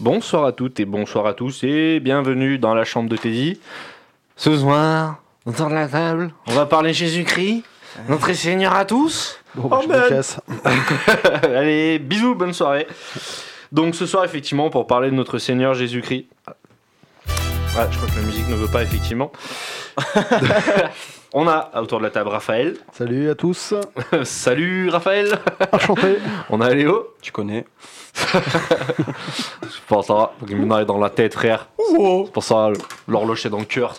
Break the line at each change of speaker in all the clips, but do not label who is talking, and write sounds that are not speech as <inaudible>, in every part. Bonsoir à toutes et bonsoir à tous et bienvenue dans la chambre de Teddy. Ce soir, autour de la table, on va parler Jésus-Christ, notre Seigneur à tous.
Bon, bah, je me
Amen.
casse.
Allez, bisous, bonne soirée. Donc ce soir, effectivement, pour parler de notre Seigneur Jésus-Christ. Ah, je crois que la musique ne veut pas, effectivement. <laughs> on a autour de la table Raphaël. <laughs>
Salut à tous.
Salut Raphaël.
Enchanté.
On a Léo.
Tu connais
C'est pour ça, il m'en est dans la tête, frère. C'est pour ça, l'horloge est dans le cœur.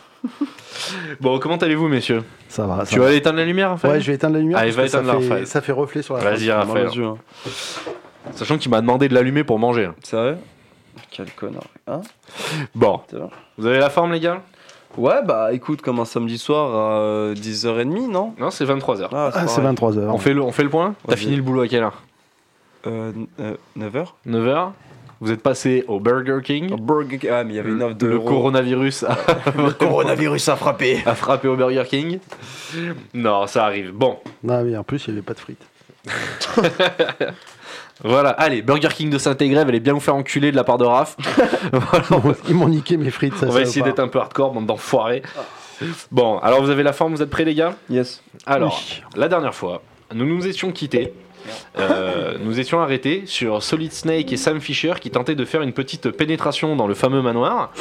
Bon, comment allez-vous, messieurs
Ça
Ah,
va. ça
Tu
va.
vas aller éteindre la lumière, Raphaël
Ouais, je vais éteindre la lumière.
Allez,
parce
va
que ça
éteindre la
fait-
Raphaël.
Ça fait reflet sur la.
Vas-y,
J'ai mal
Raphaël.
aux yeux, hein.
Sachant qu'il m'a demandé de la lumer pour manger.
Sérieux Quel connard. Hein
Bon,
Putain.
vous avez la forme, les gars
ouais, bah écoute, comme un samedi soir à euh, 10h30, non
Non, c'est 23h.
Ah, c'est 23 h
On fait, le, on fait le point T'as
Vas-y.
fini le boulot à quelle heure
euh, 9h
9h Vous êtes passé au Burger King
Burger King. Ah, mais il y avait une offre de.
Le coronavirus a,
<laughs> Le coronavirus a frappé
a frappé au Burger King Non, ça arrive. Bon,
Non, mais en plus, il n'y avait pas de frites.
voilà. Allez, Burger King de Saint-Égrève, elle est bien vous faire enculer de la part de Raph. Voilà,
Ils m'ont niqué mes frites. Ça,
on
ça
va essayer
pas.
d'être un peu hardcore, bande d'enfoirés.
Ah.
Bon, alors vous avez la forme, vous êtes prêts, les gars
Yes.
Alors,
Oui.
la dernière fois, nous nous étions quittés. Euh, nous étions arrêtés sur Solid Snake et Sam Fisher qui tentaient de faire une petite pénétration dans le fameux manoir,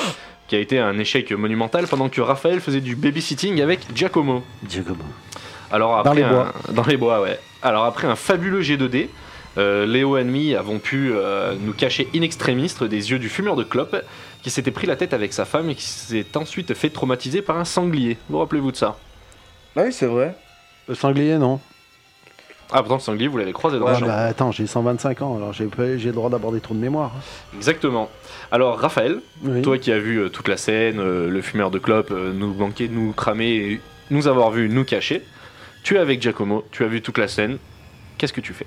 qui a été un échec monumental pendant que Raphaël faisait du babysitting avec Giacomo.
Giacomo.
Alors après
Dans les
un-
bois.
dans les bois, ouais. Alors après un fabuleux G2D, euh, Léo et Mie avons pu euh, nous cacher in extremis des yeux du fumeur de clope qui s'était pris la tête avec sa femme et qui s'est ensuite fait traumatiser par un sanglier. Vous rappelez-vous de ça
Ah oui, c'est vrai.
Le sanglier, non
Ah pourtant le sanglier vous l'avez croisé dans la
Ouais,
chambre.
bah, Attends, j'ai 125 ans, alors j'ai pas- j'ai le droit d'avoir des trous de mémoire.
Exactement. Alors Raphaël,
Oui.
toi qui as vu euh, toute la scène, euh, le fumeur de clope euh, nous banquer, nous cramer, et nous avoir vu nous cacher, tu es avec Giacomo, tu as vu toute la scène, qu'est-ce que tu fais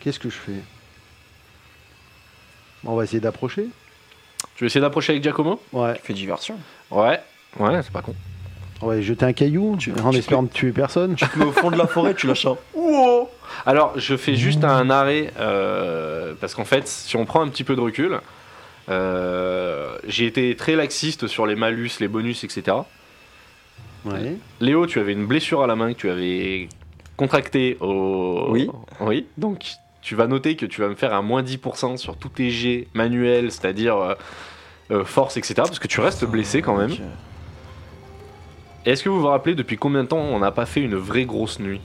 Qu'est-ce que je fais Bon, On va essayer d'approcher.
Tu veux essayer d'approcher avec Giacomo
Ouais.
Tu fais diversion.
Ouais. Ouais, c'est pas con.
On va jeter un caillou
Tu-
en
tu
espérant ne tuer personne.
Tu te mets au fond de la forêt, tu lâches un. Wow
Alors, je fais juste un arrêt, euh, parce qu'en fait, si on prend un petit peu de recul, euh, j'ai été très laxiste sur les malus, les bonus, etc.
<laughs> Ouais.
Léo, tu avais une blessure à la main que tu avais contractée au.
Oui.
Oui. Donc, tu vas noter que tu vas me faire un moins 10% sur tous tes jets manuels, c'est-à-dire euh, euh, force, etc. Parce que tu restes
Ah,
blessé quand même.
Ok.
Et Est-ce que vous vous rappelez depuis combien de temps on n'a pas fait une vraie grosse nuit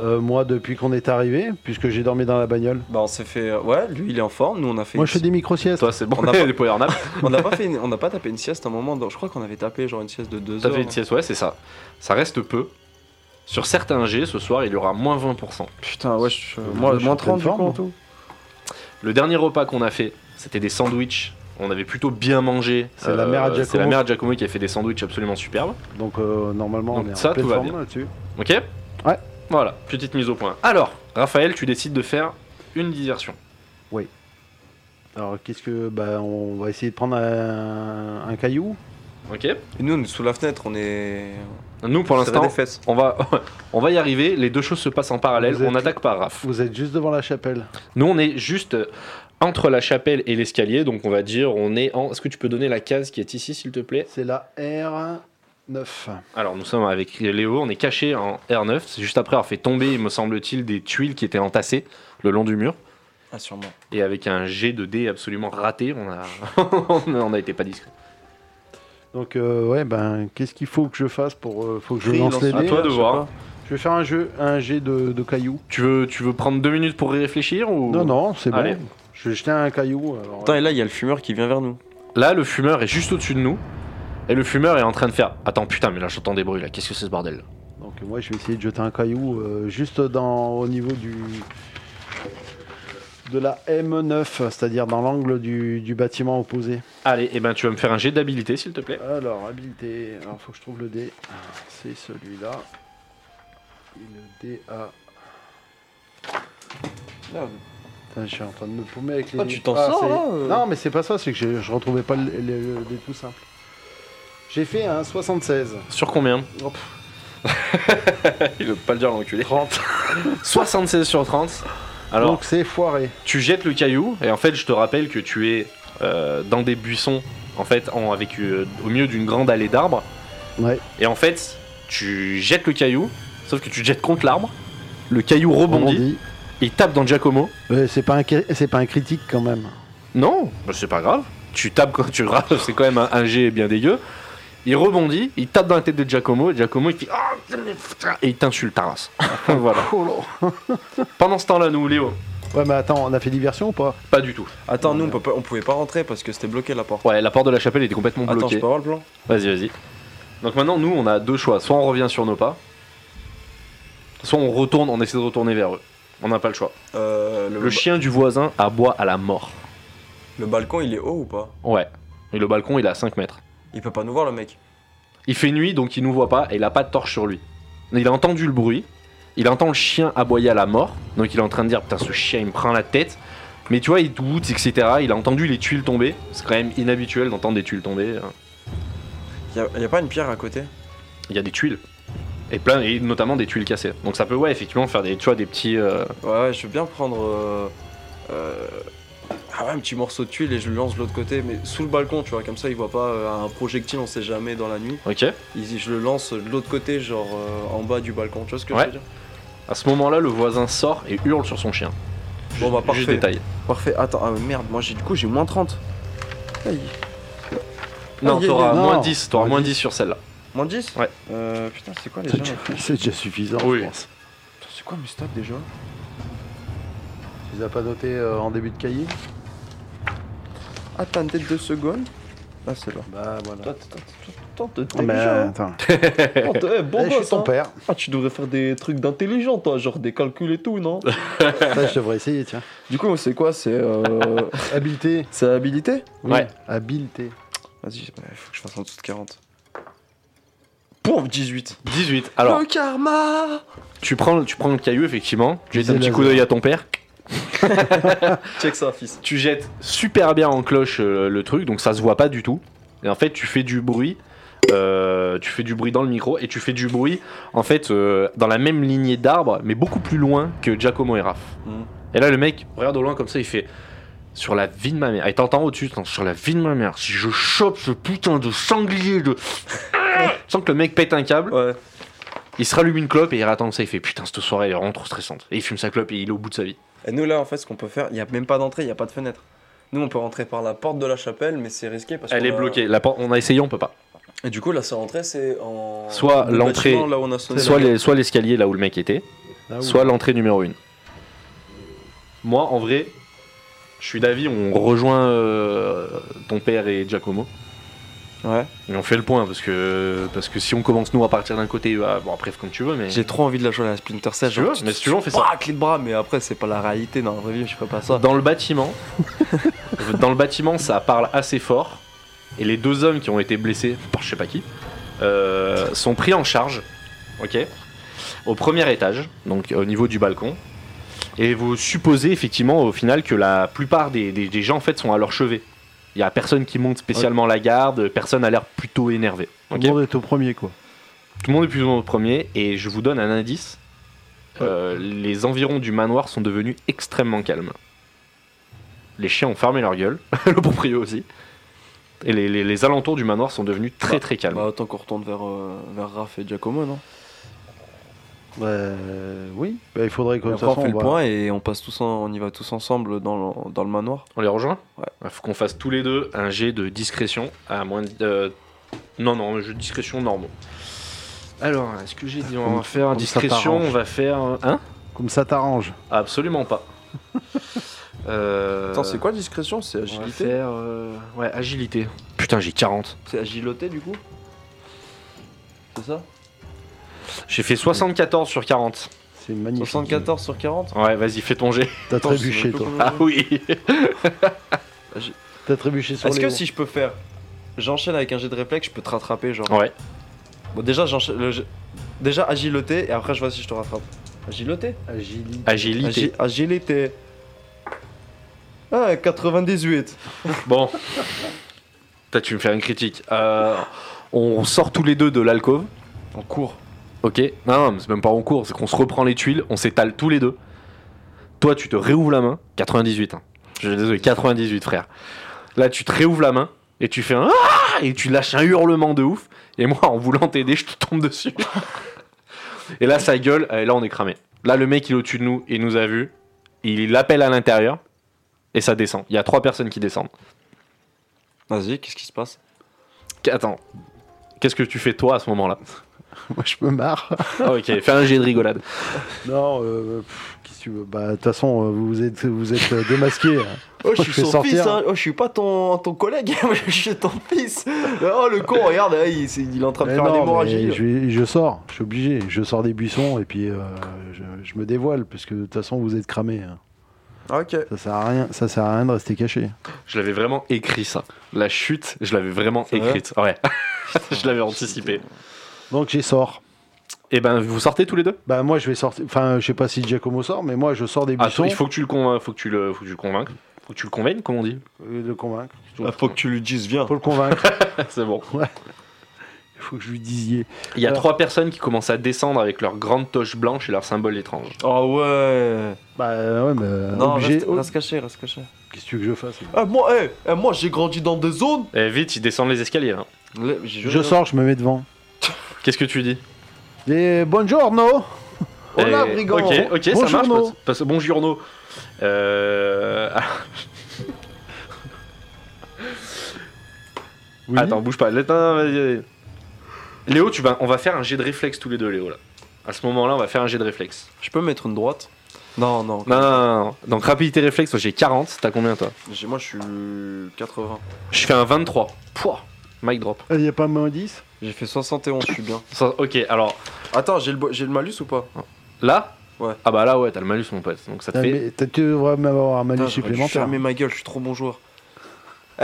Euh, moi, depuis qu'on est arrivé, puisque j'ai dormi dans la bagnole.
Bah, on s'est fait. Ouais, lui il est en forme, nous on a fait.
Moi,
une
je fais des micro-siestes.
Toi, c'est bon,
On n'a pas-
les power naps.
On n'a pas, fait une- on n'a pas tapé une sieste à un moment, dans- je crois qu'on avait tapé genre une sieste de 2
T'as
heures. hein.
fait une sieste, ouais, c'est ça. Ça reste peu. Sur certains jets, ce soir, il y aura moins 20%.
Putain, ouais, je,
Moi,
moi,
je suis en pleine
moins 30 du coup,
forme.
en tout.
Le dernier repas qu'on a fait, c'était des sandwichs. On avait plutôt bien mangé. Euh,
C'est la mère à
C'est la
Giacomo.
mère à Giacomo qui a fait des sandwichs absolument superbes.
Donc, euh, normalement,
Donc
on est
ça,
en pleine
tout va
forme
bien.
là-dessus.
Ok
Ouais.
Voilà, petite mise au point. Alors, Raphaël, tu décides de faire une diversion.
Alors, qu'est-ce que. Bah, on va essayer de prendre un, un caillou.
Ok
hein. Et nous, on est sous la fenêtre, on est.
Nous, pour
on serrait
l'instant,
les fesses.
on va, <laughs> on va y arriver. Les deux choses se passent en parallèle.
Vous êtes-
On attaque par Raph.
Vous êtes juste devant la chapelle.
Nous, on est juste euh, entre la chapelle et l'escalier. Donc, on va dire, on est en. Est-ce que tu peux donner la case qui est ici, s'il te plaît
C'est la R9.
Alors, nous sommes avec Léo. On est caché en R9. C'est juste après avoir fait tomber, me semble-t-il, des tuiles qui étaient entassées le long du mur.
Ah, sûrement.
Et avec un jet de dés absolument raté, on a, <laughs> on a été pas discret.
Donc, euh, ouais, ben, qu'est-ce qu'il faut que je fasse pour. euh, faut que je
Crie,
lance
lance-
les
À
dés
toi de
je sais
voir.
pas.
Je vais faire un jeu, un jet de, de caillou.
Tu veux, tu veux prendre deux minutes pour y réfléchir ou
Non, non, c'est
Allez.
bon. Je vais jeter un caillou. alors,
Attends, et là, il y a le fumeur qui vient vers nous.
Là, le fumeur est juste au-dessus de nous. Et le fumeur est en train de faire Attends, putain, mais là j'entends des bruits là, qu'est-ce que c'est ce bordel
Donc moi je vais essayer de jeter un caillou euh, juste dans au niveau du de la M9, c'est-à-dire dans l'angle du, du bâtiment opposé.
Allez, et ben tu vas me faire un jet d'habilité s'il te plaît.
Alors habilité, alors faut que je trouve le dé. C'est celui-là. Et le dé à. Putain, je suis en train de me paumer avec les.
Ah, tu t'en
Ah,
sors,
c'est-
là, euh.
Non mais c'est pas ça, c'est que je, je retrouvais pas le, le- le dé tout simple. J'ai fait un 76.
Sur combien
Oh,
<laughs>
pff,
<laughs> Il veut pas le dire l'enculé. 30. 76 sur 30. Alors,
Donc c'est foiré.
tu jettes le caillou, et en fait, je te rappelle que tu es euh, dans des buissons, en fait, en, avec, euh, au milieu d'une grande allée d'arbres.
Ouais.
Et en fait, tu jettes le caillou, sauf que tu le jettes contre l'arbre. Le caillou rebondit,
Rebondit.
il tape dans Giacomo.
Ouais, Euh, c'est pas un cri- c'est pas un critique quand
<laughs>
même.
Non, bah, c'est pas grave. Tu tapes quand tu rates, c'est quand même un, un jet bien dégueu. Il rebondit, il tape dans la tête de Giacomo, et Giacomo il fait Ah, putain et il t'insulte ta race. voilà.
Oh là.
Pendant ce temps-là, nous, Léo,
Ouais, mais attends, on a fait diversion ou pas
pas du tout.
Attends, nous on, peut pas- on pouvait pas rentrer parce que c'était bloqué la porte.
Ouais, la porte de la chapelle était complètement
Attends, je
bloquée.
peux avoir le plan
Vas-y, vas-y. Donc maintenant, nous, on a deux choix. Soit on revient sur nos pas, soit on retourne, on essaie de retourner vers eux. On n'a pas le choix.
Euh, le,
Le chien du voisin aboie à la mort.
le balcon il est haut ou pas
Ouais. Et le balcon, il est à 5 mètres.
Il peut pas nous voir le mec.
Il fait nuit, donc il nous voit pas, et il a pas de torche sur lui. Il a entendu le bruit, il entend le chien aboyer à la mort, donc il est en train de dire, putain, ce chien, il me prend la tête. Mais tu vois, il doute, etc. Il a entendu les tuiles tomber. C'est quand même inhabituel d'entendre des tuiles tomber. hein.
Y a, y a pas une pierre à côté
Il y a des tuiles. Et plein, et notamment des tuiles cassées. Donc ça peut, ouais, effectivement, faire des, tu vois, des petits... euh,
Ouais, ouais, je veux bien prendre. euh, euh, ah ouais, un petit morceau de tuile et je le lance de l'autre côté, mais sous le balcon, tu vois, comme ça il voit pas euh, un projectile, on sait jamais dans la nuit.
Ok.
Il- je le lance de l'autre côté, genre euh, en bas du balcon, tu vois ce que
Ouais.
je veux dire
À ce moment-là, le voisin sort et hurle sur son chien.
Bon, bah,
Juste
parfait.
détail.
Parfait, attends, ah, merde, moi j'ai du coup j'ai moins 30. Aïe.
Non,
il y a-
t'auras
il y a-
moins
non.
10, t'auras
Moins
moins 10 sur celle-là.
Moins 10
Ouais.
Euh, putain, c'est quoi les
C'est
gens
déjà, c'est déjà suffisant,
Oui.
je pense.
Putain, C'est quoi mes stats déjà
Tu les as pas notés euh, en début de cahier
Attends, peut-être deux secondes. Ah, c'est là.
Bah voilà. Ah,
Toi, toi, toi, toi, t'es
Mais
intelligent, hein.
attends.
Oh, t'es- <laughs> eh, bon
Eh, je suis
boss,
ton
hein.
père.
Ah, tu devrais faire des trucs d'intelligent, toi, genre des calculs et tout, non
Ça, je devrais essayer, tiens.
<laughs> Du coup, c'est quoi C'est <laughs> euh,
Habileté.
c'est habilité
Oui,
Ouais.
Habileté.
Vas-y, il faut que je fasse en dessous de 40. Pouf, 18.
18. Alors,
le karma
tu prends, tu prends le caillou, effectivement. Tu jettes un
Disais
petit
laser.
coup d'œil à ton père.
Check ça, fils.
Tu jettes super bien en cloche euh, le truc, donc ça se voit pas du tout. Et en fait, tu fais du bruit. euh, tu fais du bruit dans le micro et tu fais du bruit en fait euh, dans la même lignée d'arbres mais beaucoup plus loin que Giacomo et Raph.
Mhm.
Et là le mec regarde au loin comme ça il fait sur la vie de ma mère et t'entends au-dessus t'entends, sur la vie de ma mère si je chope ce putain de sanglier de <laughs> sans que le mec pète un câble
Ouais.
il se rallume une clope et il rattend ça il fait putain cette soirée elle est vraiment trop stressante et il fume sa clope et il est au bout de sa vie.
Et nous, là, en fait, ce qu'on peut faire, il n'y a même pas d'entrée, il n'y a pas de fenêtre. Nous, on peut rentrer par la porte de la chapelle, mais c'est risqué parce
Elle
qu'on
est
a-
bloquée la porte on a essayé on peut pas.
Et du coup, la seule entrée, c'est en.
Soit
le
l'entrée-
bâtiment, Là où on a sonné.
Soit les- soit l'escalier là où le mec était
Là où-
soit l'entrée numéro 1. Ah Moi, en vrai, je suis d'avis, on rejoint euh, ton père et Giacomo.
Ouais.
Et on fait le point, parce que, parce que si on commence nous à partir d'un côté, bah, bon, après, comme tu veux, mais.
J'ai trop envie de la jouer à la Splinter Cell.
Si tu veux, mais si tu veux, on fait ça.
Ah, clé de bras, mais après, c'est pas la réalité. Dans la vraie vie, je ferais pas ça.
Dans le bâtiment, <laughs> dans le bâtiment, ça parle assez fort. Et les deux hommes qui ont été blessés, par je sais pas qui, euh, sont pris en charge, ok, au premier étage, donc au niveau du balcon. Et vous supposez effectivement au final que la plupart des, des- des gens en fait sont à leur chevet. Il y a personne qui monte spécialement la garde, personne a l'air plutôt énervé.
Tout
ok
le monde est au premier, quoi.
Tout le monde est plus ou moins au premier et je vous donne un indice. Euh, les environs du manoir sont devenus extrêmement calmes. Les chiens ont fermé leur gueule, <laughs> le proprio aussi. Et les, les- les alentours du manoir sont devenus très très calmes.
Bah, autant qu'on retourne vers, euh, vers Raph et Giacomo, non
Euh, oui. Bah, il faudrait que
Et
de toute
Après, on
façon,
fait le
on va-
point et on, passe tous en- on y va tous ensemble dans le, dans le manoir.
On les rejoint
Ouais.
Il faut qu'on fasse tous les deux un jet de discrétion à moins de. euh, non, non, un jeu de discrétion normaux. Alors, est-ce que j'ai dit on va faire
Comme ça
discrétion
t'arrange.
On va faire. Hein
Comme ça t'arrange.
Absolument pas. Euh,
<laughs> Attends,
euh,
c'est quoi discrétion C'est
On va
agilité
faire, euh, Ouais, agilité. Putain, j'ai 40.
C'est agiloté du coup C'est ça
J'ai fait 74 sur 40.
C'est magnifique.
74 sur 40
Ouais, vas-y, fais ton jet.
T'as
Attends, je sais
trébuché,
même pas
toi.
comment-
Ah oui
T'as trébuché sur
Est-ce
les
que
hauts.
si je peux faire J'enchaîne avec un jet de réflexe, je peux te rattraper genre.
Ouais.
Bon, déjà, j'enchaîne. le jet- Déjà, agiloté et après, je vois si je te rattrape. Agiloté
Agilité.
Agilité.
Agi- Agilité. Ah, 98.
Bon. T'as, tu me fais une critique. Euh, on sort tous les deux de l'alcôve.
On court.
Ok. Non, non, mais c'est même pas en cours, c'est qu'on se reprend les tuiles, on s'étale tous les deux. Toi, tu te réouvres la main. 98. hein. Je suis désolé, 98, frère. Là, tu te réouvres la main et tu fais un Ah et tu lâches un hurlement de ouf. Et moi, en voulant t'aider, je te tombe dessus. et là, ça gueule. Et là, on est cramé. Là, le mec, il est au-dessus de nous. Il nous a vus. Il appelle à l'intérieur et ça descend. Il y a trois personnes qui descendent.
Vas-y, qu'est-ce qui se passe
Qu- Attends, qu'est-ce que tu fais toi à ce moment-là
<laughs> Moi, je me marre.
Ah, Ok, fais un jet de rigolade.
non, euh, pff, qu'est-ce que tu veux Bah, de toute façon, euh, vous êtes, vous êtes euh, démasqués. hein.
Oh,
<laughs> Je
je suis
fais
son
sortir.
fils, hein. oh, je suis pas ton, ton collègue, <laughs> je suis ton fils. Oh, le con, regarde, hein, il, c'est- il est en train de
Mais
faire
non,
une
mais
hémorragie. euh.
je, vais- je sors, je suis obligé. Je sors des buissons et puis euh, je, je me dévoile parce que de toute façon, vous êtes cramés. hein.
Ah, Ok.
Ça sert à rien, ça sert à rien de rester caché.
Je l'avais vraiment écrit ça. La chute, je l'avais vraiment
C'est vrai
écrite. <laughs> ouais, je l'avais anticipé.
Donc, j'y sors.
Et ben, vous sortez tous les deux
Bah, moi, je vais sortir. Enfin, je sais pas si Giacomo sort, mais moi, je sors des
Ah,
buissons.
Il faut que tu le convainques, faut que tu le, faut que tu le convainques. Faut que tu le convaignes, comme on dit.
Euh, le convaincre.
Ah,
Ah, faut que tu lui dises, viens.
Faut le
<laughs>
convaincre.
C'est bon.
Il faut que je lui disiez.
Il y a
Alors-
trois personnes qui commencent à descendre avec leur grande toche blanche et leur symbole étrange.
Oh ouais.
Bah, ouais, mais.
Non,
obligé.
reste,
oh,
reste caché, reste caché.
Qu'est-ce que tu veux que je fasse
Eh, moi, eh, eh, moi j'ai grandi dans des zones.
Eh, vite, ils descendent les escaliers. hein.
je... sors, je me mets devant.
Qu'est-ce que tu dis
Et buongiorno Hola,
Eh,
brigand
Ok, ok, ça marche.
Bonjourno.
parce- Parce, bon journaux. Euh...
Oui.
Attends, bouge pas. Laisse- non, non, vas-y, vas-y. Léo, tu vas, on va faire un jet de réflexe tous les deux, Léo. Là. À ce moment-là, on va faire un jet de réflexe.
Je peux mettre une droite Non, non.
Non, non, non, non. Donc, rapidité réflexe, toi, j'ai 40. T'as combien, toi
J'ai- Moi, je suis 80.
Je fais un 23. Pouah Mic drop.
Il n'y a pas moins 10
J'ai fait 71, je suis bien.
Ça- ok, alors
Attends, j'ai le, bo- j'ai le malus ou pas
là
Ouais.
Ah, bah là, ouais, t'as le malus, mon pote. Donc, ça te
Ah,
fait.
mais t'as- Tu devrais même avoir un malus
Putain, j'aurais dû
supplémentaire.
fermer ma gueule, je suis trop bon joueur.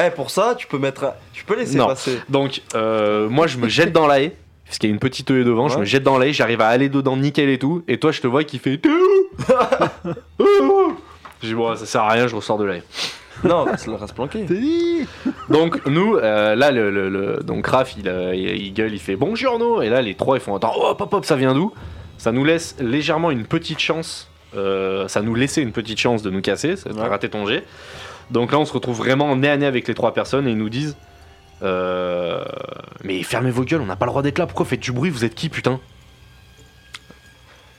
Eh, pour ça, tu peux mettre. un- Tu peux laisser
Non.
passer.
Donc, euh, moi, je me jette dans la haie, parce qu'il y a une petite haie devant, je
Ouais.
me jette dans la haie, j'arrive à aller dedans nickel et tout, et toi, je te vois qui fait. T'es
<laughs>
où Où J'ai dit, bon, ça sert à rien, je ressors de la haie.
Non, ça reste planqué.
T'es dit
Donc, nous, euh, là, le, le- le- donc Raph, il, euh, il- il gueule, il fait bonjour, nous, et là, les trois, ils font attends, hop, hop, hop, ça vient d'où Ça nous laisse légèrement une petite chance, euh, ça nous laissait une petite chance de nous casser, ça t'as
Ouais.
raté ton jet. Donc là, on se retrouve vraiment nez à nez avec les trois personnes, et ils nous disent. Euh, mais fermez vos gueules, on n'a pas le droit d'être là. Pourquoi faites du bruit Vous êtes qui, putain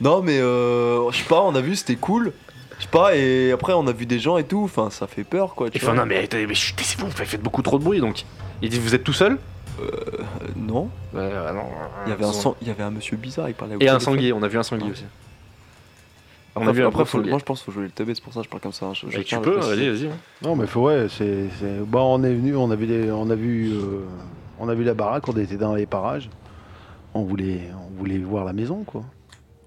Non, mais euh, je sais pas, on a vu, c'était cool. Je sais pas, et après, on a vu des gens et tout. Enfin, ça fait peur, quoi. tu
Ils font
vois.
non, mais, attendez, mais chut, taisez-vous, vous faites beaucoup trop de bruit. Donc, ils disent vous êtes tout seul
Euh, non,
Euh, non,
il y avait un,
ils sont-
sang- il y avait un monsieur bizarre, il parlait au
et un
téléphone.
sanglier. On a vu un sanglier aussi. On a
Après,
vu un
après,
gros
faut-
sanglier.
moi, je pense qu'il faut jouer le teubé, c'est pour ça que je parle comme ça. hein. Je- je
Et tu
tiens à le
peux,
préciser.
vas-y, vas-y. ouais.
Non, mais faut, ouais, c'est. c'est- Bah, on est venu, on, avait les- on a vu. euh, On a vu la baraque, on était dans les parages. On voulait, on voulait voir la maison, quoi.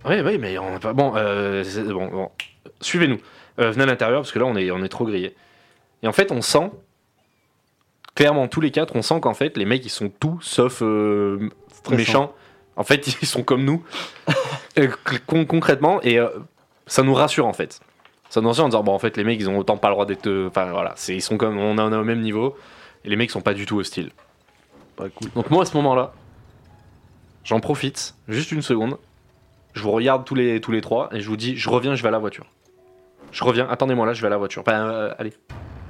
Oui, oui, mais on n'a pas. Bon, euh, c'est- bon, bon. suivez-nous. Euh, venez à l'intérieur parce que là, on est, on est trop grillé. Et en fait, on sent, clairement, tous les quatre, on sent qu'en fait, les mecs, ils sont tout sauf euh,
stressant.
méchants. En fait, <laughs> ils sont comme nous, Euh, con- concrètement, et euh, ça nous rassure en fait. Ça nous rassure en disant, bon, en fait, les mecs, ils ont autant pas le droit d'être. euh, Enfin, voilà, c'est- ils sont comme. On en est au même niveau, et les mecs sont pas du tout hostiles.
Pas cool.
Donc moi à ce moment-là, j'en profite, juste une seconde, je vous regarde tous les, tous les trois et je vous dis je reviens, je vais à la voiture. Je reviens, attendez-moi là, je vais à la voiture. Ben, euh, allez,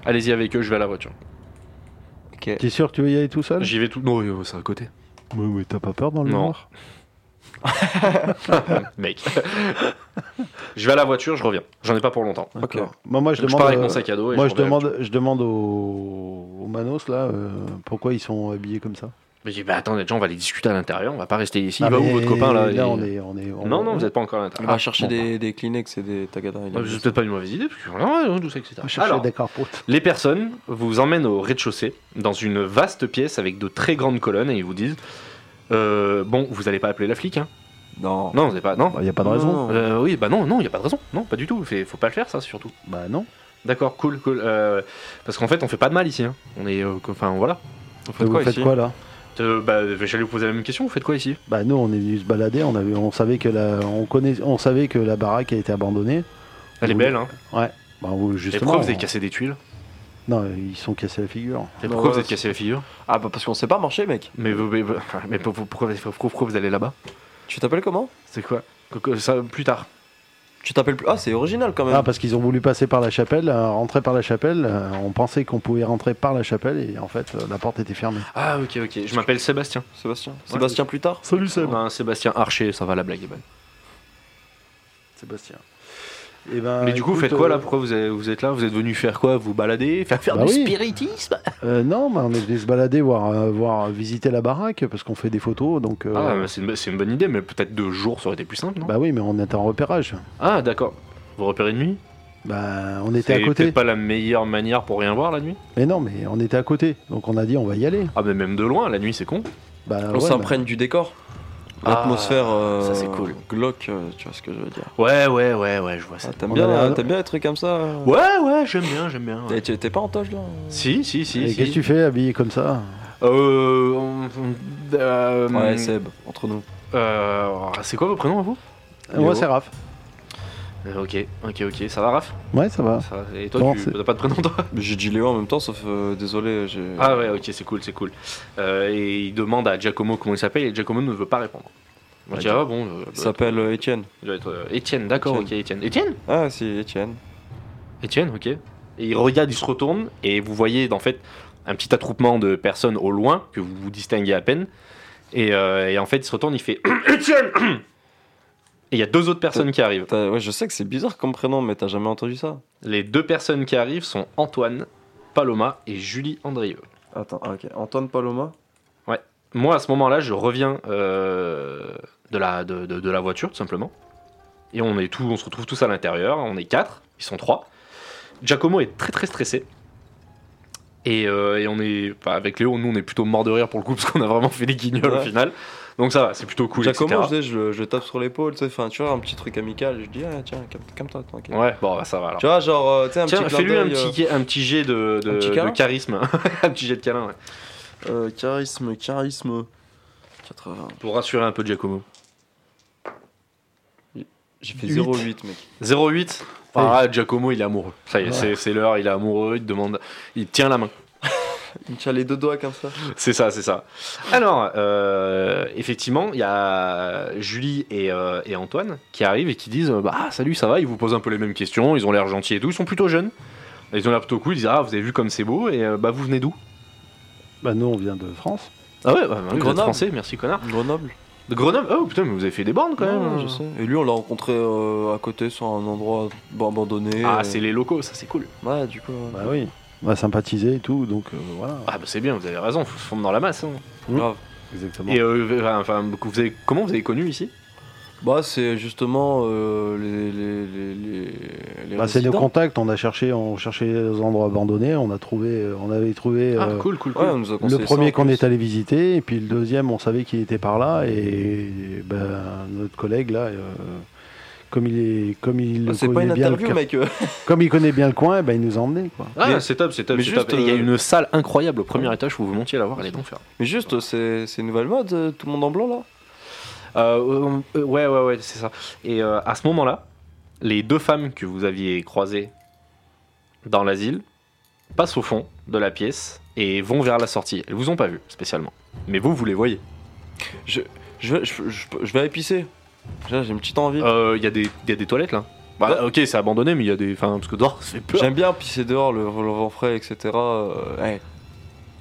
allez-y avec eux, je vais à la voiture.
Ok.
T'es sûr que tu veux y aller tout seul
J'y vais tout. Non, euh, c'est à côté.
Mais, mais t'as pas peur dans le
Non.
noir
<laughs> Mec. <laughs> je vais à la voiture, je reviens. J'en ai pas pour longtemps.
D'accord. Moi, moi, je
Je,
demande.
pars avec mon
euh,
sac à dos. Et
Moi, je
reviens.
demande, je demande aux, aux Manos, là, euh, pourquoi ils sont habillés comme ça.
Mais je dis, bah, attendez, déjà, on va aller discuter à l'intérieur, on va pas rester ici.
Ah,
il va où
mais
votre copain là
Là,
Il-
on est, on est, on-
Non, non, vous êtes pas encore à
On
l'intérieur.
va
Ah,
chercher
bon,
des, des Kleenex et des Tagada. il a
bah,
mis
C'est
ça.
peut-être pas une mauvaise idée, parce que ouais, ouais, d'où ça, etc.
on cherche
Alors,
des carpotes.
Les personnes vous emmènent au rez-de-chaussée, dans une vaste pièce avec de très grandes colonnes, et ils vous disent euh, Bon, vous allez pas appeler la flic, hein
Non.
Non, vous n'allez pas. Non
Il n'y Bah, a pas de
Non,
raison.
non.
Euh, Oui, bah non, non, il a pas de raison. Non, pas du tout. Fait- faut pas le faire, ça, surtout.
Bah non.
D'accord, cool, cool. euh, parce qu'en fait, on fait pas de mal ici. hein. On est. euh, que- Enfin, voilà.
Vous faites
Vous
quoi
faites
ici
quoi là
Euh, bah, j'allais vous poser la même question, vous faites quoi ici
Bah nous, on est venu se balader. On avait, on savait que la, on connaît, on savait que la baraque a été abandonnée.
Elle est
Oui.
belle, hein.
Bah vous,
Et
justement.
pourquoi vous avez
on-
cassé des tuiles
Non, ils sont cassés la figure.
Et
Non,
pourquoi vous
ouais.
êtes cassé la figure
Ah, bah parce qu'on sait pas marcher, mec.
Mais, vous- mais, bah, mais pourquoi, pourquoi- pourquoi vous allez là-bas
Tu t'appelles comment
C'est quoi Que- que- ça, Plus tard.
Tu t'appelles plus. Ah, c'est original quand même.
Ah, parce qu'ils ont voulu passer par la chapelle, euh, rentrer par la chapelle. euh, on pensait qu'on pouvait rentrer par la chapelle et en fait, euh, la porte était fermée.
Ah, ok, ok. Je m'appelle Sébastien.
Sébastien. Sébastien plus tard.
Salut Seb.
Ben, Sébastien Archer, ça va, la blague est bonne.
Sébastien. Et ben,
Mais du coup,
écoute,
faites quoi là
euh,
Pourquoi vous êtes, vous êtes là Vous êtes venu faire quoi Vous balader Faire, faire
Bah
du
oui.
spiritisme
euh, Non, mais on est venu se balader, voir, euh, voir visiter la baraque parce qu'on fait des photos. Donc, euh,
Ah, bah, c'est une, c'est une bonne idée, mais peut-être deux jours, ça aurait été plus simple, non
bah oui, mais on était en repérage.
Ah, d'accord. Vous repérez de nuit
Bah, on était à côté.
peut-être pas la meilleure manière pour rien voir la nuit.
Mais non, mais on était à côté. Donc on a dit, on va y aller.
Ah, mais même de loin, la nuit, c'est con.
Bah,
On
ouais,
s'imprègne du décor.
Ah,
L'atmosphère. euh,
ça, c'est cool.
Glauque, euh, tu vois ce que je veux dire.
Ouais, ouais, ouais, ouais, je vois ça.
Ah, T'aimes
On
bien,
allait à-
euh, t'aimes bien les trucs comme ça euh
Ouais, ouais, j'aime bien, j'aime bien. ouais.
T'es- T'es t'es pas en toge là
Si, si, si.
mais- Et
si.
qu'est-ce que tu fais habillé comme ça
Euh. on- on- euh,
Ouais, Seb,
<laughs>
entre nous.
euh, c'est quoi vos prénoms à vous
Moi,
oh.
Léo.
c'est Raph.
Euh, Ok, ok, ok. Ça va, Raph
Ouais, ça va.
Ça va Et toi,
Ah. Non,
tu
c'est-
t'as pas de prénom, toi
Mais J'ai dit Léo en même temps, sauf euh, désolé, j'ai.
Ah, ouais, ok, c'est cool, c'est cool. Euh, et il demande à Giacomo comment il s'appelle et Giacomo ne veut pas répondre. On
Ouais,
dit, ah bon, euh,
Il s'appelle euh, Étienne.
il doit être euh, Étienne, d'accord, ok, Étienne. Étienne
Ah, si, Étienne.
Étienne, ok. Et il regarde, il se retourne, et vous voyez en fait un petit attroupement de personnes au loin que vous, vous distinguez à peine. Et, euh, et en fait, il se retourne, il fait <coughs> Étienne Et il y a deux autres personnes qui arrivent.
T'as- Ouais, je sais que c'est bizarre comme prénom, mais t'as jamais entendu ça
Les deux personnes qui arrivent sont Antoine Paloma et Julie Andrieux.
Attends, ah, ok. Antoine Paloma
Moi, à ce moment-là, je reviens euh, de, la, de, de- de la voiture, tout simplement. Et on, est tous, on se retrouve tous à l'intérieur. On est quatre, ils sont trois. Giacomo est très très stressé. Et, euh, et on est. enfin, avec Léo, nous, on est plutôt mort de rire pour le coup, <laughs> parce qu'on a vraiment fait des guignols au
Ouais.
final. Donc ça va, c'est plutôt cool.
Giacomo,
etc.
je, sais, je, le- je le tape sur l'épaule, tu sais, enfin, tu vois, un petit truc amical, et je dis, ah, tiens, calme- calme-toi, tranquille.
Ouais, bon, bah, ça va alors.
Tu vois, genre, euh, tu sais, un
Tiens,
petit clin
fais-lui un
d'œil, euh,
petit, un petit jet de, de-
un petit
de
câlin
charisme. <laughs> un petit jet de câlin, ouais.
euh, euh, charisme, charisme. 80.
Pour rassurer un peu Giacomo.
J'ai fait
Huit.
0,8, mec.
08 Ah, Giacomo, il est amoureux. Ça y est, c'est- c'est l'heure, il est amoureux, il te demande. Il tient la main.
Il me tient les deux doigts comme ça.
C'est ça, c'est ça. Alors, euh, effectivement, il y a Julie et, euh, et Antoine qui arrivent et qui disent euh, Bah, salut, ça va Ils vous posent un peu les mêmes questions, ils ont l'air gentils et tout, ils sont plutôt jeunes. Ils ont l'air plutôt cool, ils disent Ah, vous avez vu comme c'est beau, et euh, bah, vous venez d'où
Bah, nous, on vient de France.
Ah ouais, bah, vous êtes
Grenoble.
français, merci connard.
Grenoble
De Grenoble Ah, Oh putain, mais vous avez fait des bandes quand même
Ouais, je sais. Et lui, on l'a rencontré euh, à côté, sur un endroit abandonné.
Ah,
euh.
c'est les locaux, ça c'est cool.
Ouais, du coup. ouais.
Bah oui. On a sympathisé et tout, donc euh, voilà.
Ah, bah c'est bien, vous avez raison, faut se fondre dans la masse. hein.
Mm.
Grave.
Exactement.
Et euh, enfin, vous avez, comment vous avez connu ici
Bah, c'est justement euh, les. les, les, les, les
Bah, c'est nos
résidents.
contacts, on a cherché, on cherchait les endroits abandonnés, on a trouvé, on avait trouvé
Ah,
euh,
cool, cool, cool.
Ouais, on nous a
le
conseillé ça, en
premier qu'on
plus.
est allé visiter, et puis le deuxième, on savait qu'il était par là, et, ben, notre collègue là, euh, comme il est, comme il
Ah, C'est
connaît
pas une
bien le
interview,
quar-
mec. <laughs>
comme il connaît bien le coin, ben, il nous a emmenés quoi.
Ah,
Mais-
c'est top, c'est top.
mais
c'est
juste,
top. Et Il y a
euh,
une salle incroyable au premier étage, faut vous montiez la voir, elle est bon faire.
Mais juste, c'est c'est une nouvelle mode, euh, tout le monde en blanc là
Euh, euh, ouais, ouais, ouais, c'est ça. Et euh, à ce moment-là, les deux femmes que vous aviez croisées dans l'asile passent au fond de la pièce et vont vers la sortie. Elles vous ont pas vu spécialement, mais vous, vous les voyez.
je, vais- je, je, je vais épicer. J'ai j'ai une petite envie.
Euh, Il y, a des- y a des toilettes là. Bah, ok, c'est abandonné, mais il y a des. Enfin, parce que dehors, c'est peur.
J'aime bien pisser dehors, le, le vent frais, etc. euh, ouais.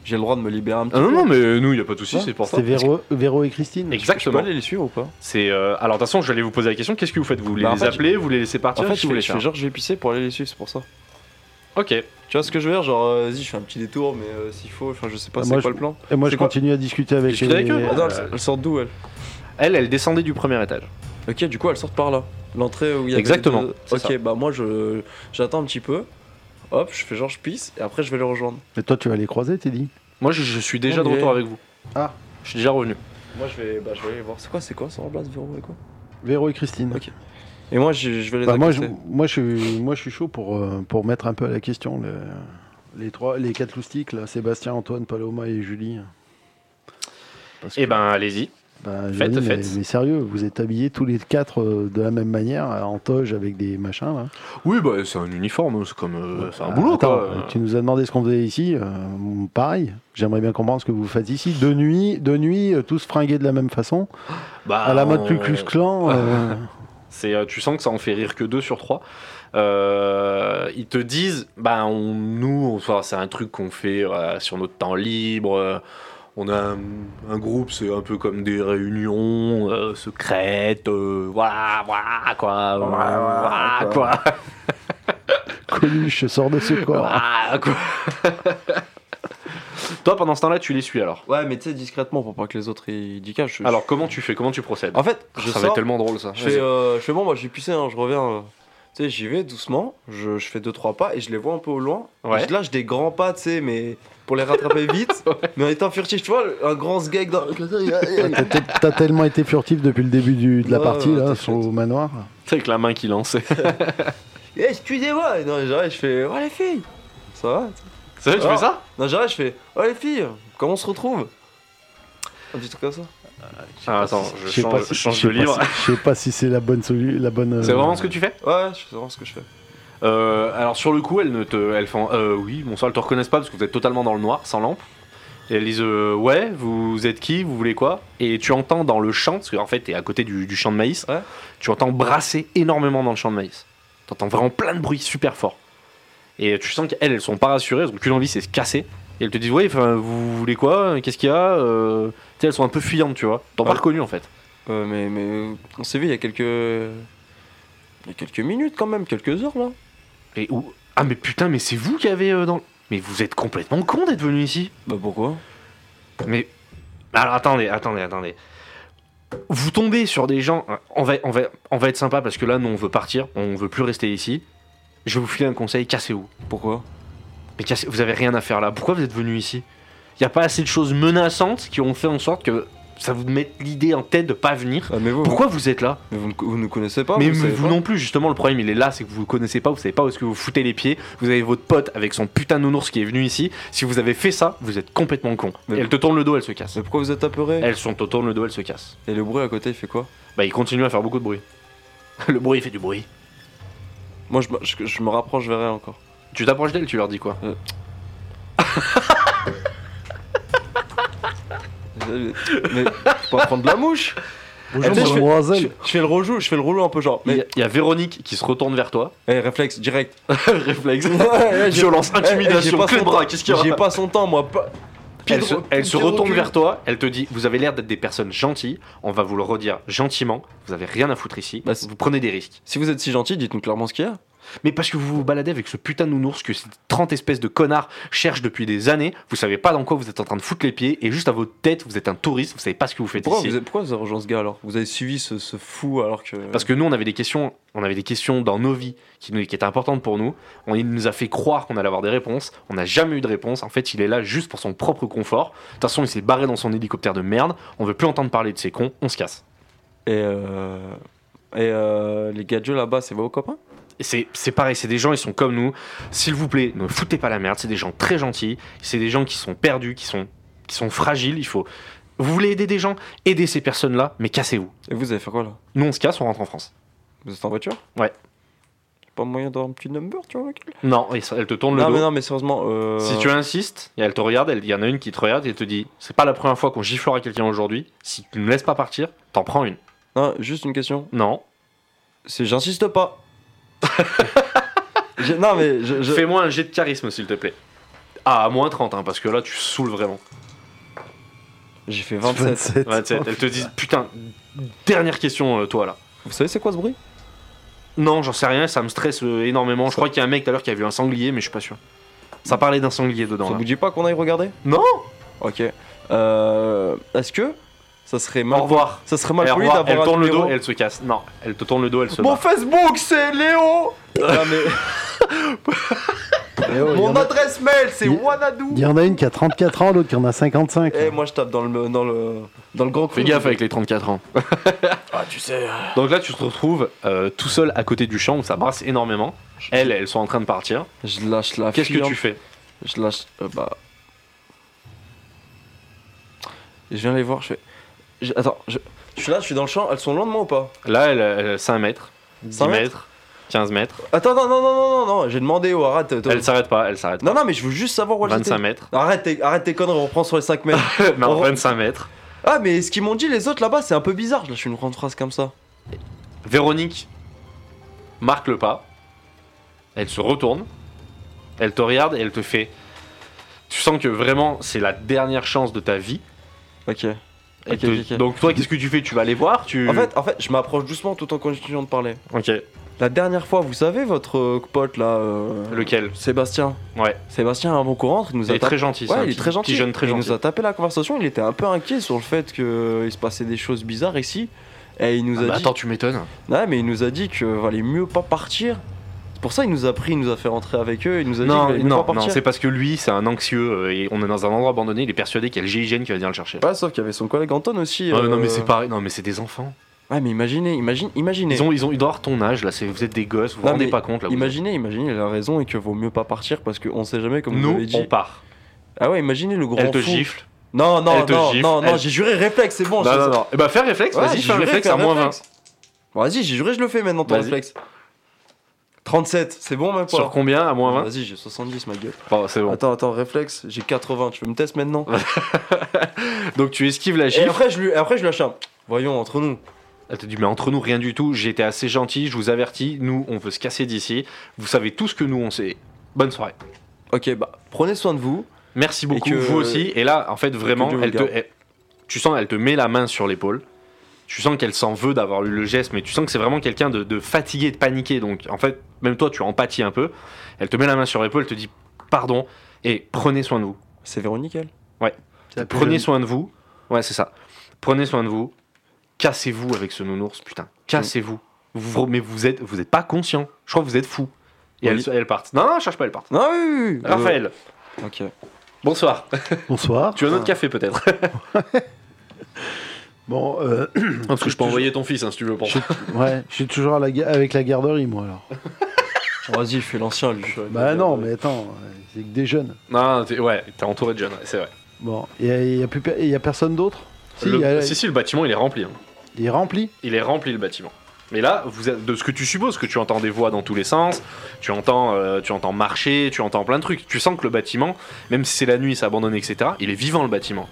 J'ai le droit de me libérer un petit
Ah non,
peu.
non, mais nous, il n'y a pas de souci,
Ouais,
c'est pour ça.
C'était Véro, Véro et Christine.
Je peux
Exactement.
aller les suivre ou pas
C'est euh, alors de toute façon, j'allais vous poser la question. Qu'est-ce que vous faites Vous les
Bah, en fait,
appelez, vous les laissez partir
En fait,
qu'est-ce que vous
je, fais,
voulez
je fais
faire
genre je vais pisser pour aller les suivre, c'est pour ça.
Ok.
Tu vois ce que je veux dire Genre, euh, vas-y, je fais un petit détour, mais euh, s'il faut, enfin, je sais pas,
Ah,
c'est
moi,
quoi
je-
le plan
Et moi,
C'est
je
quoi
continue à discuter avec
Discuter avec
les-
eux
Attends,
euh,
elles, elles sortent d'où elles
Elle, elle descendait du premier étage.
Ok, du coup, elles sortent par là. L'entrée où il y a.
Exactement, c'est
Ok,
ça.
bah moi, je j'attends un petit peu. Hop, je fais genre, je pisse, et après, je vais les rejoindre.
Mais toi, tu vas les croiser, t'es dit
Moi, je, je suis déjà
On
de
y
retour
est.
avec vous.
Ah.
Je suis déjà revenu.
Moi, je vais, bah, je vais aller voir. C'est quoi, c'est quoi, ça remplace Véro et quoi
Véro et Christine.
Ok. Et moi, je, je vais les
Bah, moi, je,
accoster.
moi, je suis, moi, je suis chaud pour, euh, pour mettre un peu à la question le- les, trois, les quatre loustiques, là, Sébastien, Antoine, Paloma et Julie. Parce
Eh
que,
ben, allez-y.
bah,
faites,
Julie, mais,
faites.
mais sérieux, vous êtes habillés tous les quatre euh, de la même manière, en toge avec des machins. Là.
Oui, bah, c'est un uniforme, c'est comme. euh, c'est un
Euh,
boulot,
attends,
quoi.
Tu nous as demandé ce qu'on faisait ici. euh, pareil, j'aimerais bien comprendre ce que vous faites ici. De nuit, de nuit euh, tous fringués de la même façon.
Bah,
à la mode
on-
Ku Klux Klan. euh,
C'est, euh, tu sens que ça en fait rire que 2 sur 3. ils te disent, bah, on, nous, enfin, c'est un truc qu'on fait euh, sur notre temps libre. euh, on a un, un groupe, c'est un peu comme des réunions euh, secrètes. euh, voilà, voilà, quoi.
Voilà,
Voilà,
voilà,
voilà,
quoi.
quoi.
Coluche sort de ce corps.
Ah, quoi. <laughs> Toi, pendant ce temps-là, tu les suis alors.
Ouais, mais tu sais, discrètement pour pas que les autres ils disent Je,
Alors, comment tu fais Comment tu procèdes
en fait, je
Ça
sors,
va être tellement drôle ça.
je, fais, euh, je fais bon, moi j'ai puissé, hein, je reviens. euh, tu sais, j'y vais doucement, je, je fais 2-3 pas et je les vois un peu au loin.
Ouais.
Et je lâche des grands pas, tu sais, mais pour les <laughs> rattraper vite, mais en étant furtif, tu vois, un grand sgeg dans.
T'as- t'as- T'as tellement été furtif depuis le début du- de la
Ouais,
partie,
ouais,
là,
t'as
sur
fait.
le manoir.
C'est avec la main qui lance. <laughs>
Eh, Excusez-moi Et Non, j'arrive, je fais Oh les filles Ça va
C'est vrai, tu
Ah.
fais ça
Non, j'arrive, je fais Oh les filles Comment on se retrouve Un petit truc comme ça.
Ah, Attends, je
Je sais
change,
pas
je
si-
change
je sais
de
pas
livre.
si- Je sais pas si c'est la bonne solution. La bonne,
C'est
euh,
vraiment ce que tu fais
Ouais, je sais vraiment ce que je fais.
Euh, Alors sur le coup, elles ne te, elles font, euh, oui, bonsoir, elles te reconnaissent pas parce que vous êtes totalement dans le noir, sans lampe. Et elles disent, euh, ouais, vous êtes qui, vous voulez quoi Et tu entends dans le champ, parce qu'en fait t'es à côté du, du champ de maïs,
Ouais.
tu entends brasser énormément dans le champ de maïs. T'entends vraiment plein de bruit super fort. Et tu sens qu'elles, elles sont pas rassurées, elles ont qu'une envie, c'est se casser. Et elles te disent, ouais, enfin, vous voulez quoi Qu'est-ce qu'il y a Euh, Tu sais, elles sont un peu fuyantes, tu vois. T'en
Ouais.
pas reconnu en fait.
Euh, mais, mais on s'est vu il y a quelques. Il y a quelques minutes quand même, quelques heures là.
Et où Ah mais putain, mais c'est vous qui avez euh, dans. le- Mais vous êtes complètement con d'être venu ici.
Bah pourquoi
Mais alors attendez, attendez, attendez. Vous tombez sur des gens. On va, on va, on va être sympa parce que là, nous, on veut partir. On veut plus rester ici. Je vais vous filer un conseil. Cassez-vous.
Pourquoi
Mais cassez, vous avez rien à faire là. Pourquoi vous êtes venu ici Il y a pas assez de choses menaçantes qui ont fait en sorte que ça vous mette l'idée en tête de pas venir.
ah, Mais vous,
Pourquoi vous êtes là
mais vous, me- vous ne connaissez pas
mais
Oh, vous
vous,
savez pas
non plus, justement, le problème il est là, c'est que vous ne connaissez pas, vous savez pas où est-ce que vous foutez les pieds. Vous avez votre pote avec son putain de nounours qui est venu ici. Si vous avez fait ça, vous êtes complètement con.
Mais-
Et elle te tourne le dos, elle se casse.
Mais pourquoi vous êtes apeuré
Elles sont te tourne le dos, elle se casse.
Et le bruit à côté il fait quoi
Bah, il continue à faire beaucoup de bruit. <laughs> le bruit il fait du bruit.
Moi je, me- je- je me rapproche vers elle encore.
Tu t'approches d'elle, tu leur dis quoi
Mais faut pas prendre de la mouche
Bonjour,
Eh, tu sais, je fais- je,
mademoiselle.
je fais le rejou, je fais le relou un peu genre.
Il y
Mais
a- il y, a Véronique qui se retourne vers toi.
Eh, réflexe direct.
<laughs> Réflexe.
Ouais, ouais, j'ai-
Violence,
Eh, eh, j'ai
intimidation,
pas
clé de
son
bras,
temps.
qu'est-ce qu'il y a
J'ai pas son temps moi. pas- pied
Elle
de-
se,
pied
elle se
de
retourne
recul.
vers toi, elle te dit Vous avez l'air d'être des personnes gentilles, on va vous le redire gentiment, vous avez rien à foutre ici,
Bah, c'est-
vous prenez des risques.
Si vous êtes si gentil, dites-nous clairement ce qu'il y a.
Mais parce que vous vous baladez avec ce putain de nounours que ces 30 espèces de connards cherchent depuis des années, vous savez pas dans quoi vous êtes en train de foutre les pieds, et juste à votre tête, vous êtes un touriste, vous savez pas ce que vous faites
Pourquoi,
ici.
vous avez, pourquoi vous avez rejoint ce gars alors Vous avez suivi ce, ce fou alors que.
Parce que nous, on avait des questions, on avait des questions dans nos vies qui, nous- qui étaient importantes pour nous. On, il nous a fait croire qu'on allait avoir des réponses. On n'a jamais eu de réponse. En fait, il est là juste pour son propre confort. De toute façon, il s'est barré dans son hélicoptère de merde. On veut plus entendre parler de ces cons. On se casse.
Et euh... Et euh... les gadgets là-bas, c'est vos copains
Et c'est c'est pareil, c'est des gens, ils sont comme nous. S'il vous plaît, ne foutez pas la merde. C'est des gens très gentils. C'est des gens qui sont perdus, qui sont, qui sont fragiles. Il faut. Vous voulez aider des gens Aidez ces personnes-là, mais cassez-vous.
Et vous avez fait quoi là
Nous, on se casse, on rentre en France.
Vous êtes en voiture
Ouais.
Y'a Pas moyen d'avoir un petit number, tu vois avec elle
Non, et ça- elle te tourne le
Non,
dos.
mais non, mais sérieusement. Euh...
Si tu insistes, et elle te regarde, elle- il y en a une qui te regarde et te dit C'est pas la première fois qu'on giflera quelqu'un aujourd'hui. Si tu ne me laisses pas partir, t'en prends une.
Non, juste une question.
Non.
C'est j'insiste pas. <laughs> J'ai- Non, mais je. je-
Fais-moi un jet de charisme, s'il te plaît. Ah, à moins 30, hein, parce que là, tu saoules vraiment.
J'ai fait 27.
27. Elle te dit Putain, dernière question, euh, toi là.
Vous savez, c'est quoi ce bruit
Non, j'en sais rien, ça me stresse euh, énormément. Je crois qu'il y a un mec tout à l'heure qui a vu un sanglier, mais je suis pas sûr. Ça parlait d'un sanglier dedans.
Ça
là.
vous dit pas qu'on aille regarder
Non
Ok. Euh... Est-ce que ça serait mal.
Au revoir.
Ça serait mal
Et au
poli
revoir.
d'avoir
elle
un
tourne le
numéro-
dos, elle se casse. Non, elle te tourne le dos, elle se
Mon
barre.
Facebook, c'est Léo Non, mais-
Eh oh, <laughs> il y
Mon
en a-
adresse mail, c'est
Il-
Wanadou
Il y en a une qui a 34 ans, l'autre qui en a 55.
Eh, moi je tape dans le, dans le, dans le grand coup.
Fais gaffe avec les 34 ans.
Ah, tu sais.
Donc là, tu te retrouves euh, tout seul à côté du champ où ça brasse énormément. Elles, elles sont en train de partir.
Je lâche la
Qu'est-ce que
firme,
tu fais
Je lâche. euh, bah. Je viens les voir, je fais. je- Attends, je... je suis là, je suis dans le champ, elles sont loin de moi ou pas
Là, elle, elle a 5 mètres, 10
5
mètres,
mètres
15 mètres.
Attends, non, non, non, non, non, non, j'ai demandé au arrête. euh, toi.
Elle s'arrête pas, elle s'arrête.
Non, non, mais je veux juste savoir où elles
25
étaient.
mètres. <laughs>
Arrête tes, arrête tes conneries, on reprend sur les 5 mètres.
non,
Oh.
25 mètres.
ah, mais ce qu'ils m'ont dit les autres là-bas, c'est un peu bizarre. Je lâche une grande phrase comme ça.
Véronique marque le pas. Elle se retourne. Elle te regarde et elle te fait. Tu sens que vraiment c'est la dernière chance de ta vie.
Ok.
Elle
Ok,
te-
ok, ok.
Donc toi, qu'est-ce que tu fais Tu vas les voir Tu.
En fait, en fait, je m'approche doucement tout en continuant de parler.
Ok.
La dernière fois, vous savez, votre euh, pote là. euh,
Lequel
Sébastien.
Ouais.
Sébastien a un bon courant, il nous
Il
a
est
tapé-
très gentil. c'est
Ouais,
un
il est
petit-
très gentil.
Petit jeune très
il
gentil.
nous a tapé la conversation, il était un peu inquiet sur le fait qu'il se passait des choses bizarres ici. Et il nous
Ah
a
bah
dit.
attends, tu m'étonnes.
Ouais, mais il nous a dit qu'il valait mieux pas partir. C'est pour ça qu'il nous a pris, il nous a fait rentrer avec eux, il nous a dit qu'il
Non,
valait mieux
non,
pas
non,
partir.
c'est parce que lui, c'est un anxieux euh, et on est dans un endroit abandonné. Il est persuadé qu'il y a le GIGN qui va venir le chercher.
Ouais, sauf qu'il y avait son collègue Anton aussi.
Ouais,
euh,
Ah, Non, mais c'est pareil. Non, mais c'est des enfants.
Ouais, mais imaginez, imagine, imaginez.
Ils ont, ils ont, ils doivent avoir ton âge là. c'est- Vous êtes des gosses. Vous vous
Non,
rendez
mais
pas compte là. vous-
Imaginez, imaginez, il a raison et que vaut mieux pas partir parce qu'on sait jamais, comme vous
Nous,
l'avez dit.
on part.
Ah ouais, imaginez le grand
Elle te
fou.
gifle.
Non, non,
Elle te
non,
gifle,
non, non,
elle-
j'ai juré réflexe, c'est bon.
Non,
je-
non, non. Eh bah, fais réflexe,
Ouais,
vas-y,
j'ai
fais un
juré
réflexe
faire
à moins 20.
réflexe. Bon, vas-y, j'ai juré, je le fais maintenant ton
Vas-y.
réflexe. 37, c'est bon même pas.
Sur combien À moins 20
Vas-y, j'ai 70 ma gueule.
Bon, c'est
<laughs>
bon.
Attends, attends, réflexe, j'ai 80, tu veux me tester maintenant
Donc tu esquives la
Et
gifle.
après je lui après je lui lâche un. Voyons entre nous.
Elle te dit mais entre nous rien du tout, j'étais assez gentil, je vous avertis, nous on veut se casser d'ici. Vous savez tout ce que nous on sait. Bonne soirée.
OK, bah prenez soin de vous.
Merci beaucoup,
que-
vous aussi. Et là, en fait, vraiment,
Dieu vous
elle te,
garde.
elle- tu sens, elle te met la main sur l'épaule. Tu sens qu'elle s'en veut d'avoir eu le geste, mais tu sens que c'est vraiment quelqu'un de, de fatigué, de paniqué. Donc, en fait, même toi, tu empathies un peu. Elle te met la main sur l'épaule, elle te dit pardon et prenez soin de vous.
C'est Véronique elle
C'est la plus
Prenez
jeune.
soin de vous. Ouais, c'est ça. Prenez soin de vous. Cassez-vous avec ce nounours, putain. Cassez-vous. Vous- mais vous êtes, vous êtes pas conscient. Je crois que vous êtes fou. Et
Oui. Euh,
elles, elles partent. Non, non, cherche pas, elles partent.
Non, oui, oui, oui.
Raphaël,
Euh, OK.
bonsoir.
Bonsoir.
Tu as un autre café peut-être
Bon, euh, <coughs>
Parce que je peux envoyer ton fils hein, si tu veux. Pour...
je, suis- ouais, je suis toujours à la ga- avec la garderie, moi, alors.
Vas-y, je suis l'ancien lui.
Bah non, mais attends, c'est que des jeunes.
Non, t'es, ouais, t'es entouré de jeunes, ouais, c'est vrai.
Bon, il n'y a, y a plus per- y a personne d'autre Si,
Le-
y a-
Si, si, le bâtiment il est rempli. hein.
il est rempli.
Il est rempli le bâtiment. Mais là, vous êtes- de ce que tu supposes, que tu entends des voix dans tous les sens, tu entends, euh, tu entends marcher, tu entends plein de trucs. Tu sens que le bâtiment, même si c'est la nuit, c'est abandonné, etc., il est vivant le bâtiment.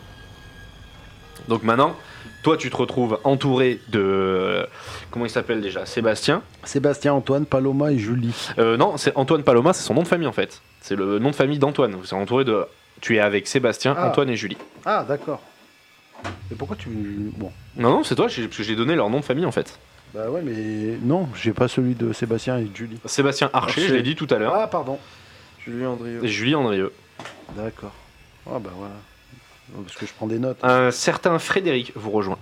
Donc maintenant, toi tu te retrouves entouré de. Comment il s'appelle déjà Sébastien.
Sébastien, Antoine, Paloma et Julie.
Euh, non, c'est Antoine Paloma, c'est son nom de famille en fait. C'est le nom de famille d'Antoine. Vous êtes entouré de. Tu es avec Sébastien,
Ah.
Antoine et Julie.
Ah, d'accord. Mais pourquoi tu... Bon,
Non, non, c'est toi, j'ai- parce que j'ai donné leur nom de famille en fait.
bah ouais, mais non, j'ai pas celui de Sébastien et de Julie.
Sébastien Archer,
Archer.
je l'ai dit tout à l'heure,
Ah, pardon.
Julien Andrieux.
et Julie Andrieux.
D'accord. Ah bah voilà. Non, Parce que je prends des notes.
Un certain Frédéric vous rejoint.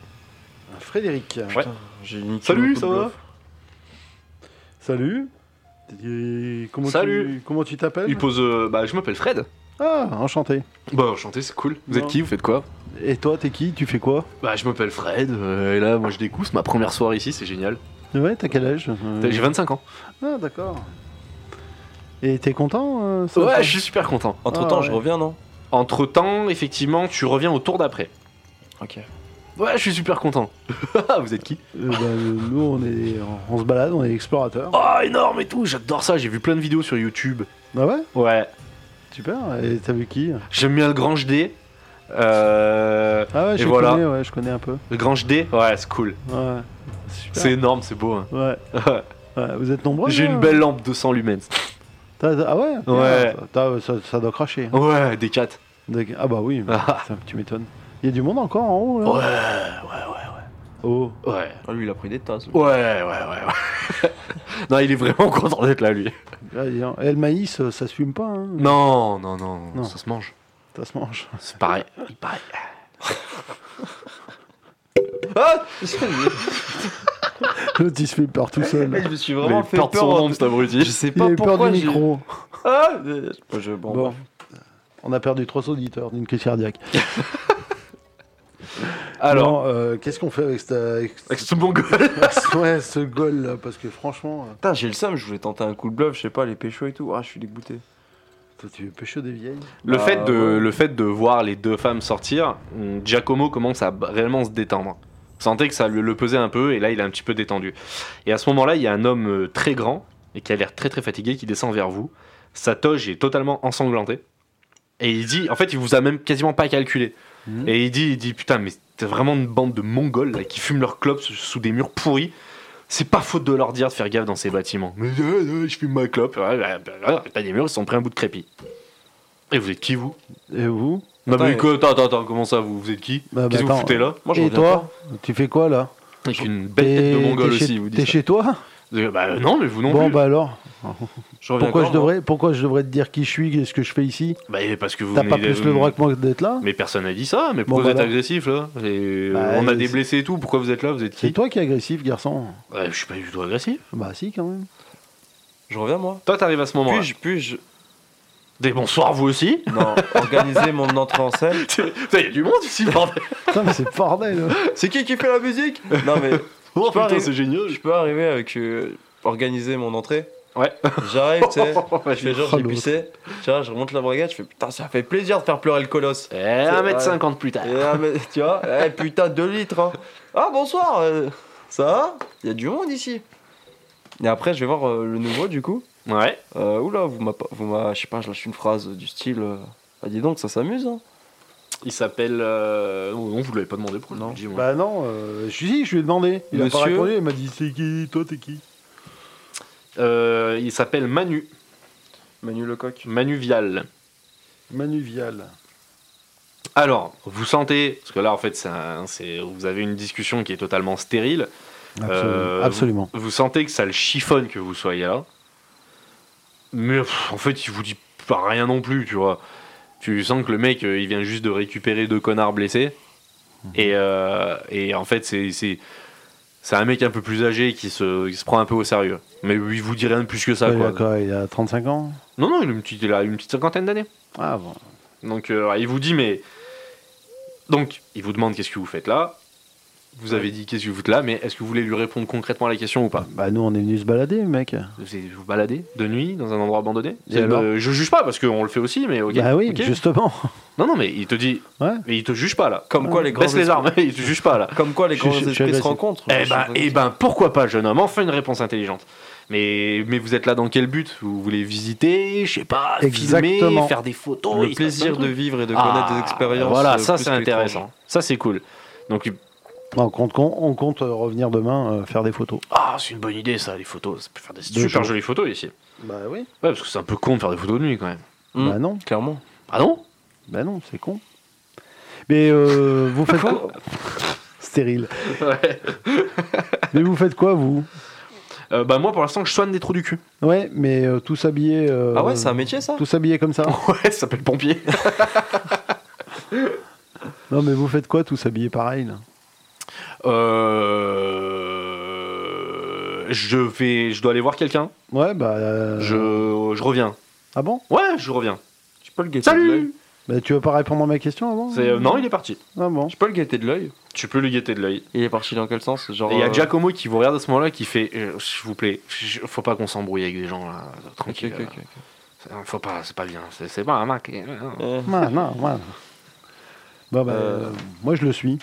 Ah, Frédéric.
Ouais.
Putain, j'ai niqué
Salut,
mon coup
ça
de
va
bluff.
Salut. Et Comment
Salut.
Tu... Comment tu t'appelles
Il pose. euh, bah, je m'appelle Fred.
Ah, enchanté.
Bah, enchanté, c'est cool. Vous
Non.
êtes qui Vous faites quoi
Et toi, t'es qui Tu fais quoi
Bah, je m'appelle Fred, euh, et là, moi je découvre, c'est ma première soirée ici, c'est génial.
Ouais, t'as quel âge Euh,
J'ai 25 ans.
Ah, d'accord. Et t'es content euh, ça- ça-
Ouais, je suis super content.
Entre-temps,
Ah,
je
ouais.
reviens, non
Entre temps, effectivement, tu reviens au tour d'après.
OK.
Ouais, je suis super <laughs> content. Ah, vous êtes qui
Euh, bah, euh, nous, on, est, on se balade, on est explorateur.
Oh, énorme et tout, j'adore ça, j'ai vu plein de vidéos sur YouTube.
Ah ouais
Ouais,
Super. Et t'as vu qui
j'aime bien le Grange D. Euh.
Ah ouais, je
voilà.
connais, ouais, je connais un peu.
Le Grange D Ouais, c'est cool.
Ouais. Super.
C'est énorme, c'est beau. hein. <laughs>
Ouais. ouais. Vous êtes
Oh
nombreux hein,
J'ai
là
une belle lampe de 100 lumens.
T'as- t'as- Ah ouais
Ouais.
T'as- ça, ça doit cracher.
Ouais, des <laughs> 4.
D'accord. Ah bah oui,
Ah.
ça, tu m'étonnes. Il y a du monde encore en haut là
Ouais, ouais, ouais,
Oh.
ouais. Ouais,
Ah, lui, il a pris des tasses.
ouais, ouais, ouais. ouais. <laughs> non, il est vraiment content d'être là, lui.
Là, Ah, il y a- Et le maïs, euh, ça se fume pas, hein
Non, non, non,
Non.
ça se mange.
Ça se mange.
C'est pareil. Il paraît.
Ah
<laughs> L'autre, il se fume par tout seul.
Je me suis
Mais
vraiment fait
porte son
peur.
nom, cet abruti.
Je sais
Il
pas
a eu peur
pourquoi
du
j'ai-
micro.
<laughs> Ah euh, je, bon,
Bon.
bah,
On a perdu trois auditeurs d'une crise cardiaque.
<laughs> Alors,
Non, euh, qu'est-ce qu'on fait avec, cette, avec
avec ce bon gueule.
cette- <laughs> ouais, ce goal là Parce que franchement, euh,
Putain, j'ai le seum, je voulais tenter un coup de bluff, je sais pas, les péchos et tout. Ah, je suis dégoûté.
toi, tu veux pécho des vieilles
Le,
Bah,
fait de,
ouais.
le fait de voir les deux femmes sortir, on- Giacomo commence à b- réellement se détendre. Vous sentez que ça le, le pesait un peu et là il est un petit peu détendu. Et à ce moment-là, il y a un homme euh, très grand et qui a l'air très très fatigué qui descend vers vous. Sa toge est totalement ensanglantée. Et il dit, en fait, il vous a même quasiment pas calculé. Hmm.
Mhm.
Et il dit, il dit, putain, mais t'es vraiment une bande de mongols là, qui fument leurs clopes sous- sous des murs pourris. C'est pas faute de leur dire de faire gaffe dans ces bâtiments. Mais euh, euh, je fume ma clope. Ouais, ouais, ouais, T'as des murs, ils se sont pris un bout de crépi. Et vous êtes qui, vous
Et vous
Non,
Attends,
Bah mais
mais-
que- attends, attends, attends, comment ça, vous, vous êtes qui
Bah, bah,
Qu'est-ce que vous
attends.
foutez là
Moi, j'en
Et
reviens
toi Tu fais quoi là
Avec une belle tête de
T'es-
mongol
t'es chez-
aussi, vous dites.
T'es
ça.
chez toi
Euh, Bah euh, non, mais vous non
Bon
plus.
bah alors.
pas. Je reviens
Pourquoi
quand,
je,
moi
devrais, pourquoi je devrais te dire qui je suis et ce que je fais ici
Bah, parce que vous
T'as
venez
pas
de-
plus le droit que moi d'être là
Mais personne n'a dit ça, mais
Bon,
pourquoi vous
bah,
êtes
là.
agressif là Et, euh,
Bah,
On a
euh,
des
c'est-
blessés et tout, pourquoi vous êtes là Vous êtes
C'est
qui
toi qui es agressif, garçon.
Ouais, Je suis pas du tout agressif.
Bah si quand même.
Je reviens, moi.
Toi, t'arrives à ce moment-là.
Puis-je, puis-je,
Des bonsoirs, vous <laughs> aussi
non, organiser mon entrée en scène
Putain, y a du monde ici,
<laughs>
bordel
Putain mais c'est
<laughs>
bordel. hein.
<laughs> C'est qui qui fait la musique Non, mais
Oh
peux
putain,
arriver-
c'est génial
je peux arriver avec. euh, organiser mon entrée
Ouais.
J'arrive, tu <laughs> sais.
Ouais,
Je fais genre,
Oh,
j'ai
l'autre.
pissé. Tu vois, je remonte la brigade, je fais putain, ça fait plaisir de faire pleurer le colosse.
Et
Eh,
1m50 plus tard.
Et là, mais, tu vois, eh, putain, 2 litres. hein. Ah, bonsoir, euh, ça va Il y a du monde ici. Et après, je vais voir euh, le nouveau du coup.
Ouais.
Euh, oula, vous m'a, vous m'a- je sais pas, je lâche une phrase du style. euh, ah, dis donc, ça s'amuse. Hein.
Il s'appelle. euh, Non, non, vous l'avez pas demandé pour
Non.
Bah non, euh, je si, je lui ai demandé. Il a pas
Monsieur
répondu, il m'a dit c'est qui Toi t'es qui
Euh, il s'appelle Manu.
Manu Lecoq.
Manu Vial.
Manu Vial.
Alors, vous sentez, parce que là en fait, c'est un- c'est- vous avez une discussion qui est totalement stérile, Euh,
Absolument.
vous sentez que ça le chiffonne que vous soyez là, mais pff, en fait, il vous dit pas rien non plus, tu vois. Tu sens que le mec, euh, il vient juste de récupérer deux connards blessés, et, euh, et en fait, c'est- c'est c'est un mec un peu plus âgé qui se, qui se prend un peu au sérieux. Mais il vous dit rien de plus que ça,
Ouais, il,
quoi.
a quoi, il a 35 ans
Non, non, il a une petite, il a une petite cinquantaine d'années.
Ah bon.
Donc euh, il vous dit mais donc il vous demande qu'est-ce que vous faites là. Vous avez dit qu'est-ce que vous faites là, mais est-ce que vous voulez lui répondre concrètement à la question ou pas
Bah nous on est venus se balader mec.
Vous êtes- vous baladez de nuit dans un endroit abandonné
Et
C'est-
alors
euh, Je juge pas parce qu'on le fait aussi, mais ok.
Bah oui,
ok.
justement. <laughs>
Non non mais il te dit,
Ouais.
mais il te juge pas là.
Comme
Ah.
quoi les grands
Baisse les
esprits-
armes, <laughs> il te juge
<laughs>
pas là.
Comme quoi les
Je-
grands
je- je suis
esprits se
agressif.
rencontrent.
Eh ben, eh
bah,
ben, pourquoi pas, jeune homme Enfin une réponse intelligente. Mais, mais vous êtes là dans quel but Vous voulez visiter, je sais pas,
Exactement.
filmer, faire des photos
le
il se passe plein
plaisir
trucs.
de vivre et de
Ah,
connaître des expériences.
Voilà,
euh,
ça
plus
c'est
que étranges.
intéressant. Ça c'est cool. Donc
On compte, on compte euh, revenir demain euh, faire des photos.
ah, c'est une bonne idée ça, les photos. Ça peut faire des super
jours.
jolies photos ici.
Bah oui.
Ouais, parce que c'est un peu con de faire des photos de nuit quand même.
Mm.
Bah non,
Clairement.
Ah non
bah non, c'est con. Mais euh, vous faites quoi <laughs> Stérile.
<laughs> Ouais.
Mais vous faites quoi vous
Euh, Bah moi pour l'instant je soigne des trous du cul.
Ouais, mais euh, tous habillés. euh,
Ah ouais, c'est un métier ça
Tous habillés comme ça.
<laughs> Ouais, ça s'appelle pompier.
non mais vous faites quoi tous habillés pareil là
<laughs> Euh... Je vais... Je dois aller voir quelqu'un.
Ouais bah. euh,
Je... je reviens.
Ah bon
Ouais, je reviens.
Je peux le guetter de l'œil.
Salut
Bah tu veux pas répondre à ma question avant
C'est- euh, Non, il est parti.
Ah bon.
Je peux le guetter de l'œil.
Tu peux lui guetter de l'œil.
Il est parti dans quel sens Genre.
Et il y a
euh,
Giacomo qui vous regarde à ce moment-là qui fait euh, S'il vous plaît, je- faut pas qu'on s'embrouille avec des gens là.
ok,
Tranquille.
ok, ok.
Euh, Faut pas, c'est pas bien. C'est c'est pas un Mac. Euh,
Euh,
Non Ah, non non. Bon bah
Euh.
moi je le suis.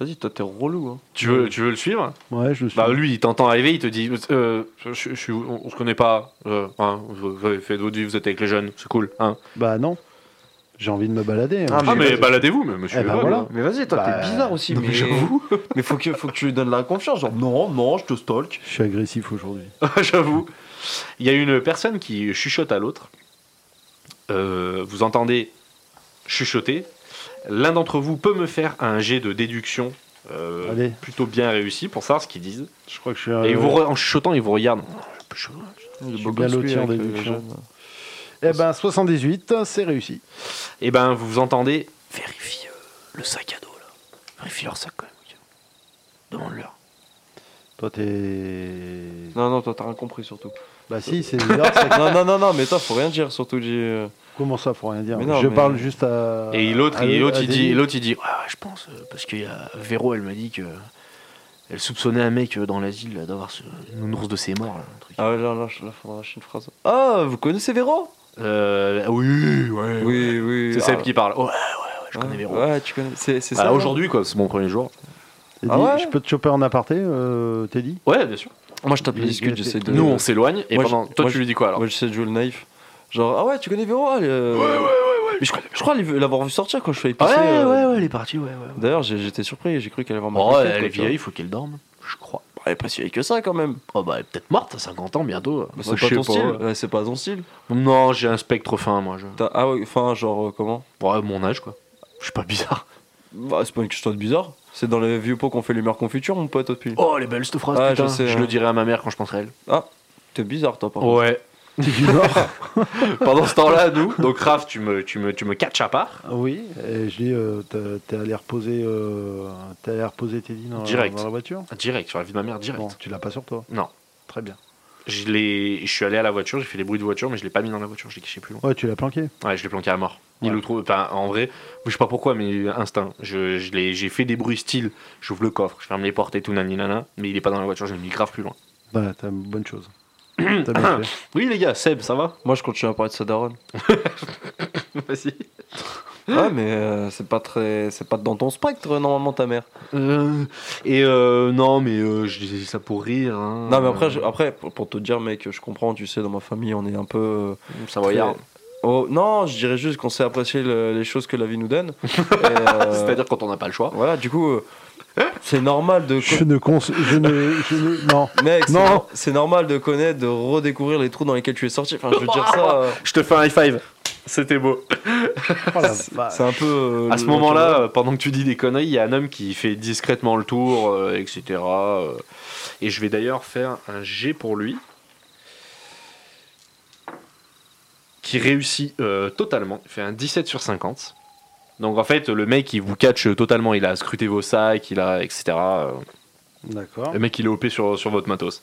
Vas-y, toi t'es relou. Hein.
Tu veux, tu veux le suivre
Ouais je le suis.
Bah lui, il t'entend arriver, il te dit, euh, je, je- je- on, on se connaît pas, euh, hein, vous avez fait d'autres vies, vous êtes avec les jeunes, c'est cool. Hein.
Bah non. J'ai envie de me balader. hein.
Ah,
moi.
Ah
mais
mais
vas-y.
baladez-vous, mais monsieur.
Eh ben
ouais,
voilà.
ouais.
Mais vas-y, toi
Bah,
t'es bizarre aussi.
non, mais
Mais
j'avoue.
<laughs> Mais faut que, faut que tu lui donnes la confiance. Genre, non, non, je te stalk.
Je suis agressif aujourd'hui.
<laughs> J'avoue. Il y a une personne qui chuchote à l'autre. Euh, vous entendez chuchoter. L'un d'entre vous peut me faire un jet de déduction euh,
Allez.
plutôt bien réussi pour savoir ce qu'ils disent.
Je crois que je suis.
Et
euh,
vous, re- en chuchotant, ils vous regardent. Oh,
Il
suis
est beau
bien
gosse, lui,
loti en
avec, euh,
déduction.
jeune.
Eh ben 78, c'est réussi.
Et ben vous entendez. Vérifie euh, le sac à dos là. Vérifie leur sac quand même. ok. Demande-leur.
Toi t'es.
Non, non, toi t'as rien compris surtout.
Bah si, c'est bizarre. ça.
non, non, non, non, mais toi faut rien dire surtout. dis, euh,
Comment ça pour rien dire
Mais non,
Je
mais-
parle juste à.
Euh, Et l'autre,
à-
il, l'autre,
à
il
Denis.
dit, l'autre il dit, ouais, ouais, je pense euh, parce que y a- Véro, elle m'a dit que elle soupçonnait un mec euh, dans l'asile là, d'avoir ce nounours de ses morts là, un truc.
Ah ouais, là, là, là, faudra lâcher une phrase. Ah, vous connaissez Véro
Euh, oui, ouais, ouais.
Oui, oui.
C'est Seb
ah,
qui parle. Ouais, ouais, ouais, je connais
ah,
Véro.
Ouais, tu connais. C'est c'est ça.
Bah,
là
aujourd'hui quoi, c'est mon premier jour.
Il
Ah
dit,
ouais
Je peux te choper en aparté, euh, <laughs> Teddy
Ouais, bien sûr.
Moi je tape les
Il-
discutes,
il-
j'essaie de.
Nous on s'éloigne et
Moi,
pendant,
je-
toi
moi,
tu lui dis quoi alors
Moi j'essaie de jouer le knife. Genre, ah ouais, tu connais Véro elle, euh,
Mais je connais.
Je crois l'avoir vu sortir quand je suis allé
Ah Ouais,
pisser,
ouais,
euh,
ouais, elle est partie, ouais, ouais. ouais.
D'ailleurs, j'ai- j'étais surpris, j'ai cru qu'elle allait avoir ma
Oh,
confiance,
elle
quoi,
est
tu vois.
vieille, il faut qu'elle dorme, je crois.
elle est pas si vieille que ça quand même.
Oh bah, elle est peut-être morte à 50 ans bientôt.
Bah,
Moi,
c'est
je
pas
sais
ton style.
ouais.
Ouais, c'est pas ton style.
Non, j'ai un spectre fin, moi. Je...
T'as- Ah ouais, enfin, genre, euh, comment
Ouais, mon âge, quoi. Je suis pas bizarre.
Bah, c'est pas une question de bizarre. C'est dans les vieux pots qu'on fait les meurs confitures, mon pote, depuis.
Oh, elle est belle cette phrase,
Ah,
putain.
je sais, hein.
le dirai à ma mère quand je penserai à elle.
T'es bizarre, toi, par contre.
Ouais. Pendant ce temps-là, nous, donc Raph, tu me, tu me, tu me catches à part.
Oui, et je dis, euh, t'as- t'es allé reposer, euh, t'es allé reposer Teddy dans, la-
Direct.
dans la voiture
Direct, sur la vie de ma mère, direct.
Bon, tu l'as pas sur toi
Non.
Très bien.
Je, l'ai- je suis allé à la voiture, j'ai fait les bruits de voiture, mais je l'ai pas mis dans la voiture, je l'ai caché plus loin.
Ouais, tu l'as planqué.
Ouais, je l'ai planqué à mort. Il
Ouais.
le trouve, enfin, en vrai, je sais pas pourquoi, mais instinct. Je, je l'ai- j'ai fait des bruits style, j'ouvre le coffre, je ferme les portes et tout, nani nana, mais il est pas dans la voiture, je l'ai mis grave plus loin.
Bah, t'as une bonne <coughs> chose. t'as bien fait.
Oui, les gars, Seb, ça va <laughs>
Moi, je continue à parler de Sadaron.
Vas-y.
ouais, mais euh, c'est pas très. C'est pas dans ton spectre, normalement, ta mère.
Euh, et euh, non, mais euh, je disais ça pour rire. hein.
Non, mais après, je- après pour, pour te dire, mec, je comprends, tu sais, dans ma famille, on est un peu. euh,
Savoyard.
Oh, non, je dirais juste qu'on sait apprécier le- les choses que la vie nous donne. Et, euh,
C'est-à-dire quand on n'a pas le choix.
Voilà, du coup, euh, c'est normal de.
<laughs> Je ne cons... Je ne... Je ne... Non.
Mec, c'est-
Non.
c'est normal de connaître, de redécouvrir les trous dans lesquels tu es sorti. Enfin, je veux dire ça. euh,
Je te fais un high five. C'était beau.
<laughs> Oh la vache.
C'est un peu. euh,
À ce
le-
moment-là, euh, pendant que tu dis des conneries, il y a un homme qui fait discrètement le tour, euh, etc. euh, et je vais d'ailleurs faire un G pour lui. Qui réussit euh, totalement. Il fait un 17 sur 50. Donc en fait, le mec, il vous catch totalement. Il a scruté vos sacs, il a, etc. euh,
D'accord.
Le mec, il est OP sur, sur votre matos.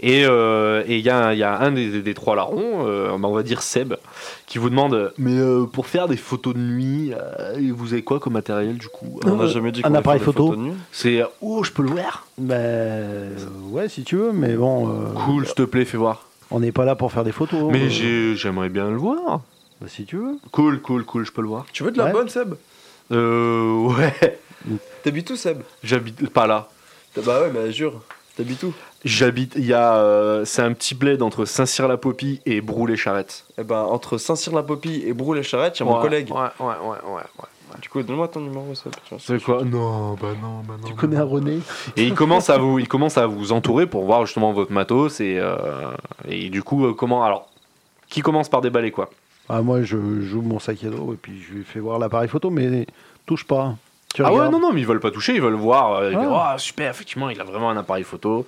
Et euh, et il y, a un- il y a un des, des trois larrons, euh, bah, on va dire Seb, qui vous demande Mais euh, pour faire des photos de nuit, euh, vous avez quoi comme matériel du coup
On n'a jamais dit
Un
qu'on allait
appareil
faire des
photo.
photos de nuit.
C'est Oh, je peux le voir
Bah, euh, ouais, si tu veux, mais bon, euh,
Cool, s'il te plaît, fais voir.
on n'est pas là pour faire des photos.
Mais
euh,
j'ai- j'aimerais bien le voir.
bah, si tu veux.
Cool, cool, cool, je peux le voir.
Tu veux de la
Ouais.
bonne, Seb
Euh, ouais, <laughs>
T'habites où, Seb
j'habite pas là.
T'as- Bah ouais, mais jure. T'habites où
J'habite, il y a. euh, c'est un petit bled entre Saint-Cyr-la-Popie et Brou-les-Charrettes.
Eh ben, entre Saint-Cyr-la-Popie et Brou-les-Charrettes, il y a mon
Ouais,
collègue.
Ouais, ouais, ouais, ouais. ouais.
Du coup, donne-moi ton numéro, Seb. Tiens,
C'est quoi Non, bah non, bah non.
Tu
bah
connais
non.
un René
Et il commence à vous, il commence à vous entourer pour voir justement votre matos et, euh, et du coup euh, comment. Alors, qui commence par déballer quoi
Ah, moi, je joue mon sac à dos et puis je lui fais voir l'appareil photo, mais touche pas. Tu
Ah ouais
regardes.
non non mais ils veulent pas toucher, ils veulent voir. euh, ils
Ah.
disent, Ah, super effectivement il a vraiment un appareil photo.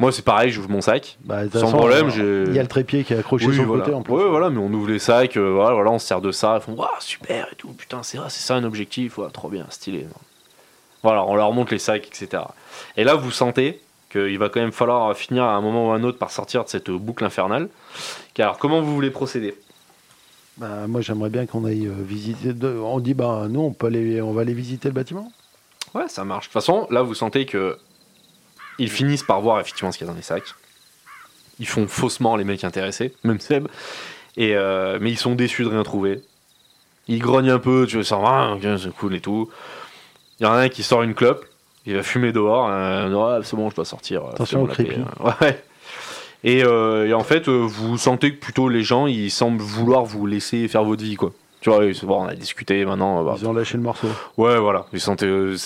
Moi c'est pareil, j'ouvre mon sac.
Bah, de toute
Sans
façon,
problème,
euh,
j'ai-
Il y a le trépied qui est accroché
Oui,
sur le
voilà.
côté en plus.
Ouais, voilà, mais on ouvre les sacs, euh, voilà, voilà, on se sert de ça, ils font waouh super et tout, putain c'est ah, c'est ça un objectif, ouais, trop bien, stylé. Voilà, on leur montre les sacs, etc. Et là vous sentez qu'il va quand même falloir finir à un moment ou à un autre par sortir de cette boucle infernale. Car comment vous voulez procéder
Bah, moi, j'aimerais bien qu'on aille euh, visiter. de- On dit, bah, nous, on, peut aller... on va aller visiter le bâtiment.
Ouais, ça marche. De toute façon, là, vous sentez que ils finissent par voir effectivement ce qu'il y a dans les sacs. Ils font faussement les mecs intéressés, même Seb. Et euh, mais ils sont déçus de rien trouver. Ils hein, grognent un peu, tu vois, ça va, ok, c'est cool et tout. Il y en a un qui sort une clope, il va fumer dehors. euh, Ouais, c'est bon, je dois sortir. euh,
Attention
c'est
au
la
creepy.
paix, euh, Ouais. Et, euh, et en fait, euh, vous sentez que plutôt les gens, ils semblent vouloir vous laisser faire votre vie, quoi. Tu vois, ils se- bon, on a discuté maintenant. bah,
Ils ont lâché le morceau.
ouais, voilà. Ils sentaient, euh,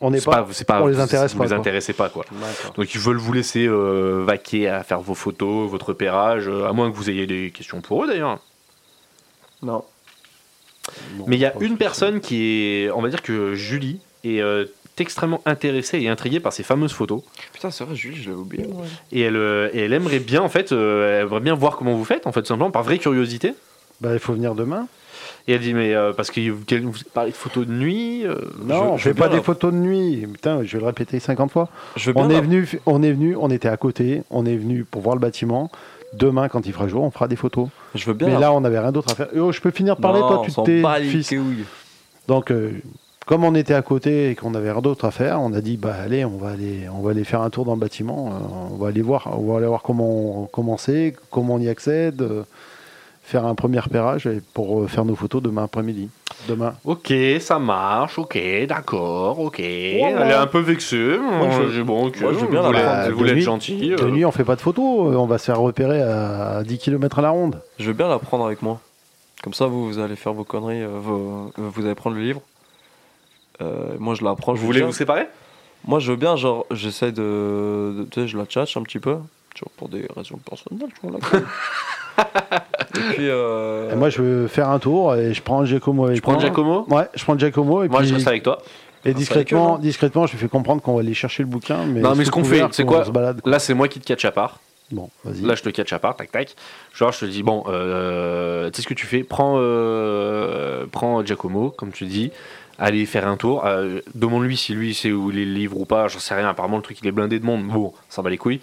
On n'est
c'est
pas.
pas, c'est pas,
on les intéresse
vous
pas,
les
quoi.
intéressez pas quoi.
D'accord.
Donc ils veulent vous laisser euh, vaquer à faire vos photos, votre repérage, euh, à moins que vous ayez des questions pour eux d'ailleurs.
Non.
Bon,
Mais il y a
je pense
une
que c'est-
personne qui est, on va dire que Julie est euh, extrêmement intéressée et intriguée par ces fameuses photos
Putain, c'est vrai, Julie, je l'avais oublié. moi.
et elle, euh, et elle aimerait bien en fait, euh, elle aimerait bien voir comment vous faites en fait tout simplement par vraie curiosité.
Bah, il faut venir demain.
Et elle dit mais euh, parce que vous quel- vous parlez de photos de nuit. euh,
Non,
je-
on
je
fait
veux
pas
bien
des photos de nuit. Putain, je vais le répéter 50 fois.
Je veux bien.
On est,
la-
venu, on est venu, on était à côté, on est venu pour voir le bâtiment. Demain, quand il fera jour, on fera des photos.
Je veux bien.
Mais
la-
là, on n'avait rien d'autre à faire. Oh, je peux finir de parler,
Non,
toi,
on
tu
s'en
t'es
bat les
fils.
couilles.
Donc, euh, comme on était à côté et qu'on n'avait rien d'autre à faire, on a dit, bah allez, on va aller, on va aller faire un tour dans le bâtiment. euh, on va aller voir, on va aller voir comment on- comment c'est, comment on y accède, euh, faire un premier repérage et pour euh, faire nos photos demain après-midi. Demain.
Ok, ça marche, ok, d'accord, ok.
ouais.
Elle est un peu vexée. hein,
Moi, je-
j'ai- bon, ok,
moi, je veux bien
vous
la
voulez-
prendre.
vous
De
voulez être
nuit-
gentil.
De
euh,
nuit, on fait pas de photos. euh, On va se faire repérer à 10 km à la ronde.
Je veux bien la prendre avec moi. Comme ça, vous, vous allez faire vos conneries. euh, vos- euh, vous allez prendre le livre. Euh, moi, je la prends. je
Vous
lui
voulez
tiens.
vous séparer
Moi, je veux bien, genre, j'essaie de, de- Tu sais, je la tchatche un petit peu. Tu vois, pour des raisons personnelles, tu vois. la
<laughs>
colle. Et puis. euh,
Et moi, je veux faire un tour et je prends Giacomo avec
Tu prends
moi.
Giacomo
Ouais, je prends Giacomo et
Moi,
puis
je reste avec toi.
et
avec eux,
discrètement,
non
discrètement, je lui fais comprendre qu'on va aller chercher le bouquin. Mais
Non, mais
sous
ce qu'on
couvert
fait, c'est quoi
on se balade.
Là, c'est moi qui te catch à part.
Bon, vas-y.
Là, je te catch à part, tac tac. Genre, je te dis, bon, euh, tu sais ce que tu fais Prends, euh, prends Giacomo, comme tu dis. Allez faire un tour. Euh, Demande-lui si lui sait où il est le livre ou pas. J'en sais rien. Apparemment, le truc, il est blindé de monde. Bon, ça bat les couilles.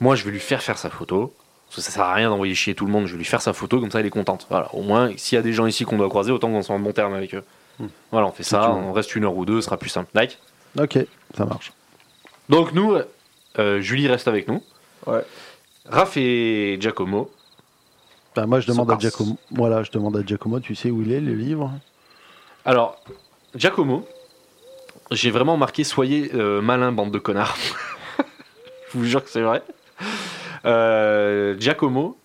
Moi, je vais lui faire faire sa photo. Parce que ça sert à rien d'envoyer chier tout le monde. Je vais lui faire sa photo, comme ça, elle est contente. Voilà, au moins, s'il y a des gens ici qu'on doit croiser, autant qu'on soit en bon terme avec eux.
Hmm.
Voilà, on fait ça.
Effectivement.
On reste une heure ou deux, ce sera plus simple. Like.
Ok, ça marche.
Donc nous, euh, Julie reste avec nous.
Ouais.
Raph et Giacomo.
Bah, moi, je
Sans
demande à
passe.
Giacomo. Voilà, je demande à Giacomo. Tu sais où il est le livre
Alors, Giacomo, j'ai vraiment marqué soyez euh, malin bande de connards. <laughs> Je vous jure que c'est vrai. Euh, Giacomo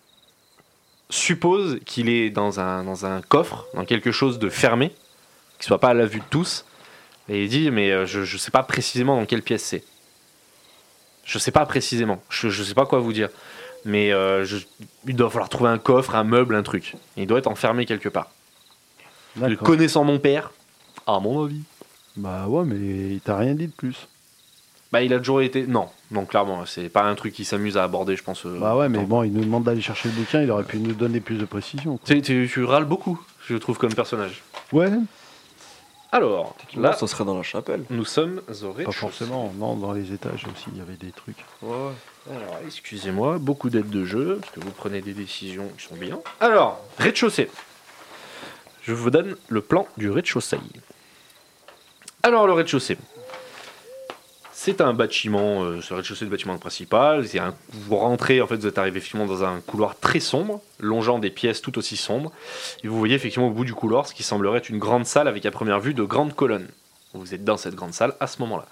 suppose qu'il est dans un, dans un coffre, dans quelque chose de fermé, qui soit pas à la vue de tous. Et il dit, mais euh, je, je sais pas précisément dans quelle pièce c'est. Je sais pas précisément. Je, je sais pas quoi vous dire. Mais euh, je- il doit falloir trouver un coffre, un meuble, un truc. Il doit être enfermé quelque part. Le
D'accord.
connaissant mon père, à mon avis.
Bah ouais, mais il t'a rien dit de plus.
Bah, il a toujours été. Non, non, clairement, c'est pas un truc qui s'amuse à aborder, je pense. euh,
Bah ouais, mais
autant.
bon, il nous demande d'aller chercher le bouquin. Il aurait pu nous donner plus de précision.
Tu, tu- tu râles beaucoup, je trouve, comme personnage.
Ouais.
Alors,
Là,
là,
ça serait dans la chapelle.
nous sommes au rez
Pas forcément. Non, dans les étages aussi, il y avait des trucs.
Ouais, ouais.
Alors, excusez-moi, beaucoup d'aide de jeu, parce que vous prenez des décisions qui sont bien. Alors, rez-de-chaussée. Je vous donne le plan du rez-de-chaussée. Alors, le rez-de-chaussée. C'est un bâtiment, euh, c'est le rez-de-chaussée du bâtiment principal. C'est un- vous rentrez, en fait, vous êtes arrivé effectivement dans un couloir très sombre, longeant des pièces tout aussi sombres. Et vous voyez effectivement au bout du couloir ce qui semblerait être une grande salle avec à première vue de grandes colonnes. Vous êtes dans cette grande salle à ce moment-là.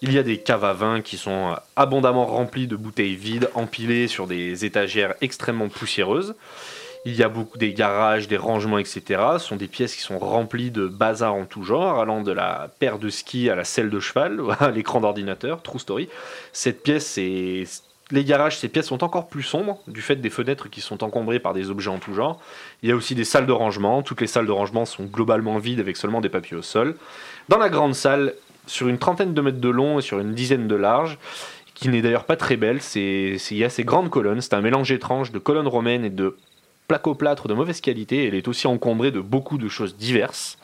Il y a des caves à vin qui sont euh, abondamment remplies de bouteilles vides, empilées sur des étagères extrêmement poussiéreuses. Il y a beaucoup des garages, des rangements, etc. Ce sont des pièces qui sont remplies de bazar en tout genre, allant de la paire de ski à la selle de cheval, <laughs> à l'écran d'ordinateur, true story. Cette pièce, c'est... Les garages, ces pièces sont encore plus sombres, du fait des fenêtres qui sont encombrées par des objets en tout genre. Il y a aussi des salles de rangement. Toutes les salles de rangement sont globalement vides avec seulement des papiers au sol. Dans la grande salle, sur une trentaine de mètres de long et sur une dizaine de large, qui n'est d'ailleurs pas très belle. C'est, c'est- il y a ces grandes colonnes, c'est un mélange étrange de colonnes romaines et de placoplâtre de mauvaise qualité. Elle est aussi encombrée de beaucoup de choses diverses.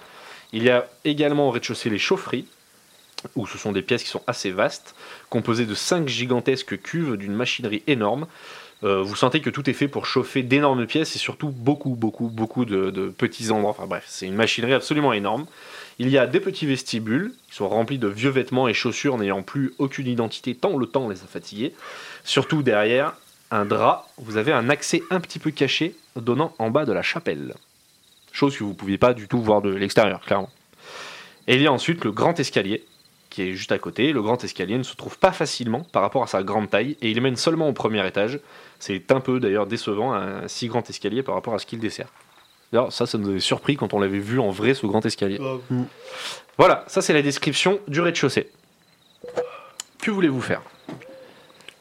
Il y a également au rez-de-chaussée les chaufferies, où ce sont des pièces qui sont assez vastes, composées de cinq gigantesques cuves d'une machinerie énorme. Euh, vous sentez que tout est fait pour chauffer d'énormes pièces et surtout beaucoup, beaucoup, beaucoup de, de petits endroits. Enfin bref, c'est une machinerie absolument énorme. Il y a des petits vestibules qui sont remplis de vieux vêtements et chaussures n'ayant plus aucune identité tant le temps les a fatigués. Surtout derrière un drap, vous avez un accès un petit peu caché donnant en bas de la chapelle. Chose que vous ne pouviez pas du tout voir de l'extérieur, clairement. Et il y a ensuite le grand escalier qui est juste à côté. Le grand escalier ne se trouve pas facilement par rapport à sa grande taille et il mène seulement au premier étage. C'est un peu d'ailleurs décevant un si grand escalier par rapport à ce qu'il dessert. D'ailleurs, ça, ça nous avait surpris quand on l'avait vu en vrai, ce grand escalier. Voilà, ça c'est la description du rez-de-chaussée. Que voulez-vous faire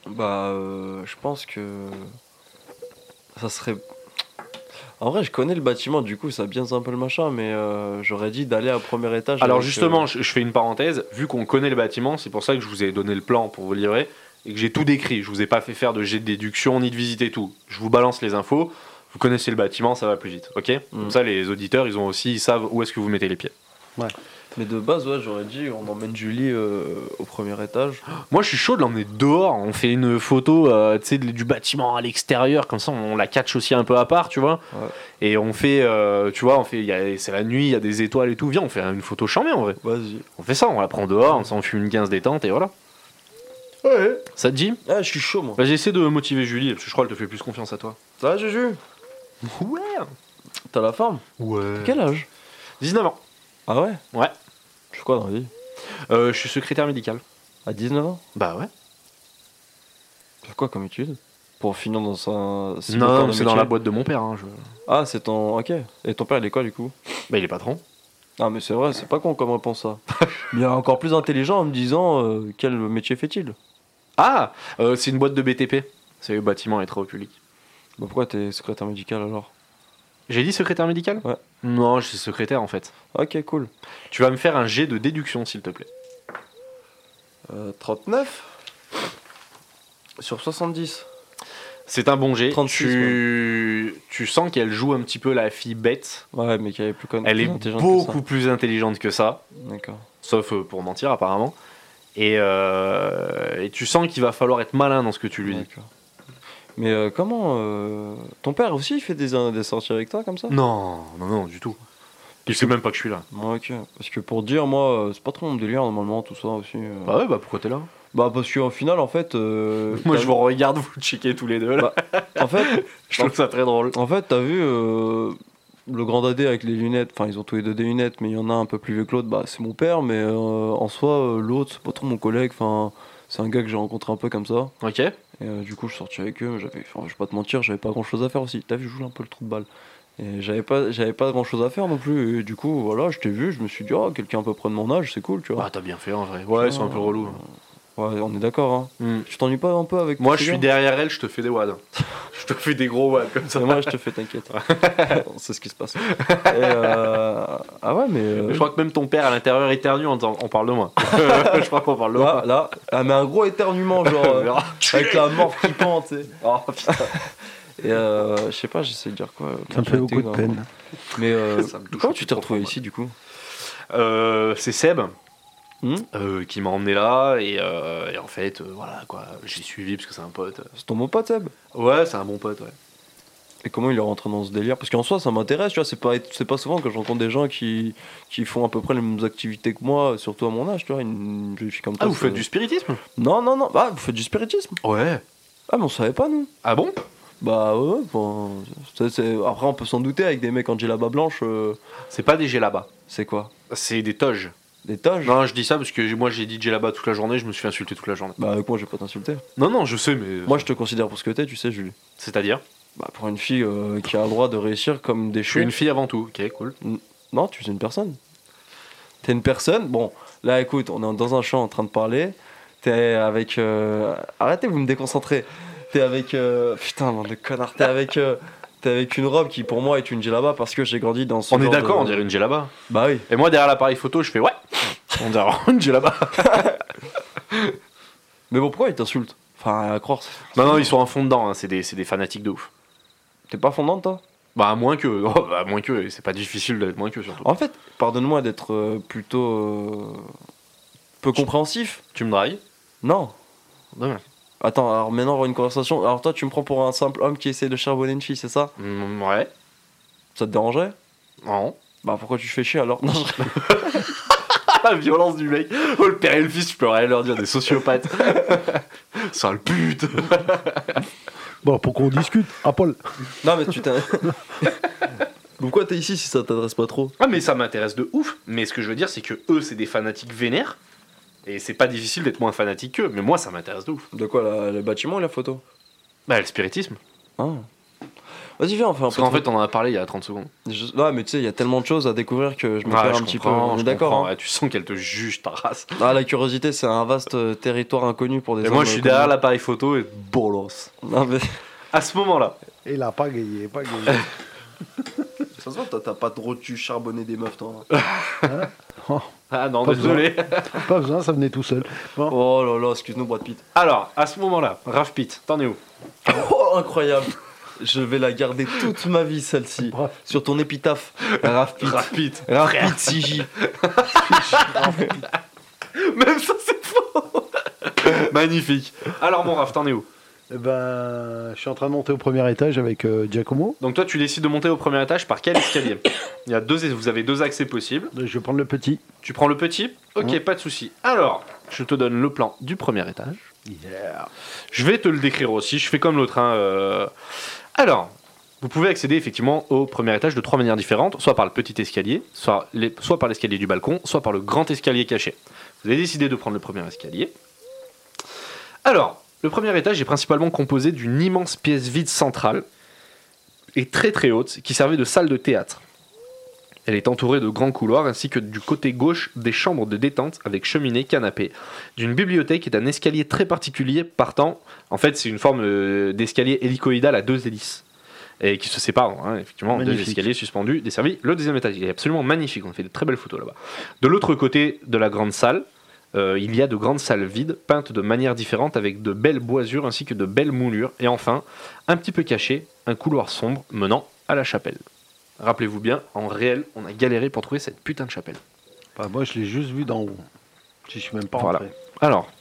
Bah, euh, je pense que. Ça serait. En vrai, je connais le bâtiment, du coup, ça biense un peu le machin, mais euh, j'aurais dit d'aller au premier étage.
Alors
avec, euh,
justement, je, je fais une parenthèse, vu qu'on connaît le bâtiment, c'est pour ça que je vous ai donné le plan pour vous livrer et que j'ai tout décrit. Je vous ai pas fait faire de jet de déduction ni de visiter tout. Je vous balance les infos, vous connaissez le bâtiment, ça va plus vite, ok Comme
Mm.
ça les auditeurs, ils ont aussi, ils savent où est-ce que vous mettez les pieds.
euh, Mais de base, ouais, j'aurais dit, on emmène Julie euh, au premier étage.
Moi je suis chaud de l'emmener dehors, on fait une photo euh, tu sais, de- du bâtiment à l'extérieur, comme ça on la catch aussi un peu à part, tu vois.
Ouais.
Et on fait, euh, tu vois, on fait, il y a- c'est la nuit, il y a des étoiles et tout, viens, on fait une photo charmée en vrai.
Vas-y.
On fait ça, on la prend dehors, on s'en fume une 15 détente et voilà.
Ouais.
Ça te dit
Ah, je suis chaud, moi.
Bah, J'essaie de motiver Julie, parce que je crois qu'elle te fait plus confiance à toi.
Ça va, Juju
Ouais
T'as la forme
Ouais.
Quel âge
19 ans.
Ah ouais
Euh. Ouais.
Je suis quoi dans la vie
Euh, je suis secrétaire médical.
À 19 ans
Bah ouais.
C'est quoi comme étude Pour finir dans un. c'est pour faire
non,
un
c'est dans la
métier
boîte de mon père. hein, je-
Ah, c'est ton. Ok. Et ton père, il est quoi, du coup
Bah il est patron.
Ah, mais c'est vrai, c'est pas con comme réponse ça. <laughs> Bien encore plus intelligent en me disant euh, quel métier fait-il Bah,
Ah euh, C'est une boîte de BTP. C'est le bâtiment et travaux publics.
bah, Pourquoi t'es secrétaire médical alors
J'ai dit secrétaire médical
Ouais.
Non, je suis secrétaire en fait.
Ok, cool.
Tu vas me faire un jet de déduction s'il te plaît.
Euh, 39 Sur 70
C'est un bon jet.
36,
tu... tu sens qu'elle joue un petit peu la fille bête.
Ouais, mais qui avait plus con-
Elle est
intelligente que
beaucoup plus intelligente que ça.
ça. D'accord.
sauf euh, pour mentir apparemment. Et, euh, et tu sens qu'il va falloir être malin dans ce que tu lui dis.
D'accord. Mais euh, comment euh, Ton père aussi, il fait des, des sorties avec toi comme ça
Non, non, non, du tout. Il sait même pas que je suis là.
Ouais, ok. Parce que pour dire, moi, euh, c'est pas trop mon délire normalement, tout ça aussi. euh.
Bah ouais, bah pourquoi t'es là
Bah, parce qu'en final, en fait. euh,
Moi
t'as
je
vu-
vous regarde vous checker tous les deux là.
En fait,
je trouve ça très drôle.
en fait t'as vu euh, le grand dadé avec les lunettes. Enfin, ils ont tous les deux des lunettes, mais il y en a un peu plus vieux que l'autre. Bah, c'est mon père, mais euh, en soi, euh, l'autre, c'est pas trop mon collègue. Enfin, c'est un gars que j'ai rencontré un peu comme ça.
Ok.
Et euh, du coup, je sortais avec eux, mais j'avais, enfin, je vais pas te mentir, j'avais pas grand chose à faire aussi. T'as vu, je joue un peu le trou de balle. Et j'avais pas, j'avais pas grand chose à faire non plus. Et du coup, voilà, je t'ai vu, je me suis dit, oh, quelqu'un à peu près de mon âge, c'est cool, tu vois.
Ah t'as bien fait en vrai. Ouais, ils sont un peu relous.
Ouais, on est d'accord, hein.
Hmm.
Tu t'ennuies pas un peu avec
Moi
tous
je
ces
suis
gars
derrière elle, je te fais des wads. <laughs> je te fais des gros wads comme ça.
Et moi, je te
<laughs>
fais, t'inquiète. c'est ce qui se passe. Et, euh, Ah ouais, mais. euh,
Je crois que même ton père à l'intérieur éternue, on, on parle de <laughs> moi. je crois qu'on parle de moi.
Là, là, ah, mais un gros éternuement, <laughs> genre,
On
euh,
verra.
avec la mort qui pend, tu sais. <laughs> Oh putain. Et euh, je sais pas, j'essaie de dire quoi.
Ça me fait beaucoup de peine.
Mais <laughs> euh,
Ça me touche
comment
au
tu
plus
t'es
profond,
retrouvé
moi.
ici, du coup
Euh, c'est Seb
Hmm.
euh, qui m'a emmené là et, euh, et en fait euh, voilà quoi j'ai suivi parce que c'est un pote.
C'est ton mot pas, Seb
Ouais c'est un bon pote ouais.
Et comment il est rentré dans ce délire Parce qu'en soi, ça m'intéresse, tu vois. C'est pas, c'est pas souvent que je rencontre des gens qui, qui font à peu près les mêmes activités que moi, surtout à mon âge, tu vois. Une jeune fille comme toi.
Ah vous
c'est-
faites du spiritisme
Non, non, non. Ah, vous faites du spiritisme
Ouais.
Ah, mais on savait pas, nous.
Ah bon
Bah ouais, enfin, ça, c'est- Après, on peut s'en douter avec des mecs en djellaba blanche. euh,
C'est pas des là-bas
C'est quoi
c'est des toges.
Des tages
Non je dis ça parce que j'ai- moi j'ai dit là-bas toute la journée je me suis insulté toute la journée.
Bah, avec moi, je vais pas t'insulter.
Non non je sais mais euh,
Moi, je te considère pour ce que t'es, tu sais, Julie.
c'est à dire
Bah, pour une fille euh, qui a le droit de réussir comme des
je suis
chouilles.
une fille avant tout ok cool.
Non, tu es une personne. T'es une personne. Bon, là, écoute, on est dans un champ en train de parler. T'es avec. euh, Arrêtez, vous me déconcentrez. T'es avec. euh, Putain, bande de connard. T'es avec. euh, T'es avec une robe qui, pour moi, est une djellaba parce que j'ai grandi dans ce.
On est
genre
d'accord
de-
on dirait une là-bas
Bah oui.
Et moi derrière l'appareil photo je fais ouais on dirait une là-bas
Mais bon, pourquoi ils t'insultent Enfin, à croire. c'est-
Non non ils sont en fond dedans hein, c'est des, c'est des fanatiques de ouf.
T'es pas fondante, toi
Bah à moins que <laughs> oh, bah, à moins que et c'est pas difficile d'être moins que surtout.
En fait, pardonne-moi d'être euh, plutôt. euh, peu compréhensif.
Tu me drailles
Non.
Non.
Attends, alors maintenant, on aura une conversation. Alors, toi, tu me prends pour un simple homme qui essaie de charbonner une fille, c'est ça
Mm, Ouais.
Ça te dérangerait
Non. <laughs>
Bah pourquoi tu fais chier alors Non, je-
Ah, La violence du mec. Oh, le père et le fils, tu peux rien leur dire, des sociopathes. <laughs> Sale pute.
Bon, pour qu'on discute. Ah, Paul,
<laughs> non mais tu t'es... <laughs> pourquoi t'es ici si ça t'adresse pas trop
Ah, mais ça m'intéresse de ouf. Mais ce que je veux dire, c'est que eux, c'est des fanatiques vénères. Et c'est pas difficile d'être moins fanatique qu'eux. Mais moi, ça m'intéresse de ouf.
De quoi, la- le bâtiment et la photo
Bah, le spiritisme.
Ah. Vas-y viens, on fait un
Parce
peu...
qu'en
de-
fait, on en a parlé il y a 30 secondes.
Je- Ouais mais tu sais, il y a tellement de choses à découvrir que je me
Ouais,
perds
je
un petit peu.
comprends,
On est
je
d'accord.
comprends.
hein.
Ouais, tu sens qu'elle te juge ta race.
Ah la curiosité c'est un vaste euh, territoire inconnu pour des
Et moi,
hommes,
je suis
euh,
derrière l'appareil photo et bolos.
comme nous. Non mais...
À ce moment-là.
il a pas gagné, pas gagné.
Ça se voit, t'as pas trop tu charbonner des meufs toi. hein
Oh,
Ah non,
Pas
désolé.
<laughs> pas besoin, ça venait tout seul. Bon.
Oh là là, excuse-nous Brad Pitt.
Alors, à ce moment-là, Raf Pitt, t'en es où
Oh incroyable Je vais la garder toute ma vie celle-ci.
Bravo.
Sur ton épitaphe, Raph Pitt.
Raf Pitt.
Raph Pitt, CJ.
<laughs> Même ça, c'est faux Magnifique. Alors, mon Raph, t'en es où
Eh ben, je suis en train de monter au premier étage avec euh, Giacomo.
Donc, toi, tu décides de monter au premier étage par quel escalier Il y a deux, vous avez deux accès possibles.
Je vais prendre le petit.
Tu prends le petit Ok, pas de souci. Alors, je te donne le plan du premier étage. Je vais te le décrire aussi. Je fais comme l'autre. hein, euh. Alors, vous pouvez accéder effectivement au premier étage de trois manières différentes, soit par le petit escalier, soit, les- soit par l'escalier du balcon, soit par le grand escalier caché. Vous avez décidé de prendre le premier escalier. Alors, le premier étage est principalement composé d'une immense pièce vide centrale et très très haute qui servait de salle de théâtre. Elle est entourée de grands couloirs ainsi que du côté gauche des chambres de détente avec cheminée, canapé, d'une bibliothèque et d'un escalier très particulier partant. En fait, c'est une forme euh, d'escalier hélicoïdal à deux hélices et qui se séparent, hein, effectivement, en deux
Magnifique.
escaliers suspendus, desservis le deuxième étage. Il est absolument magnifique, on fait de très belles photos là-bas. De l'autre côté de la grande salle, euh, il y a de grandes salles vides, peintes de manière différente avec de belles boisures ainsi que de belles moulures. Et enfin, un petit peu caché, un couloir sombre menant à la chapelle. Rappelez-vous bien, en réel, on a galéré pour trouver cette putain de chapelle.
Bah, moi, je l'ai juste vu d'en haut. Je suis même pas
Voilà.
rentré.
Alors,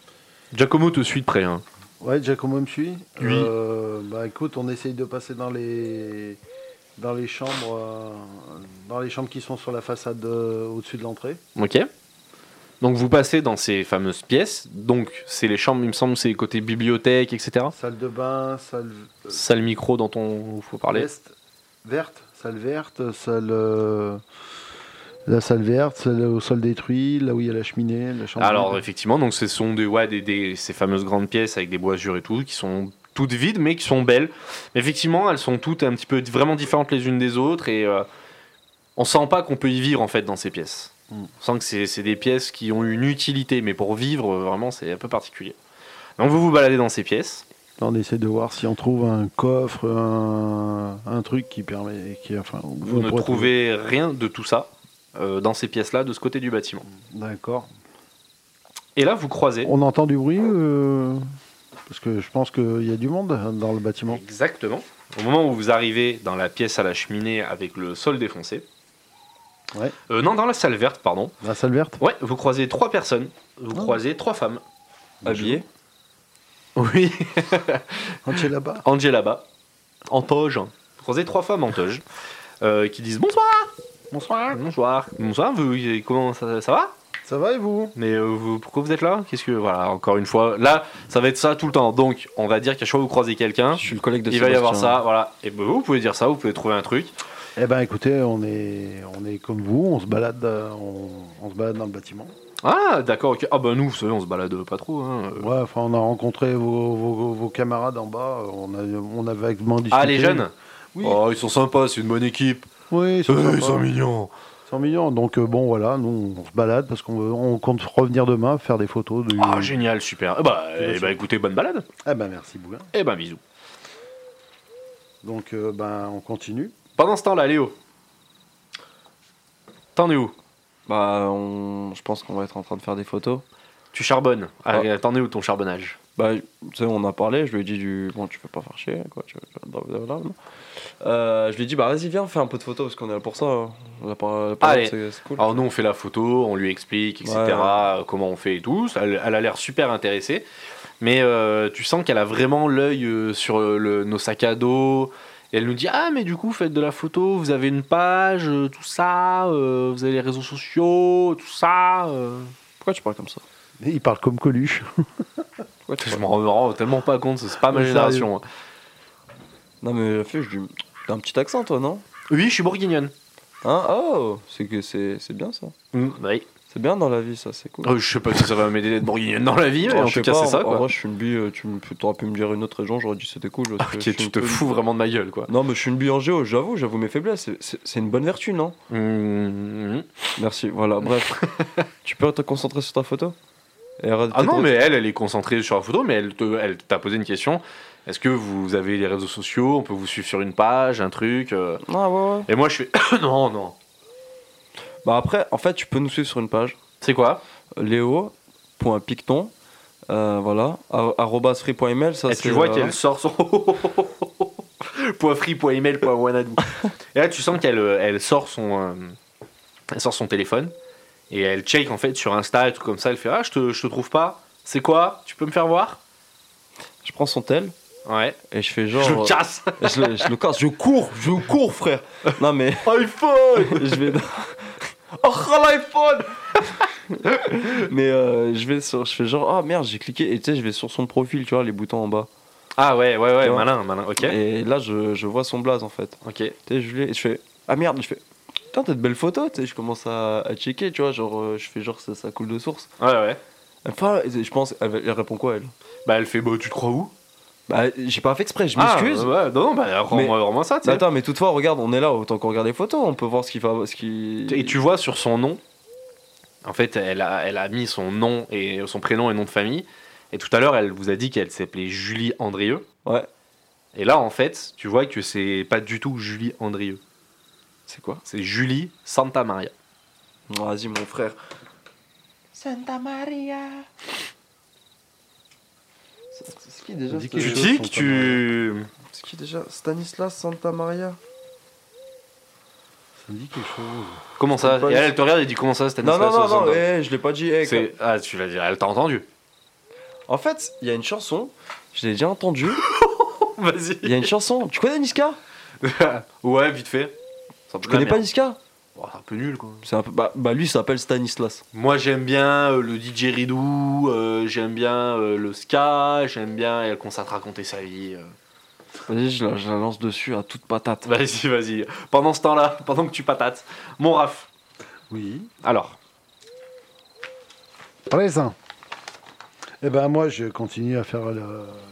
Giacomo te suit de près. hein.
Ouais, Giacomo me suit.
Oui.
Euh, bah, écoute, on essaye de passer dans les dans les chambres, euh, dans les chambres qui sont sur la façade euh, au-dessus de l'entrée.
Ok Donc vous passez dans ces fameuses pièces. Donc c'est les chambres, il me semble, c'est les côtés bibliothèque, etc.
Salle de bain, salle euh,
Salle micro dont on faut parler.
Est, verte, salle verte, salle. euh, La salle verte, celle au sol détruit, là où il y a la cheminée, la chambre.
Alors
vide.
effectivement, donc ce sont des, ouais, des, des- ces fameuses grandes pièces avec des boisures et tout, qui sont toutes vides mais qui sont belles. Mais effectivement, elles sont toutes un petit peu vraiment différentes les unes des autres et euh, on sent pas qu'on peut y vivre en fait dans ces pièces.
Mm.
On sent que c'est c'est des pièces qui ont une utilité, mais pour vivre euh, vraiment c'est un peu particulier. Donc vous vous baladez dans ces pièces.
Là, on essaie de voir si on trouve un coffre, un, un truc qui permet. Qui, enfin, où
Vous
on
ne
pourrait trouver-
trouvez rien de tout ça euh, dans ces pièces-là, de ce côté du bâtiment.
D'accord.
Et là, vous croisez.
On entend du bruit euh, Parce que je pense qu'il y a du monde hein, dans le bâtiment.
Exactement. Au moment où vous arrivez dans la pièce à la cheminée avec le sol défoncé.
Ouais.
Euh, non, dans la salle verte, pardon.
La salle verte
Ouais, vous croisez trois personnes. Vous
Oh.
croisez trois femmes.
Habillé
Oui. <laughs>
Quand tu es là-bas
Angela bas, en toge. Vous croisez trois femmes en toge euh, qui disent bonsoir.
Bonsoir.
Bonsoir. Bonsoir. Vous, comment ça, ça va
Ça va et vous
Mais euh, vous- pourquoi vous êtes là Qu'est-ce que voilà Encore une fois, là, ça va être ça tout le temps. Donc, on va dire qu'à chaque fois que vous croisez quelqu'un,
Je suis le collègue de
hein. il va y avoir
Sébastien.
ça, voilà. Et ben, vous pouvez dire ça, vous pouvez trouver un truc.
Eh ben écoutez, on est, on est comme vous, on se balade, euh, on, on se balade dans le bâtiment.
Ah, d'accord. ok. Ah bah nous, vous savez, on se balade pas trop. hein. Euh,
Ouais, enfin on a rencontré vos, vos- vos camarades en bas, euh, on, a, on a vaguement discuté.
Ah les jeunes
Oui.
Oh, ils sont sympas, c'est une bonne équipe.
Oui, ils sont,
Euh,
sympas.
ils sont mignons.
100 millions. Donc euh, bon voilà, nous on se balade parce qu'on veut- on compte revenir demain faire des photos. Du...
Ah génial, super. Eh bah, eh
Mmh. Bien sûr.
bah, écoutez, bonne balade.
Eh ben merci Bougain.
Eh ben bisous.
Donc euh, ben on continue.
Pendant ce temps-là, Léo. T'en es où
Bah, on... je pense qu'on va être en train de faire des photos.
Tu charbonnes. Ah,
Ah.
T'en es où ton charbonnage
Bah, tu sais, on a parlé, je lui ai dit du. Bon, tu peux pas faire chier, quoi. tu- blablabla. Euh, je lui ai dit, bah, vas-y, viens, fais un peu de photos, parce qu'on est là pour ça. hein. La par- la parole,
Allez.
c'est c'est cool.
Alors nous, on fait la photo, on lui explique, etc.
Ouais.
euh, Comment on fait et tout. Ça, Elle, elle a l'air super intéressée. Mais euh, tu sens qu'elle a vraiment l'œil euh, sur euh, le- nos sacs à dos. Et elle nous dit Ah, mais du coup, faites de la photo, vous avez une page, euh, tout ça, euh, vous avez les réseaux sociaux, tout ça. euh.
Pourquoi tu parles comme ça
Et il parle comme Coluche.
Pourquoi tu
Je
parles
m'en rends tellement pas compte, c'est pas ma
Sérieux.
génération. hein.
Non, mais la fille, je lui T'as un petit accent, toi, non
Oui, je suis bourguignonne.
Hein Oh C'est que c'est c'est bien, ça.
Oui.
C'est bien dans la vie, ça, c'est cool.
Euh, je sais pas si ça va m'aider d'être bourguignonne dans la vie, mais
Oh,
en
je sais
tout cas,
pas,
c'est ça.
en- En
Quoi.
vrai, je suis une bille, euh, tu me- t'aurais pu me dire une autre région, j'aurais dit c'était cool. parce
Ah,
que
ok,
je suis
tu
une
te
peu-
fous vraiment de ma gueule, quoi.
Non, mais je suis une bille en géo, j'avoue, j'avoue mes faiblesses. c'est- C'est c'est une bonne vertu, non mm,
Mmh. <laughs>
Merci, voilà, bref. tu peux te concentrer sur ta photo Et arrête-
Ah non,
peut-être-
mais elle, elle est concentrée sur la photo, mais elle te- elle t'a posé une question. Est-ce que vous avez les réseaux sociaux On peut vous suivre sur une page, un truc euh.
Ah ouais, ouais.
Et moi, je fais <coughs> non, non.
Bah après, en fait, tu peux nous suivre sur une page.
C'est quoi
Léo.picton. Euh, voilà, ar- arobase free.email, ça
Et
c'est,
tu vois
euh,
qu'elle sort son <laughs> point free, point email, point wanadoo. Et là, tu sens qu'elle euh, elle sort son euh, elle sort son téléphone et elle check en fait sur Insta et tout comme ça. Elle fait ah, je te, je te trouve pas. C'est quoi Tu peux me faire voir
Je prends son tel
Ouais.
et je fais genre.
je le casse. <laughs>
euh, je le- je le casse, je cours, je cours, frère. non, mais <laughs>
iPhone.
je vais.
Oh l'iPhone.
Mais euh, je vais sur, je fais genre ah merde j'ai cliqué et tu sais je vais sur son profil tu vois les boutons en bas
Ah ouais, ouais, ouais.
Tu vois
Malin, malin. Ok.
et là je, je vois son blaze en fait.
Ok.
Tu sais je lui- je fais ah merde je fais putain t'as de belles photos tu sais je commence à, à checker tu vois genre euh, je fais genre ça, ça coule de source.
Ouais, ouais.
Enfin je pense elle, elle répond quoi elle
Bah elle fait bah Euh, tu te crois où
Bah, j'ai pas fait exprès, je
Ah,
m'excuse.
ouais, non, non, bah, rends-moi rends-moi ça, tu
Mais
sais.
Attends, mais toutefois, regarde, on est là, autant qu'on regarde les photos, on peut voir ce qu'il va. Ce qui...
Et tu vois sur son nom, en fait, elle a, elle a mis son nom et son prénom et nom de famille. Et tout à l'heure, elle vous a dit qu'elle s'appelait Julie Andrieux.
Ouais.
Et là, en fait, tu vois que c'est pas du tout Julie Andrieux.
C'est quoi
C'est Julie Santa Maria.
Vas-y, mon frère.
Santa Maria.
C'est qui déjà
Dis
ce-
quelque
Tu
chose,
dis que
Santa
tu.
C'est qui déjà Stanislas Santa Maria
Ça me dit quelque chose.
Comment ça
Santa-
Et elle, elle te regarde et dit Comment ça,
Non,
Stanislas
non, non, non,
Santa-
eh, je l'ai pas dit. eh,
C'est- Ah, tu l'as dit, elle t'a entendu.
quand- En fait, il y a une chanson, je l'ai déjà entendue.
<laughs> Vas-y.
Il y a une chanson. Tu connais Niska
<laughs> ouais, vite fait. C'est un peu
Tu
de la
connais pas
merde.
Niska
Oh, C'est un peu nul, quoi.
C'est un peu- bah, bah, lui, il s'appelle Stanislas.
Moi j'aime bien euh, le DJ Ridou, j'aime bien euh, le ska, j'aime bien elle qu'on te raconter sa vie. euh.
Vas-y, je la, je la lance dessus à toute patate.
Vas-y, vas-y. Pendant ce temps-là, pendant que tu patates, mon Raph.
Oui.
Alors,
Présent. Eh ben moi, je continue à faire le,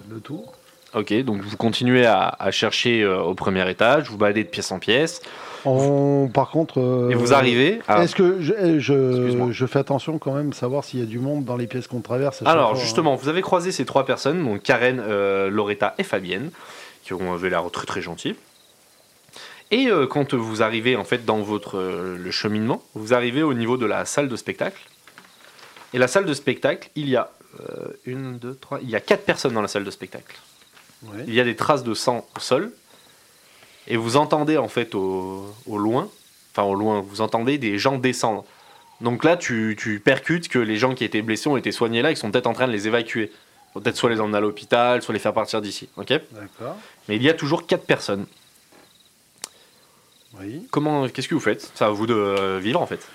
le tour.
ok, donc vous continuez à, à chercher euh, au premier étage, vous baladez de pièce en pièce,
On, par contre. euh,
et vous arrivez à.
Est-ce que je,
Excuse-moi.
je, je fais attention quand même, savoir s'il y a du monde dans les pièces qu'on traverse à chaque
Alors
fois, hein.
justement, vous avez croisé ces trois personnes, donc Karen, euh, Loretta et Fabienne, qui ont avait l'air très très gentilles. Et euh, quand vous arrivez en fait dans votre euh, le cheminement, vous arrivez au niveau de la salle de spectacle. Et la salle de spectacle, il y a euh, une, deux, trois, il y a quatre personnes dans la salle de spectacle.
Ouais.
Il y a des traces de sang au sol. Et vous entendez en fait au, au loin, enfin au loin, vous entendez des gens descendre. Donc là, tu, tu percutes que les gens qui étaient blessés ont été soignés là, ils sont peut-être en train de les évacuer. Faut Peut-être soit les emmener à l'hôpital, soit les faire partir d'ici. ok
D'accord.
Mais il y a toujours quatre personnes.
Oui.
Comment, qu'est-ce que vous faites C'est à vous de euh, vivre en fait.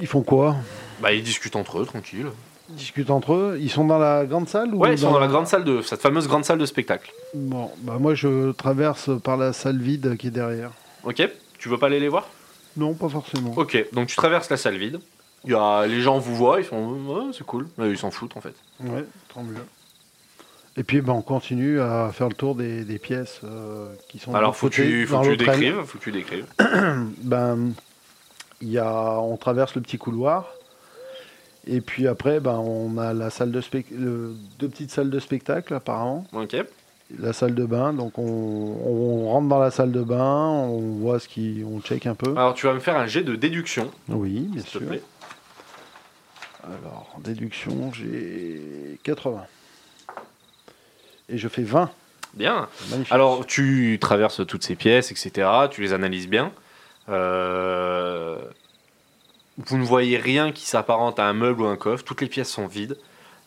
Ils font quoi
Bah ils discutent entre eux, tranquille.
Ils discutent entre eux. Ils sont dans la grande salle ou
Ouais, ils sont dans la grande salle de cette fameuse grande salle de spectacle.
Bon, bah moi je traverse par la salle vide qui est derrière.
Ok Tu veux pas aller les voir
Non, pas forcément.
Ok, donc tu traverses la salle vide. Il y a, les gens vous voient, ils font Ouais, c'est cool. Mais ils s'en foutent en fait.
Ouais, tant mieux. Et puis bah, on continue à faire le tour des, des pièces euh, qui sont. de
Alors
l'autre
faut que
côté,
tu, faut
dans
que tu
l'autre aile.
décrives, faut que tu décrives.
Ben, il y a, on traverse le petit couloir. Et puis après, ben, on a la salle de spec- le- deux petites salles de spectacle apparemment.
Ok.
La salle de bain, donc on, on rentre dans la salle de bain, on voit ce qui, on check un peu.
Alors tu vas me faire un jet de déduction,
Oui,
Ah.
bien
s'il te
sûr.
plaît.
Alors, en déduction, j'ai 80. Et je fais 20.
Bien.
Magnifique.
Alors tu traverses toutes ces pièces, etc. Tu les analyses bien. Euh, Vous ne voyez rien qui s'apparente à un meuble ou un coffre. Toutes les pièces sont vides,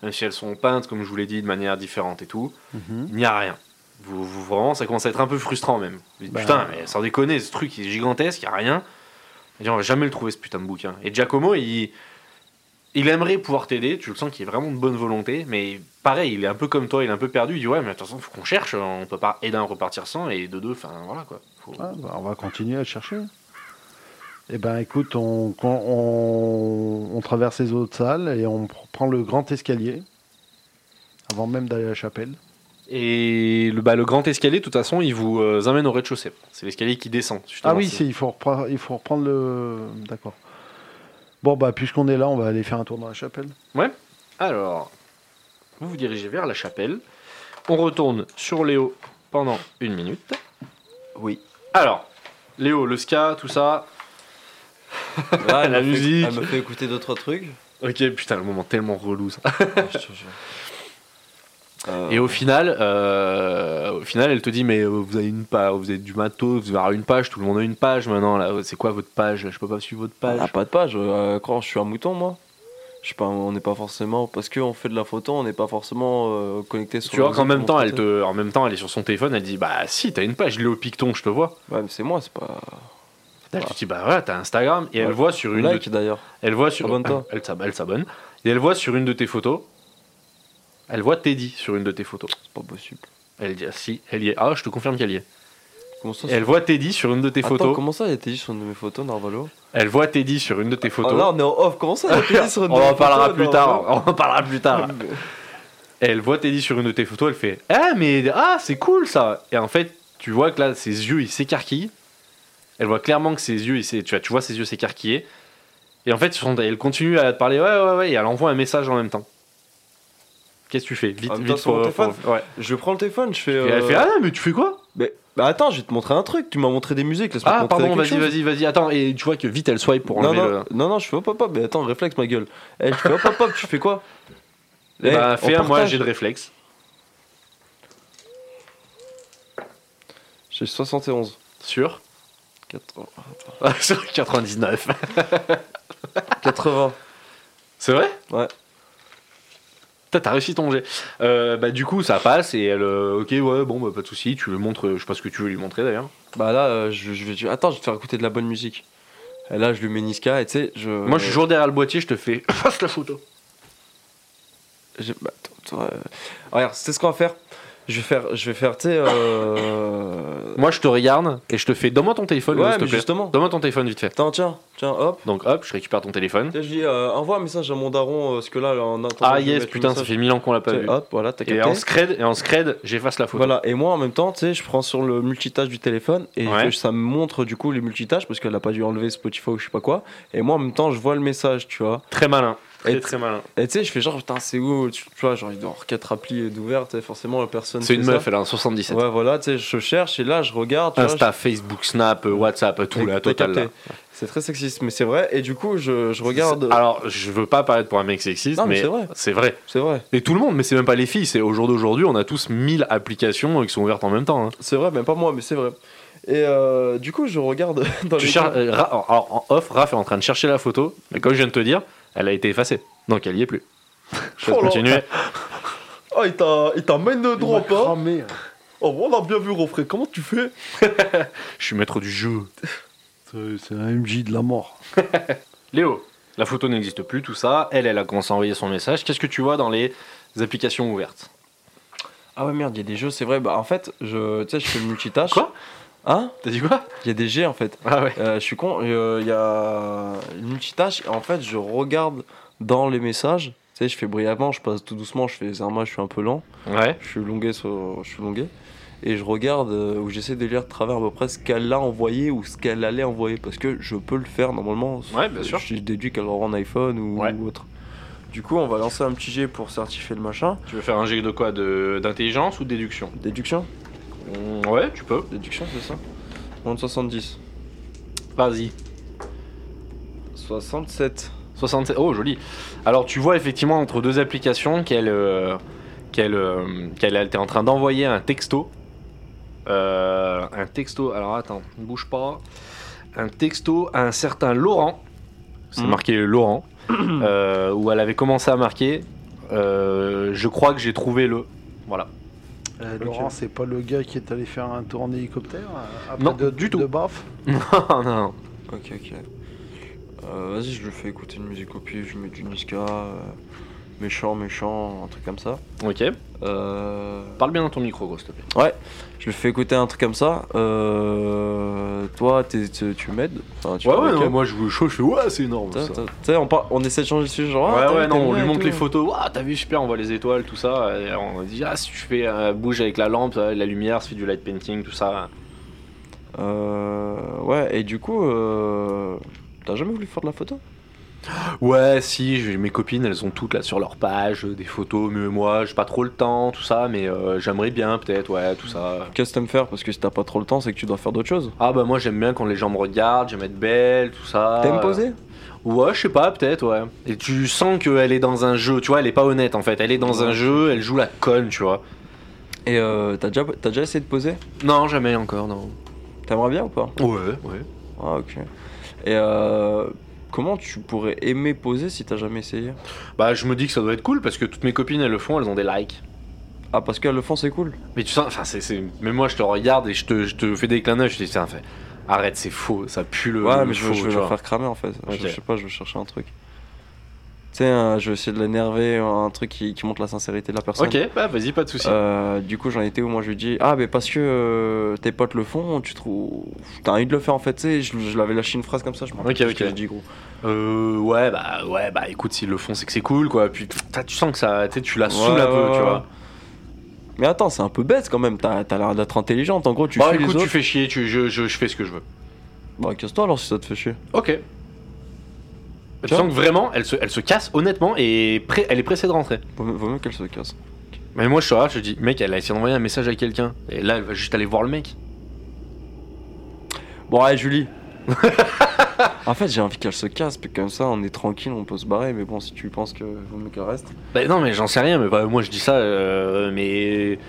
même si elles sont peintes, comme je vous l'ai dit, de manière différente et tout.
Mhm.
Il n'y a rien. Vous, vous- vraiment, ça commence à être un peu frustrant même. Vous dites,
Bah.
Putain, mais sans déconner, ce truc il est gigantesque, il n'y a rien. Et on va jamais le trouver ce putain de bouquin. Et Giacomo, il, il aimerait pouvoir t'aider, tu le sens qu'il est vraiment de bonne volonté, mais pareil, il est un peu comme toi, il est un peu perdu, il dit ouais, mais attention, faut qu'on cherche, on peut pas aider à repartir sans, et de deux, enfin voilà quoi. Faut-
Ah, bah, on va continuer à le chercher. Eh ben, écoute, on, quand on, on traverse les autres salles et on pr- prend le grand escalier avant même d'aller à la chapelle.
Et le, bah, le grand escalier, de toute façon, il vous euh, amène au rez-de-chaussée. C'est l'escalier qui descend. justement.
Ah oui, c'est- il faut, repre- il faut reprendre le. D'accord. Bon, bah, puisqu'on est là, on va aller faire un tour dans la chapelle.
Alors, vous vous dirigez vers la chapelle. On retourne sur Léo pendant une minute. <laughs>
Oui.
Alors, Léo, le ska, tout ça.
Là, elle
Ah, La
m'a fait-
musique.
Elle me fait écouter deux,
<laughs>
trois trucs.
Ok, putain, le moment tellement relou ça.
Ah, je te jure. Euh,
Et au final, euh, au final, elle te dit mais euh, vous avez une page, vous avez du matos, vous avez une page, tout le monde a une page maintenant. Là, c'est quoi votre page Je peux pas suivre votre
on
page.
n'a pas de page. Euh, quand je suis un mouton, moi. Je sais pas, on n'est pas forcément. Parce qu'on fait de la photo, on n'est pas forcément euh, connecté sur.
tu vois
les
qu'en
autres
même temps, elle
pour
te, en même temps, elle est sur son téléphone, elle dit bah si, t'as une page Léo Picton, je te vois.
Ouais, mais c'est moi, c'est pas.
Elle te dit bah voilà, t'as Instagram et elle
Ouais.
voit sur une, de
Like d'ailleurs.
Elle voit sur
Abonne-toi.
Elle, s'ab- elle s'abonne et elle voit sur une de tes photos. Elle voit Teddy sur une de tes photos.
C'est pas possible.
Elle dit ah, si, elle y est. Ah, je te confirme qu'elle y est.
Comment ça
Et Elle voit Teddy sur une de tes
Attends,
photos.
Comment ça, il était juste sur une de mes photos, Narvalo
Elle voit Teddy sur une de
Ah,
tes photos. <laughs>
Oh, là, on est en off. Comment ça, il était juste sur une
on
de mes
en parlera
photos,
plus
Narvalo <laughs>
tard. On en parlera plus tard. Elle voit Teddy sur une de tes photos, elle fait Ah, mais ah, c'est cool ça Et en fait, tu vois que là, ses yeux ils s'écarquillent. Elle voit clairement que ses yeux, ils s'é- tu vois, tu vois ses yeux s'écarquiller. Et en fait, sur son- elle continue à te parler Ouais, ouais, ouais, et elle envoie un message en même temps. Qu'est-ce que tu fais Vite,
En même temps,
vite
sur mon
pour-
téléphone
pour- ouais.
Je prends le téléphone, je fais.
Et elle
euh,
fait Ah, mais tu fais quoi
mais, bah attends, je vais te montrer un truc. Tu m'as montré des musiques. Laisse-moi te
Ah,
montrer
pardon,
quelque
vas-y, vas-y,
chose.
vas-y. Attends, et tu vois que vite elle swipe pour
non,
enlever
non,
le.
non, non, je fais hop hop hop, mais attends, réflexe ma gueule. Eh, je fais hop hop hop, tu fais quoi Eh,
bah,
on
fais un, moi
partage.
j'ai de réflexe.
J'ai 71.
Sur
80.
<laughs> Sur 99.
80.
C'est vrai
Ouais.
Putain, T'as réussi ton jet. Euh, bah, du coup, ça passe et elle. euh, ok, ouais, bon, bah, pas de soucis. Tu lui montres, je sais pas ce que tu veux lui montrer d'ailleurs.
Bah là, euh, je, je vais. je- Attends, je vais te faire écouter de la bonne musique. Et là, je lui mets Niska, et tu sais, je.
Moi, je suis toujours derrière le boîtier, je te fais. <laughs> Fasse la photo.
Je- bah, attends, attends, euh, Regarde, c'est ce qu'on va faire. Je vais faire, je vais faire, tu sais.
<coughs>
euh,
Moi, je te regarde et je te fais. Donne-moi ton téléphone, s'il
Ouais,
te
mais
plaît.
justement.
Donne-moi ton téléphone vite fait.
Attends, tiens, tiens, hop.
Donc, hop, je récupère ton téléphone.
Tiens, je dis, euh, envoie un message à mon daron, euh, parce que là, là, en attendant.
Ah,
je vais
yes,
mettre le
putain, ça
message.
fait mille ans qu'on l'a pas
Tiens,
vu.
Hop, voilà, t'as
Et
capté.
en scred, et en scred, j'efface la photo.
Voilà, et moi en même temps, tu sais, je prends sur le multitâche du téléphone et
Ouais.
je- ça me montre du coup les multitâches parce qu'elle a pas dû enlever Spotify ou je sais pas quoi. Et moi en même temps, je vois le message, tu vois.
Très malin. Très,
Et-
très malin.
Et tu sais, je fais genre, putain, c'est où Tu tu vois, genre, il doit y avoir 4 applis d'ouvert, tu sais, forcément, la personne.
C'est
fait
une
ça.
meuf, elle a Ah, un 77.
Ouais, voilà, tu sais, je cherche et là, je regarde. tu vois,
Insta, Facebook, Snap, euh, WhatsApp, euh,
je-
tout, la
t'as
totale.
capté.
là.
C'est très sexiste, mais c'est vrai. Et du coup, je, je regarde.
Alors, je veux pas paraître pour un mec sexiste,
Non, mais
mais
c'est vrai.
c'est vrai.
C'est vrai,
Et tout le monde, mais c'est même pas les filles, c'est au jour d'aujourd'hui, on a tous 1000 applications euh, qui sont ouvertes en même temps. hein.
c'est vrai, mais pas moi, mais c'est vrai. Et euh, du coup, je regarde <laughs> dans
Tu
les-
cherches, euh, Ra- alors, en off, Raph est en train de chercher la photo, mais comme je viens de te dire, elle a été effacée. Donc elle y est <laughs> plus. Je vais
Oh là.
continuer.
Oh, il t'a il t'a main de drop, hein.
cramé.
Oh, on a bien vu, Refray, comment tu fais
Je suis maître du jeu.
C'est c'est un MJ de la mort.
Léo, la photo n'existe plus, tout ça. Elle, elle a commencé à envoyer son message. Qu'est-ce que tu vois dans les applications ouvertes
Ah ouais, merde, il y a des jeux, c'est vrai. Bah, en fait, je, tu sais, je fais le multitâche.
Quoi
Hein
T'as dit quoi
Il y a des jets, en fait.
Ah ouais.
Euh, je suis con, euh, il y a une multitâche. Et en fait, je regarde dans les messages. Tu sais, je fais brièvement, je passe tout doucement, je fais Zerma, je suis un peu lent.
Ouais.
Je suis longué, sur, je suis longué. Et je regarde, euh, ou j'essaie de lire de travers à peu près ce qu'elle a envoyé ou ce qu'elle allait envoyer. Parce que je peux le faire normalement.
Ouais, bien sûr.
Je déduis qu'elle aura un iPhone ou,
Ouais.
ou autre. Du coup, on va lancer un petit jet pour certifier le machin.
Tu veux faire un jet de quoi De- D'intelligence ou de déduction
Déduction
Mm, Ouais, tu peux.
Déduction, c'est ça Moins de 70.
Vas-y.
67.
67. Oh, joli. Alors, tu vois effectivement entre deux applications qu'elle euh, qu'elle euh, qu'elle elle était en train d'envoyer un texto. Euh, un texto. Alors, attends, ne bouge pas. Un texto à un certain Laurent. C'est
Mhm.
marqué <clears throat> Laurent. euh, où elle avait commencé à marquer. euh, je crois que j'ai trouvé le. Voilà. <laughs>
Euh,
Ok.
Laurent, c'est pas le gars qui est allé faire un tour en hélicoptère euh, après
Non,
de,
du tout.
De baf
non, non.
Ok, ok. Euh, Vas-y, je lui fais écouter une musique au pif, je mets du Niska, euh, méchant, méchant, un truc comme ça.
Ok.
Euh,
Parle bien dans ton micro, gros, s'il te plaît.
je lui fais écouter un truc comme ça. Euh, toi, t'es- t'es- tu m'aides Enfin, tu
Ouais,
fais
ouais,
avec
non,
elle.
moi je vous chaud, je fais ouais, c'est énorme.
T'as-
Ça.
t'as- Tu sais, on, par- on essaie de changer le sujet, genre. ah,
Ouais,
t'as
ouais,
vu,
non,
t'es
on
bien
lui
et
montre
tout.
les photos. Ouah, t'as vu, super, on voit les étoiles, tout ça. Et on dit, ah, si tu fais euh, bouge avec la lampe, euh, la lumière, si tu fais du light painting, tout ça.
Euh, ouais, et du coup, euh, t'as jamais voulu faire de la photo
Ouais, si, j'ai mes copines, elles ont toutes là sur leur page, euh, des photos, mais moi, j'ai pas trop le temps, tout ça, mais euh, j'aimerais bien, peut-être, ouais, tout ça.
Qu'est-ce que t'aimes faire Parce que si t'as pas trop le temps, c'est que tu dois faire d'autres choses.
Ah, bah, moi, j'aime bien quand les gens me regardent, j'aime être belle, tout ça.
T'aimes poser
Ouais, je sais pas, peut-être, ouais. Et tu sens qu'elle est dans un jeu, tu vois, elle est pas honnête en fait. Elle est dans un jeu, elle joue la conne, tu vois.
Et euh, t'as déjà, t'as déjà essayé de poser
Non, jamais encore, non.
T'aimerais bien ou pas
Ouais, ouais.
Ah ok. Et euh, comment tu pourrais aimer poser si t'as jamais essayé
Bah, je me dis que ça doit être cool parce que toutes mes copines, elles le font, elles ont des likes.
Ah parce qu'à le fond c'est cool.
Mais tu sens, enfin, c'est. c'est- Mais moi, je te regarde et je te, je te fais des clins d'œil, je te dis, tiens, fais- arrête, c'est faux, ça pue le.
ouais
le
mais je,
faux,
je vais
tu
me
vois.
faire cramer en fait. Je-
Ok.
Je, sais pas, je vais chercher un truc. Tu sais, euh, je vais essayer de l'énerver, un truc qui, qui montre la sincérité de la personne.
Ok, bah vas-y, pas de soucis.
Euh, du coup, j'en étais où moi je lui dis Ah, mais parce que euh, tes potes le font, tu trouves. T'as envie de le faire en fait, tu sais. Je, je l'avais lâché une phrase comme ça, je me rappelle
Ok,
plus ce
ok.
que j'ai dit, gros.
Euh, ouais, bah, ouais, bah, écoute, s'ils le font, c'est que c'est cool, quoi. Puis, putain, tu sens que ça, tu sais, tu la saoules
Ouais,
un peu,
ouais,
tu
ouais.
vois.
Mais attends, c'est un peu bête quand même, t'as t'as l'air d'être intelligente. En gros, tu
bah,
suis
écoute,
les
tu
autres.
fais chier, tu, je, je, je fais ce que je veux.
Bah, casse-toi alors si ça te fait chier.
Ok. Tu
vois
sens que vraiment, elle se, elle se casse honnêtement et pré- elle est pressée de rentrer.
Vaut mieux, vaut mieux qu'elle se casse.
Mais moi, je suis là, je dis, mec, elle a essayé d'envoyer un message à quelqu'un. Et là, elle va juste aller voir le mec.
Bon, allez, Julie. <laughs> en fait, j'ai envie qu'elle se casse, puis comme ça, on est tranquille, on peut se barrer. Mais bon, si tu penses que vaut mieux
<laughs>
qu'elle reste.
Bah, non, mais j'en sais rien, mais bah, moi, je dis ça, euh, mais.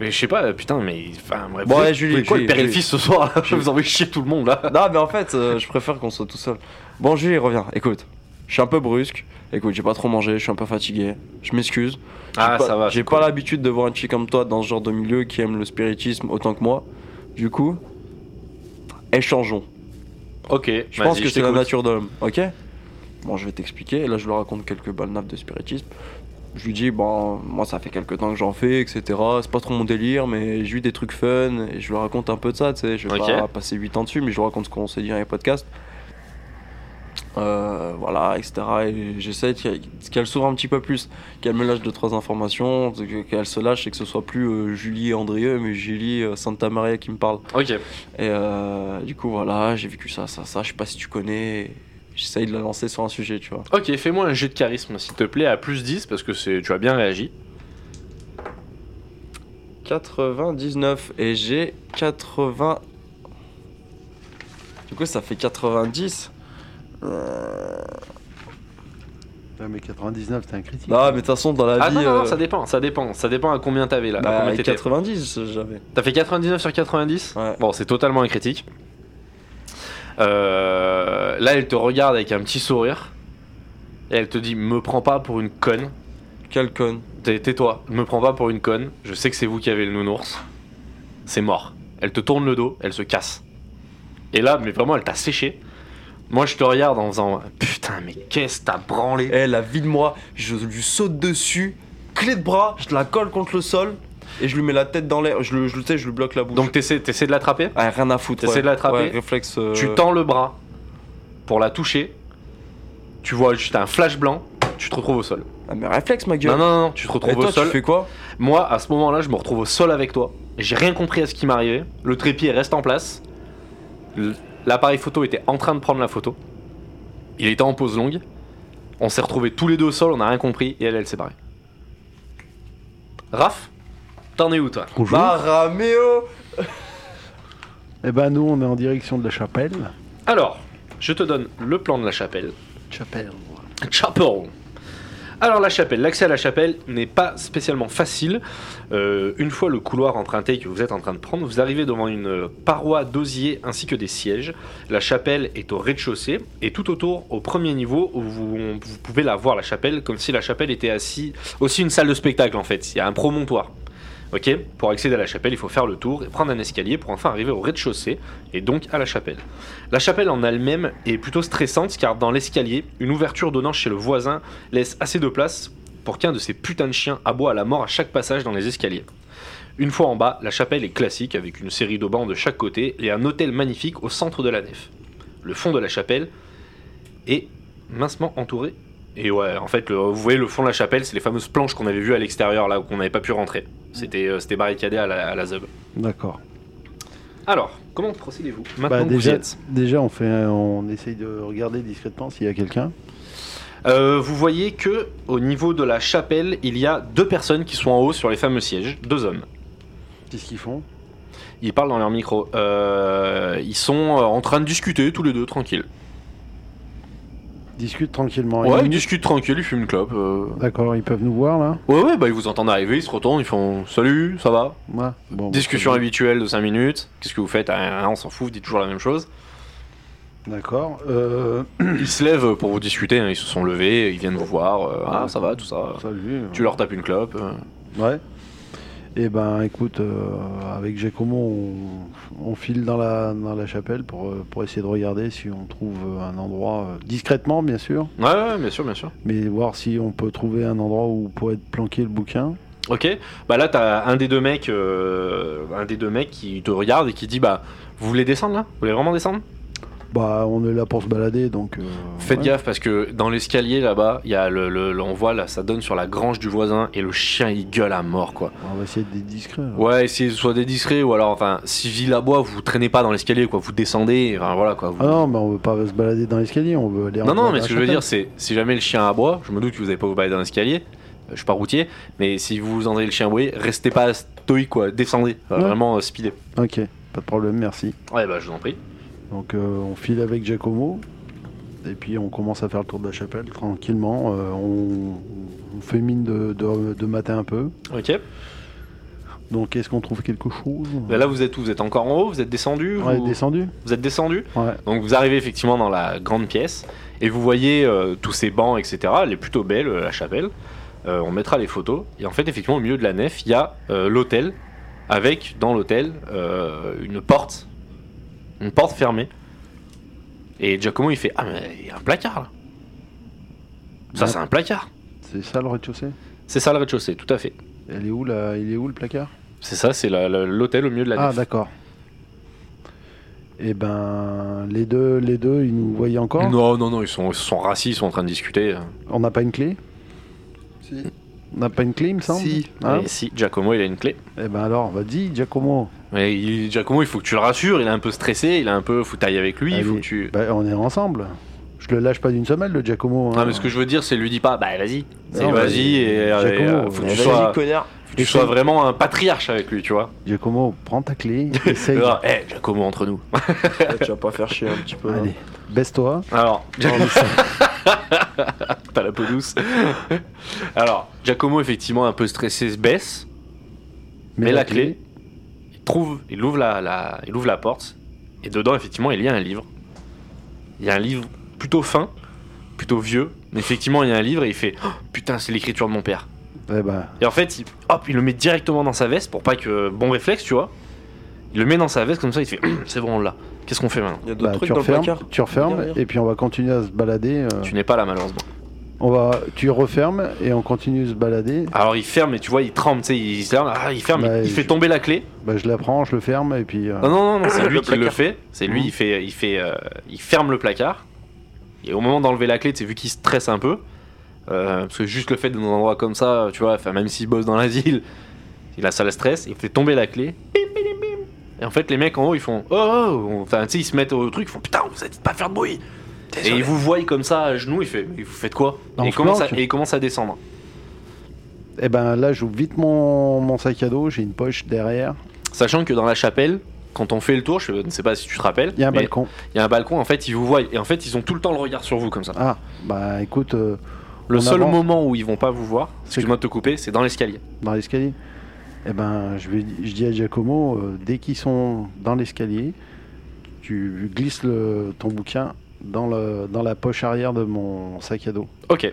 Mais je sais pas, putain, mais. Enfin, bref.
Bon,
vous-
ouais,
vous
Julie,
voulez quoi,
Julie,
le père et le
Julie.
fils ce soir, <laughs> là Je
Julie.
vous envoie chier tout le monde, là.
Non, mais en fait, euh, je préfère qu'on soit tout seul. Bon, Julie, reviens. Écoute, je suis un peu brusque. Écoute, j'ai pas trop mangé, je suis un peu fatigué. Je m'excuse. J'ai
Ah,
pas-
ça va.
J'ai
c'est
pas
cool.
l'habitude de voir une fille comme toi dans ce genre de milieu qui aime le spiritisme autant que moi. Du coup, échangeons.
Ok,
Je pense que c'est la
t'écoute.
nature de l'homme, ok Bon, je vais t'expliquer. Là, je lui raconte quelques balnaves de spiritisme. Je lui dis, bon, moi, ça fait quelques temps que j'en fais, etc. C'est pas trop mon délire, mais j'ai eu des trucs fun et je lui raconte un peu de ça, tu sais. Je vais
Ok.
pas passer 8 ans dessus, mais je lui raconte ce qu'on s'est dit dans les podcasts. Euh, voilà, etc. Et j'essaie qu'elle qu'elle s'ouvre un petit peu plus, qu'elle me lâche deux trois informations, que- qu'elle se lâche et que ce soit plus euh, Julie et Andrieux, mais Julie euh, Santa Maria qui me parle.
Ok.
Et euh, du coup, voilà, j'ai vécu ça, ça, ça. Je sais pas si tu connais. J'essaye de la lancer sur un sujet, tu vois.
Ok, fais-moi un jet de charisme, s'il te plaît, à plus 10, parce que c'est, tu as bien réagi.
99 et j'ai 80. Du coup, ça fait 90.
Ouais, mais 99, c'était un critique.
Non, mais de toute façon, dans la
Ah
vie.
non, non, non,
euh,
ça dépend, ça dépend. Ça dépend à combien t'avais là. à
bah,
combien t'étais.
90, j'avais.
T'as fait 99 sur 90
Ouais.
Bon, c'est totalement un critique. Euh, là, elle te regarde avec un petit sourire. Et elle te dit Me prends pas pour une conne.
Quel con.
T'es- Tais-toi, me prends pas pour une conne. Je sais que c'est vous qui avez le nounours. C'est mort. Elle te tourne le dos, elle se casse. Et là, mais vraiment, elle t'a séché. Moi, je te regarde en faisant Putain, mais qu'est-ce que t'as branlé
Eh, la vie de moi, je lui saute dessus, clé de bras, je la colle contre le sol et je lui mets la tête dans l'air. Je, le- je, le- tu sais, je lui bloque la bouche.
Donc t'essaies, t'essaies de l'attraper
Ah, rien à foutre.
T'essaies
ouais.
de l'attraper
Ouais, réflexe. euh,
Tu tends le bras pour la toucher. Tu vois juste un flash blanc. Tu te retrouves au sol.
Ah, mais réflexe, ma gueule.
Non, non, non, non, tu te
Et
retrouves
toi,
au sol.
tu fais quoi
Moi, à ce moment-là, je me retrouve au sol avec toi. J'ai rien compris à ce qui m'arrivait. Le trépied reste en place. L- L'appareil photo était en train de prendre la photo. Il était en pause longue. On s'est retrouvés tous les deux au sol, on n'a rien compris et elle, elle s'est barrée. Raph, t'en es où toi
Bonjour.
Bah, Raméo
Eh ben, nous, on est en direction de la chapelle.
Alors, je te donne le plan de la chapelle.
Chapelle.
Chaperon. Alors la chapelle, l'accès à la chapelle n'est pas spécialement facile. Euh, une fois le couloir emprunté que vous êtes en train de prendre, vous arrivez devant une euh, paroi d'osier ainsi que des sièges. La chapelle est au rez-de-chaussée et tout autour, au premier niveau, où vous, on- vous pouvez la voir la chapelle comme si la chapelle était assis aussi une salle de spectacle en fait. Il y a un promontoire. Ok, pour accéder à la chapelle, il faut faire le tour et prendre un escalier pour enfin arriver au rez-de-chaussée et donc à la chapelle. La chapelle en elle-même est plutôt stressante car dans l'escalier, une ouverture donnant chez le voisin laisse assez de place pour qu'un de ces putains de chiens aboie à la mort à chaque passage dans les escaliers. Une fois en bas, la chapelle est classique avec une série d'auban de chaque côté et un hôtel magnifique au centre de la nef. Le fond de la chapelle est mincement entouré. Et ouais, en fait, le- vous voyez le fond de la chapelle, c'est les fameuses planches qu'on avait vues à l'extérieur là où on n'avait pas pu rentrer. C'était euh, c'était barricadé à la, à la zeub.
D'accord.
Alors, comment procédez-vous maintenant que
Bah,
vous y
déjà,
êtes
déjà, on fait, un- on essaye de regarder discrètement s'il y a quelqu'un.
Euh, vous voyez que au niveau de la chapelle, il y a deux personnes qui sont en haut sur les fameux sièges, deux hommes.
Qu'est-ce qu'ils font
Ils parlent dans leur micro. Euh, ils sont euh, en train de discuter tous les deux, tranquilles.
Discutent tranquillement.
Ouais,
Ils-
ils discutent tranquille, ils fument une clope. euh.
D'accord, ils peuvent nous voir là.
Ouais, ouais, bah ils vous entendent arriver, ils se retournent, ils font salut, ça va.
Ouais. Bon,
Discussion
bah,
habituelle de 5 minutes. Qu'est-ce que vous faites Ah, On s'en fout, vous dites toujours la même chose.
D'accord. Euh,
Ils se lèvent pour vous discuter, hein, ils se sont Ah, levés, ils viennent vous voir. euh, ah, ça va, tout ça.
salut.
Tu leur tapes une clope. euh.
Ouais. Et ben écoute, euh, avec Giacomo, on, on file dans la, dans la chapelle pour, euh, pour essayer de regarder si on trouve euh, un endroit, euh, discrètement bien sûr,
Ouais, ouais, bien sûr, bien sûr.
mais voir si on peut trouver un endroit où pourrait être planqué le bouquin.
Ok, bah là t'as un des deux mecs, euh, un des deux mecs qui te regarde et qui dit bah vous voulez descendre là Vous voulez vraiment descendre
Bah on est là pour se balader donc... euh,
Faites
ouais.
gaffe parce que dans l'escalier là-bas, il y a le, le- le- on voit là, ça donne sur la grange du voisin et le chien il gueule à mort quoi.
On va essayer d'être discret. hein. là.
Ouais, essayez de soit des discrets ou alors enfin si vit la bois, vous traînez pas dans l'escalier quoi, vous descendez, enfin voilà quoi. vous-
Ah non, mais on veut pas se balader dans l'escalier, on veut aller en
non, non,
dans
mais
la
ce que je veux
chapelle.
dire c'est si jamais le chien aboie, je me doute que vous n'allez pas vous balader dans l'escalier, euh, je suis pas routier, mais si vous entendez le chien aboyer, restez pas stoïque quoi, descendez, Enfin,
Ouais.
vraiment euh, speedez.
Ok, pas de problème, merci.
Ouais bah je vous en prie.
Donc euh, on file avec Giacomo, et puis on commence à faire le tour de la chapelle tranquillement. euh, on, on fait mine de, de, de mater un peu.
Ok.
Donc est-ce qu'on trouve quelque chose
Bah là vous êtes où Vous êtes encore en haut Vous êtes descendu
Ouais,
vous...
descendu
vous êtes descendu
Ouais.
Donc vous arrivez effectivement dans la grande pièce et vous voyez euh, tous ces bancs, etc. Elle est plutôt belle, euh, la chapelle. Euh, on mettra les photos. Et en fait, effectivement, au milieu de la nef, il y a euh, l'hôtel avec dans l'hôtel euh, une porte, une porte fermée. Et Giacomo il fait ah mais il y a un placard là. Ça
Ouais.
c'est un placard.
C'est ça le rez-de-chaussée
C'est ça le rez-de-chaussée, tout à fait.
Elle est où là Il est où le placard
C'est ça, c'est la- la- l'hôtel au milieu de la
Ah
nef.
d'accord. Et ben les deux, les deux, ils nous voyaient encore.
non non non, ils sont ils sont rassis, ils sont en train de discuter.
On n'a pas une clé
Si.
On n'a pas une clé, il me semble.
Si.
Hein
Et si Giacomo il a une clé.
Eh ben alors, vas-y, Giacomo.
Mais il, Giacomo, il faut que tu le rassures, il est un peu stressé, il est un peu faut que t'ailles avec lui, il faut
Allez.
que tu.
Bah, on est ensemble. Je le lâche pas d'une semaine, le
Non,
Giacomo. hein.
Ah, mais ce que je veux dire, c'est lui dis pas, bah vas-y, c'est
Non,
vas-y,
mais-
et, et,
Giacomo,
euh, faut que
mais
tu
Vas-y, <laughs>
sois, faut
connard.
que tu sois vraiment un patriarche avec lui, tu vois.
Giacomo, prends
<laughs>
ta clé, essaye.
Alors, eh, Giacomo, entre nous.
Ah, tu vas pas faire chier un petit peu. hein.
Allez, baisse-toi.
Alors, t'as la peau douce. <laughs> Alors, Giacomo, effectivement, un peu stressé, se baisse, met la clé, il trouve, il ouvre la, la- il ouvre la porte, et dedans, effectivement, il y a un livre. Il y a un livre plutôt fin, plutôt vieux, mais effectivement, il y a un livre, et il fait Oh, Putain, c'est l'écriture de mon père.
Eh ben,
Et en fait, il, hop, il le met directement dans sa veste pour pas que. Bon réflexe, tu vois. Il le met dans sa veste, comme ça, il fait <clears throat> Hum, C'est bon, on l'a. Qu'est-ce qu'on fait maintenant
Il y a
bah,
<laughs> d'autres trucs
tu
dans le
refermes,
placard.
tu refermes,
Derrière.
et puis on va continuer à se balader. euh,
Tu n'es pas là, malheureusement.
on va, tu refermes et on continue à se balader.
Alors, il ferme, et tu vois, il tremble, tu sais, il, il ferme, ah, il, ferme,
Bah,
il
je-
fait tomber la clé.
Bah, je la prends, je le ferme et puis. euh,
Non, Ah non, non, non, c'est
Le
lui qui le
placard.
fait. C'est lui,
Mhm.
il fait, il fait, euh, il ferme le placard. Et au moment d'enlever la clé, tu sais, vu qu'il stresse un peu, euh, parce que juste le fait d'être dans un endroit comme ça, tu vois, enfin, même s'il bosse dans l'asile, il a ça le stress, il fait tomber la clé. Bim, bim, bim, bim. Et en fait, les mecs en haut, ils font oh, oh, oh. enfin, tu sais, ils se mettent au truc, ils font putain, on vous a dit de pas faire de bruit. Et ils vous voient comme ça à genoux, ils font Mais vous faites quoi
On
et ils,
se
commencent à,
planque.
et ils commencent à descendre.
Eh ben là, j'ouvre vite mon, mon sac à dos, j'ai une poche derrière.
Sachant que dans la chapelle, quand on fait le tour, je ne sais pas si tu te rappelles,
Il y a un
mais
balcon.
il y a un balcon, en fait, ils vous voient et en fait, ils ont tout le temps le regard sur vous comme ça.
Ah, bah écoute, euh,
Le
On
seul
avance.
moment où ils vont pas vous voir,
C'est
excuse-moi de te couper, c'est dans l'escalier.
dans l'escalier. Eh ben, je, vais, je dis à Giacomo, euh, dès qu'ils sont dans l'escalier, tu glisses le, ton bouquin dans, le, dans la poche arrière de mon sac à dos.
Ok,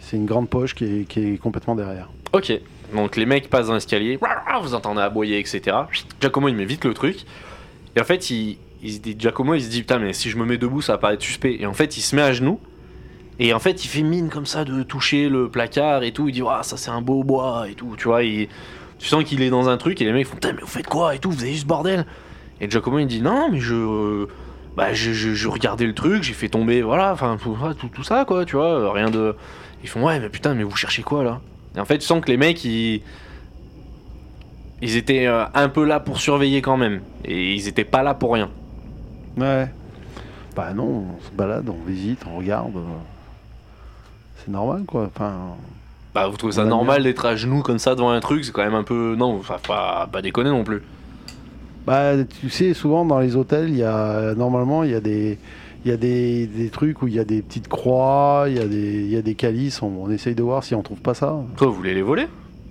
C'est une grande poche qui est, qui est complètement derrière.
ok. Donc les mecs passent dans l'escalier, vous entendez aboyer, etc. Giacomo il met vite le truc. Et en fait, il, il se dit, Giacomo il se dit putain, mais si je me mets debout, ça va paraître suspect. Et en fait, il se met à genoux. Et en fait, il fait mine comme ça de toucher le placard et tout. Il dit, ah, ça c'est un beau bois et tout. Tu vois, il- tu sens qu'il est dans un truc et les mecs font, putain, mais vous faites quoi et tout, vous avez juste bordel. Et Giacomo il dit, non, mais je. euh, bah, je, je- je regardais le truc, j'ai fait tomber, voilà, enfin, tout, tout- tout ça, quoi, tu vois, euh, rien de. Ils font, ouais, mais putain, mais vous cherchez quoi, là Et en fait, tu sens que les mecs, ils. Ils étaient euh, un peu là pour surveiller quand même. Et ils étaient pas là pour rien.
Ouais. Bah non, on se balade, on visite, on regarde. euh. C'est normal quoi. Enfin,
Bah, vous trouvez ça
On aime
normal d'être à genoux comme ça devant un truc C'est quand même un peu. Non, enfin, pas, pas déconner non plus.
bah tu sais, souvent dans les hôtels, il y a normalement il y a des il y a des, des trucs où il y a des petites croix, il y a des il y a des calices. On, on essaye de voir si on trouve pas ça.
Toi, vous voulez les voler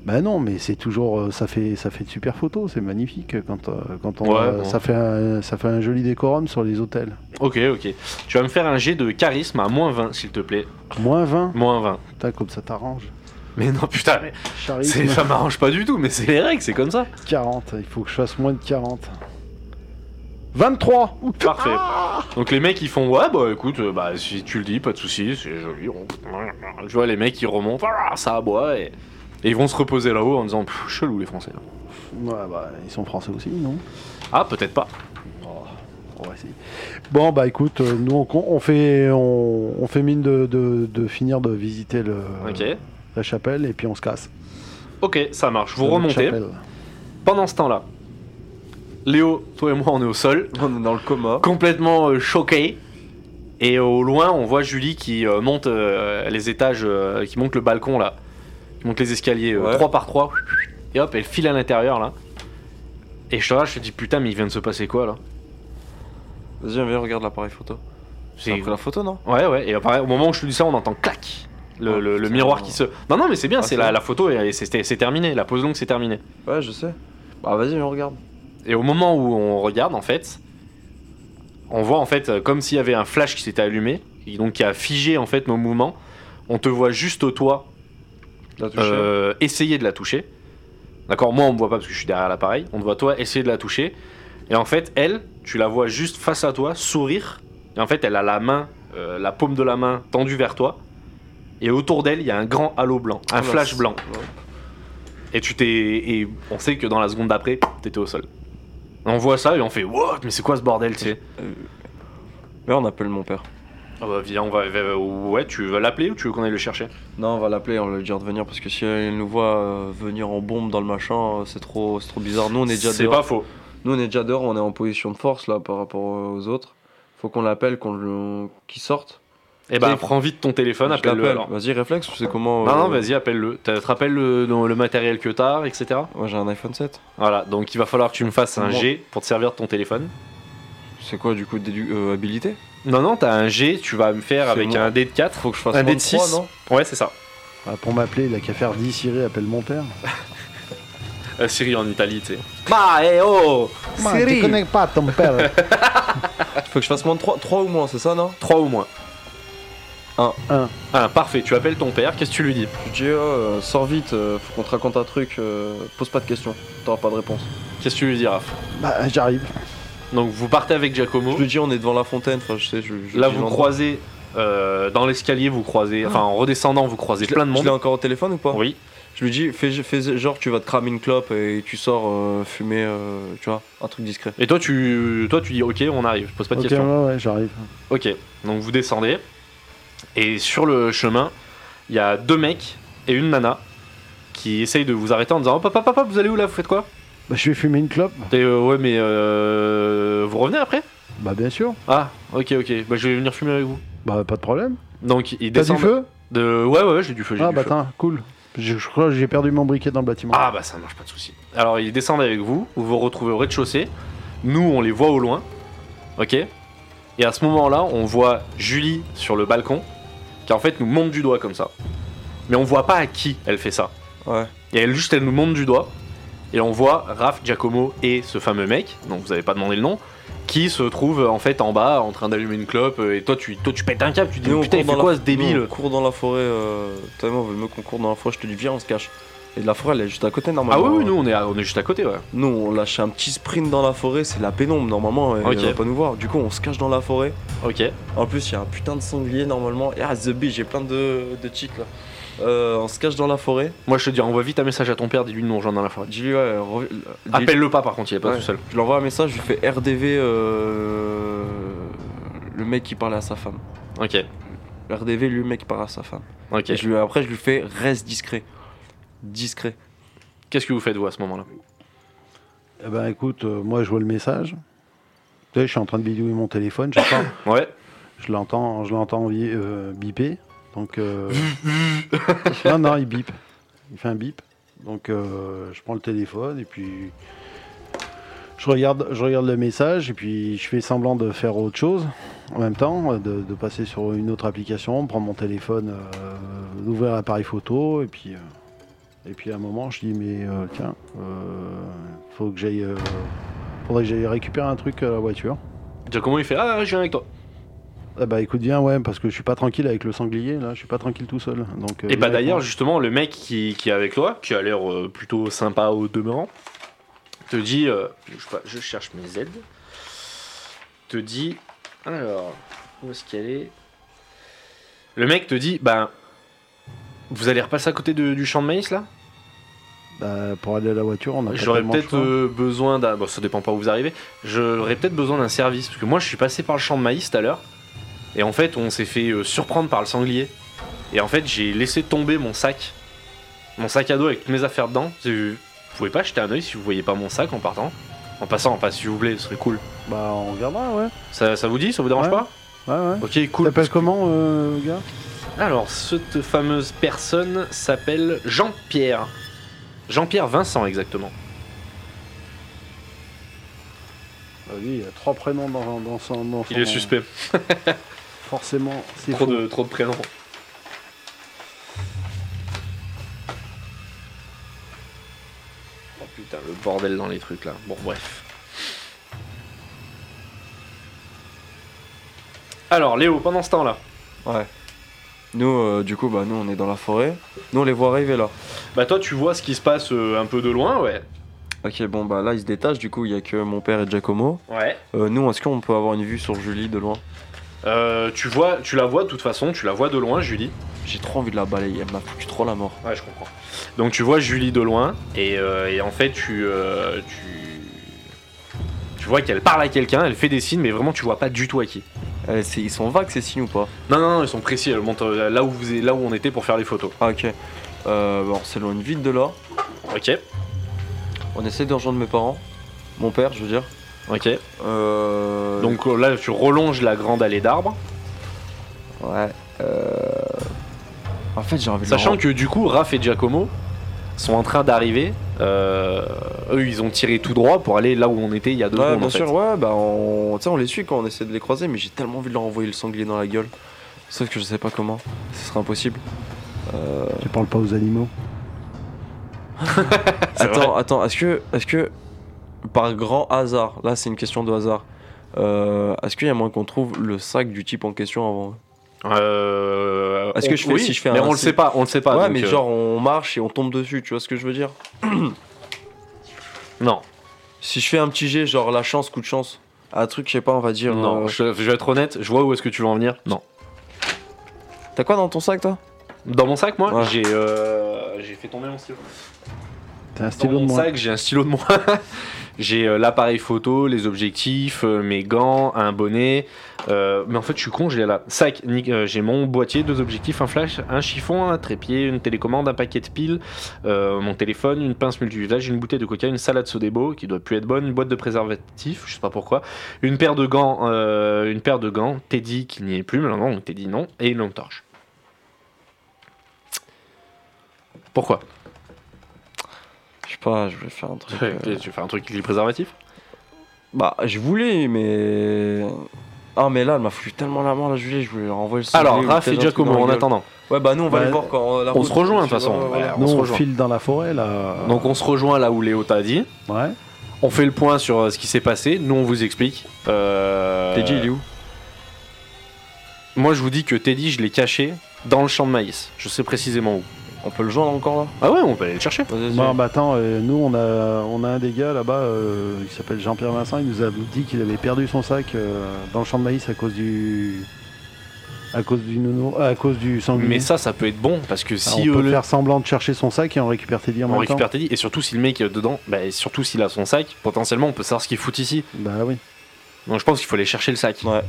Bah non, mais c'est toujours euh, ça fait ça fait de super photos. C'est magnifique quand euh, quand on
Ouais,
euh,
bon.
ça fait un, ça fait un joli décorum sur les hôtels.
Ok, ok. Tu vas me faire un jet de charisme à moins 20, s'il te plaît.
Moins 20,
Moins 20.
Putain, comme ça t'arrange.
Mais non, putain, mais c'est-
Charisme
ça m'arrange pas du tout, mais c'est les règles, c'est comme ça.
40. Il faut que je fasse moins de 40. 23
Parfait. Donc les mecs ils font ouais bah écoute euh, bah si tu le dis pas de souci c'est joli. Je vois les mecs ils remontent ah, ça aboie et, et ils vont se reposer là-haut en disant Pff, chelou les Français.
Ouais, bah, ils sont français aussi, non Oh,
Ah peut-être pas.
On va essayer. Bon, bah écoute, euh, nous on, con- on fait, on, on fait mine de, de- de finir de visiter le,
Ok
la chapelle et puis on se casse.
ok ça marche. Vous
Notre
remontez.
chapelle.
Pendant ce temps-là, Léo toi et moi on est au sol
On est dans le coma.
complètement euh, choqués et au loin on voit Julie qui euh, monte euh, les étages euh, qui monte le balcon là qui monte les escaliers euh,
Ouais.
trois par trois et hop elle file à l'intérieur là. Et je te rase, je te dis putain mais il vient de se passer quoi là
Vas-y, viens, regarde l'appareil photo.
C'est-
T'as pris la photo, non
Ouais, ouais, et après, au moment où je te dis ça, on entend clac le,
Oh,
le- le
putain.
miroir qui se. Non, non, mais c'est bien,
Ah,
c'est
c'est
la,
bon.
la photo et, et c'est c'est terminé, la pose longue c'est terminé.
Ouais, je sais. Bah, vas-y, viens, regarde.
Et au moment où on regarde, en fait, on voit en fait euh, comme s'il y avait un flash qui s'était allumé, et donc qui a figé en fait nos mouvements. On te voit juste au toit
La touché.
euh, essayer de la toucher. D'accord Moi, on me voit pas parce que je suis derrière l'appareil. On te voit toi essayer de la toucher. Et en fait, elle, tu la vois juste face à toi, sourire. Et en fait, elle a la main, euh, la paume de la main tendue vers toi. Et autour d'elle, il y a un grand halo blanc, un
Ah,
flash
mince.
blanc.
Ouais.
Et tu t'es. Et on sait que dans la seconde d'après, t'étais au sol. Et on voit ça et on fait What Mais c'est quoi ce bordel, tu sais
Mais on appelle mon père.
Ah bah, viens, on va. Ouais, tu veux l'appeler ou tu veux qu'on aille le chercher
Non, on va l'appeler, on va lui dire de venir parce que si elle nous voit euh, venir en bombe dans le machin, euh, c'est trop, c'est trop bizarre. Nous, on est déjà
C'est
dehors.
pas faux.
Nous, on est déjà dehors, on est en position de force là par rapport euh, aux autres. Faut qu'on l'appelle, qu'on le- qu'il sorte.
Et bah,
C'est-
prends vite ton téléphone,
Je
appelle-le
l'appelle.
alors. Ah.
Vas-y, réflexe, c'est comment.
Non,
euh,
non, vas-y, appelle-le. T'as- Te rappelles le, le matériel que t'as, etc.
Moi, j'ai un iPhone 7.
Voilà, donc il va falloir que tu me fasses un
Bon.
G pour te servir de ton téléphone.
C'est quoi du coup dédu- euh, habilité
Non, non, t'as un G, tu vas me faire
C'est
avec
moi.
un D de 4.
Faut que je fasse
Un dé de
33,
six.
non
Ouais, c'est ça.
Bah, pour m'appeler, il a qu'à faire 10 Siri, appelle mon père.
Euh, Siri en Italie, tu sais. Bah, eh oh
Tu connais pas ton
<laughs>
père.
Faut que je fasse moins de 3, 3 ou moins, c'est ça, non
3 au moins.
Un.
Un.
Un, parfait, tu appelles ton père, qu'est-ce que tu lui dis
Je dis, euh, sors vite, euh, faut qu'on te raconte un truc, euh, pose pas de questions, t'auras pas de réponse.
Qu'est-ce que tu lui dis, Raph
bah, j'arrive.
Donc vous partez avec Giacomo.
Je lui dis, on est devant la fontaine, enfin, je sais, je. je
Là,
dis
vous
l'endroit.
croisez euh, dans l'escalier, vous croisez.
Ah.
Enfin, en redescendant, vous croisez
Je l'ai-
plein de
Je l'ai
monde.
encore au téléphone ou pas
Oui.
Je lui dis, fais, fais- genre, tu vas te cramer une clope et tu sors euh, fumer, euh, tu vois, un truc discret.
Et toi, tu, toi, tu dis ok, on arrive, je pose pas de
Ok,
questions.
ouais, ouais, j'arrive.
Ok, donc vous descendez. Et sur le chemin, il y a deux mecs et une nana qui essayent de vous arrêter en disant Oh papa, papa, vous allez où là Vous faites quoi
Bah, je vais fumer une clope.
Et, euh, Ouais, mais euh, vous revenez après
Bah, bien sûr.
Ah, ok, ok, bah, je vais venir fumer avec vous.
Bah, pas de problème.
Donc ils
T'as du
descendent.
feu
de... Ouais, ouais, ouais, j'ai du feu. j'ai
Ah,
du
bah,
feu.
tiens, cool. Je, je crois que j'ai perdu mon briquet dans le bâtiment.
Ah bah ça marche pas de souci. Alors ils descendent avec vous, vous vous retrouvez au rez-de-chaussée. Nous on les voit au loin, ok. Et à ce moment-là, on voit Julie sur le balcon qui en fait nous monte du doigt comme ça. Mais on voit pas à qui elle fait ça.
Ouais.
Et elle juste elle nous monte du doigt et on voit Raph, Giacomo et ce fameux mec dont vous avez pas demandé le nom qui se trouve en fait en bas en train d'allumer une clope et toi tu toi tu pètes un câble tu te dis
Nous, on
putain il
court
fait
dans
quoi
la-
ce
nous,
débile
On court dans la forêt, euh, toi et moi, on veut mieux qu'on court dans la forêt, je te dis, viens, on se cache. Et la forêt, elle est juste à côté,
Ah
normalement.
oui, oui nous on est à- on est juste à côté ouais.
Nous, on lâche un petit sprint dans la forêt, c'est la pénombre, normalement, et
Ok.
elle va pas nous voir. Du coup, on se cache dans la forêt.
OK.
En plus, il y a un putain de sanglier, normalement. Et ah, The Bee, j'ai plein de, de cheats, là. Euh, on se cache dans la forêt.
Moi je te dis envoie vite un message à ton père dis-lui de nous rejoindre dans la forêt.
Dis-lui, ouais, re- dis-
Appelle-le pas par contre, il est pas
Ouais.
tout seul.
Je lui envoie un message, je lui fais RDV, euh, le mec qui parlait à sa femme.
Ok,
RDV, lui, le mec qui parlait à sa femme.
ok.
Et je lui, après, je lui fais reste discret. Discret.
Qu'est-ce que vous faites vous à ce moment-là
Eh ben écoute, euh, moi je vois le message. Tu sais, je suis en train de bidouiller mon
<laughs>
téléphone, j'entends,
Ouais.
je l'entends, je l'entends bi- euh, biper. Donc euh, non non, il bip, il fait un bip. Donc euh, je prends le téléphone et puis je regarde, je regarde le message et puis je fais semblant de faire autre chose en même temps, euh, de, de passer sur une autre application, prendre mon téléphone, euh, d'ouvrir l'appareil photo et puis euh, et puis à un moment je dis mais euh, tiens, euh, faut que j'aille, euh, faudrait que j'aille récupérer un truc à la voiture.
Giacomo il fait Ah, je viens avec toi.
Ah bah écoute bien, ouais, parce que je suis pas tranquille avec le sanglier, là, je suis pas tranquille tout seul. Donc, euh,
Et bah
il
d'ailleurs,
répond.
justement, le mec qui, qui est avec toi, qui a l'air euh, plutôt sympa au demeurant, te dit. euh, je, sais pas, je cherche mes aides. Te dit. Alors, où est-ce qu'elle est Le mec te dit Ben. Vous allez repasser à côté de- du champ de maïs là
Bah, pour aller à la voiture, on a pas
J'aurais
tellement le
peut-être
choix.
euh, besoin d'un. Bon, ça dépend pas où vous arrivez. J'aurais peut-être besoin d'un service. Parce que moi, je suis passé par le champ de maïs tout à l'heure. Et en fait, on s'est fait euh, surprendre par le sanglier. Et en fait, j'ai laissé tomber mon sac. Mon sac à dos avec toutes mes affaires dedans. C'est- Vous pouvez pas jeter un oeil si vous voyez pas mon sac en partant. En passant, enfin, s'il vous plaît, ce serait cool.
Bah, on regardera, ouais.
Ça, ça vous dit Ça vous dérange
Ouais.
pas
Ouais, ouais.
Ok, cool.
T'appelles comment, euh, gars
Alors, cette fameuse personne s'appelle Jean-Pierre. Jean-Pierre Vincent, exactement.
Ah oui, il y a trois prénoms dans, dans son dans
Il
son-
est suspect.
Forcément, c'est
Trop
faux.
de, trop de prénoms. Oh putain, le bordel dans les trucs là. Bon, bref. Alors, Léo, pendant ce temps-là,
Ouais. Nous, euh, du coup, bah, nous, on est dans la forêt. Nous, on les voit arriver là.
bah toi, tu vois ce qui se passe euh, un peu de loin, ouais.
Ok, bon, bah là, ils se détachent. Du coup, il y a que mon père et Giacomo.
Ouais.
Euh, nous, est-ce qu'on peut avoir une vue sur Julie de loin
Euh, tu vois, tu la vois de toute façon, tu la vois de loin, Julie.
J'ai trop envie de la balayer. Elle m'a foutu trop la mort.
Ouais, je comprends. Donc tu vois Julie de loin et, euh, et en fait tu, euh, tu tu vois qu'elle parle à quelqu'un, elle fait des signes, mais vraiment tu vois pas du tout à qui.
Eh, c'est- ils sont vagues ces signes ou pas
Non, non, non, ils sont précis. Elles montrent euh, là où, vous est- là où on était pour faire les photos.
Ah, ok. Euh, bah, on s'éloigne vite de là.
Ok,
On essaie de rejoindre mes parents. Mon père, je veux dire.
ok.
Euh,
Donc euh, là, tu relonges la grande allée d'arbres.
Ouais. euh, En fait, j'ai envie de
Sachant
leur-
que du coup, Raph et Giacomo sont en train d'arriver. Euh, eux, ils ont tiré tout droit pour aller là où on était il y a deux
Ouais,
secondes.
bien
en fait.
sûr, ouais, bah on, tu sais, on les suit quand on essaie de les croiser, mais j'ai tellement envie de leur envoyer le sanglier dans la gueule. Sauf que je sais pas comment, ce serait impossible.
Tu parles pas aux animaux
C'est
Attends, attends, est-ce que, est-ce que, par grand hasard, là c'est une question de hasard, euh, est-ce qu'il y a moyen qu'on trouve le sac du type en question avant
Euh,
Est-ce que je fais-
oui,
si je fais
Mais
un-
on le
si-
sait pas, on le sait pas.
Ouais,
donc,
mais
euh,
genre on marche et on tombe dessus, tu vois ce que je veux dire
Non,
Si je fais un petit jet, genre la chance, coup de chance, un truc, je sais pas, on va dire.
non.
euh,
Je, je vais être honnête, je vois où est-ce que tu veux en venir. Non.
T'as quoi dans ton sac toi
Dans mon sac, moi,
Ouais.
j'ai euh, j'ai fait tomber mon stylo.
T'as un
Dans
stylo de
mon
moi.
sac, j'ai un stylo de moi. <laughs> j'ai euh, l'appareil photo, les objectifs, euh, mes gants, un bonnet. euh, mais en fait, je suis con, j'ai là. Sac, ni- euh, j'ai mon boîtier, deux objectifs, un flash, un chiffon, un trépied, une télécommande, un paquet de piles, euh, mon téléphone, une pince multiusage, une bouteille de coca, une salade Sodebo qui doit plus être bonne, une boîte de préservatifs, je sais pas pourquoi, une paire de gants, euh, une paire de gants, Teddy qui n'y est plus, mais non, non, Teddy non, et une lampe torche. Pourquoi
Je sais pas, je voulais faire un truc. euh,
Tu fais un truc qui est préservatif
Bah, je voulais, mais. Ah, mais là, elle m'a foutu tellement la mort, la Julie, je voulais leur envoyer le
Alors,
sanglier ou
Raph et
peut-être un truc
Giacomo,
dans la
en
gueule.
attendant.
Ouais, bah, nous, on va
Bah,
les voir quand. euh, la
on se
route-
rejoint, de toute
Ouais,
façon.
ouais, ouais.
on
Nous,
se
on,
rejoint.
file dans la forêt, là.
Donc, on se rejoint là où Léo t'a dit.
Ouais.
On fait le point sur euh, ce qui s'est passé. Nous, on vous explique. Euh,
Teddy, il est où
Moi, je vous dis que Teddy, je l'ai caché dans le champ de maïs. Je sais précisément où.
On peut le joindre encore là
Ah ouais, on peut aller le chercher.
Vas-y, vas-y.
Bon, bah attends, euh, nous, on a, on a un des gars là-bas, euh, il s'appelle Jean-Pierre Vincent, il nous a dit qu'il avait perdu son sac euh, dans le champ de maïs à cause du. à cause du nounou, à cause du sanglier.
Mais ça, ça peut être bon parce que
Alors,
si
Mm-hmm. on
euh,
peut
le-
faire semblant de chercher son sac et on récupère tes en
on
même temps.
récupère Teddy, et surtout si le mec est dedans, bah, et surtout s'il a son sac, potentiellement, on peut savoir ce qu'il fout ici.
Bah oui.
Donc, je pense qu'il faut aller chercher le sac.
Ouais.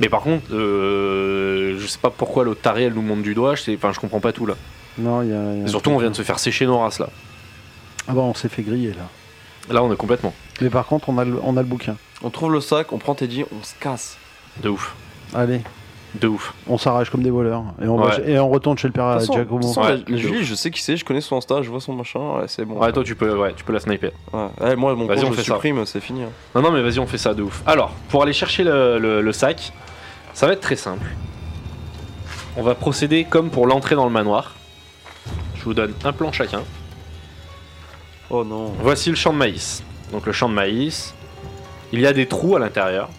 Mais par contre, euh, je sais pas pourquoi l'autre taré, elle nous monte du doigt. Je, sais... enfin, je comprends pas tout là.
Non, il y a. il y a
Et
un
surtout,
truc.
on vient de se faire sécher nos races là.
Ah bah on s'est fait griller là.
Là, on est complètement
Mais par contre, on a le, on a le bouquin.
On trouve le sac, on prend Teddy, on se casse.
de ouf.
Allez,
De ouf.
on s'arrache comme des voleurs. Et on, va
Ouais.
chez- et on retourne chez le père
De
à
toute façon, de toute
Giacomo.
façon,
Ouais,
la-
de
la
ouf.
Julie, je sais qui c'est, je connais son Insta, je vois son machin, ouais, c'est bon.
Ouais, toi tu peux, ouais, tu peux la sniper.
Ouais. Eh, moi, mon
Vas-y,
compte,
on
je
fait ça.
supprime, c'est fini. hein.
Non, non, mais vas-y, on fait ça de ouf. Alors, pour aller chercher le, le- le sac, ça va être très simple. On va procéder comme pour l'entrée dans le manoir. Je vous donne un plan chacun.
Oh non.
Voici le champ de maïs. Donc le champ de maïs, il y a des trous à l'intérieur.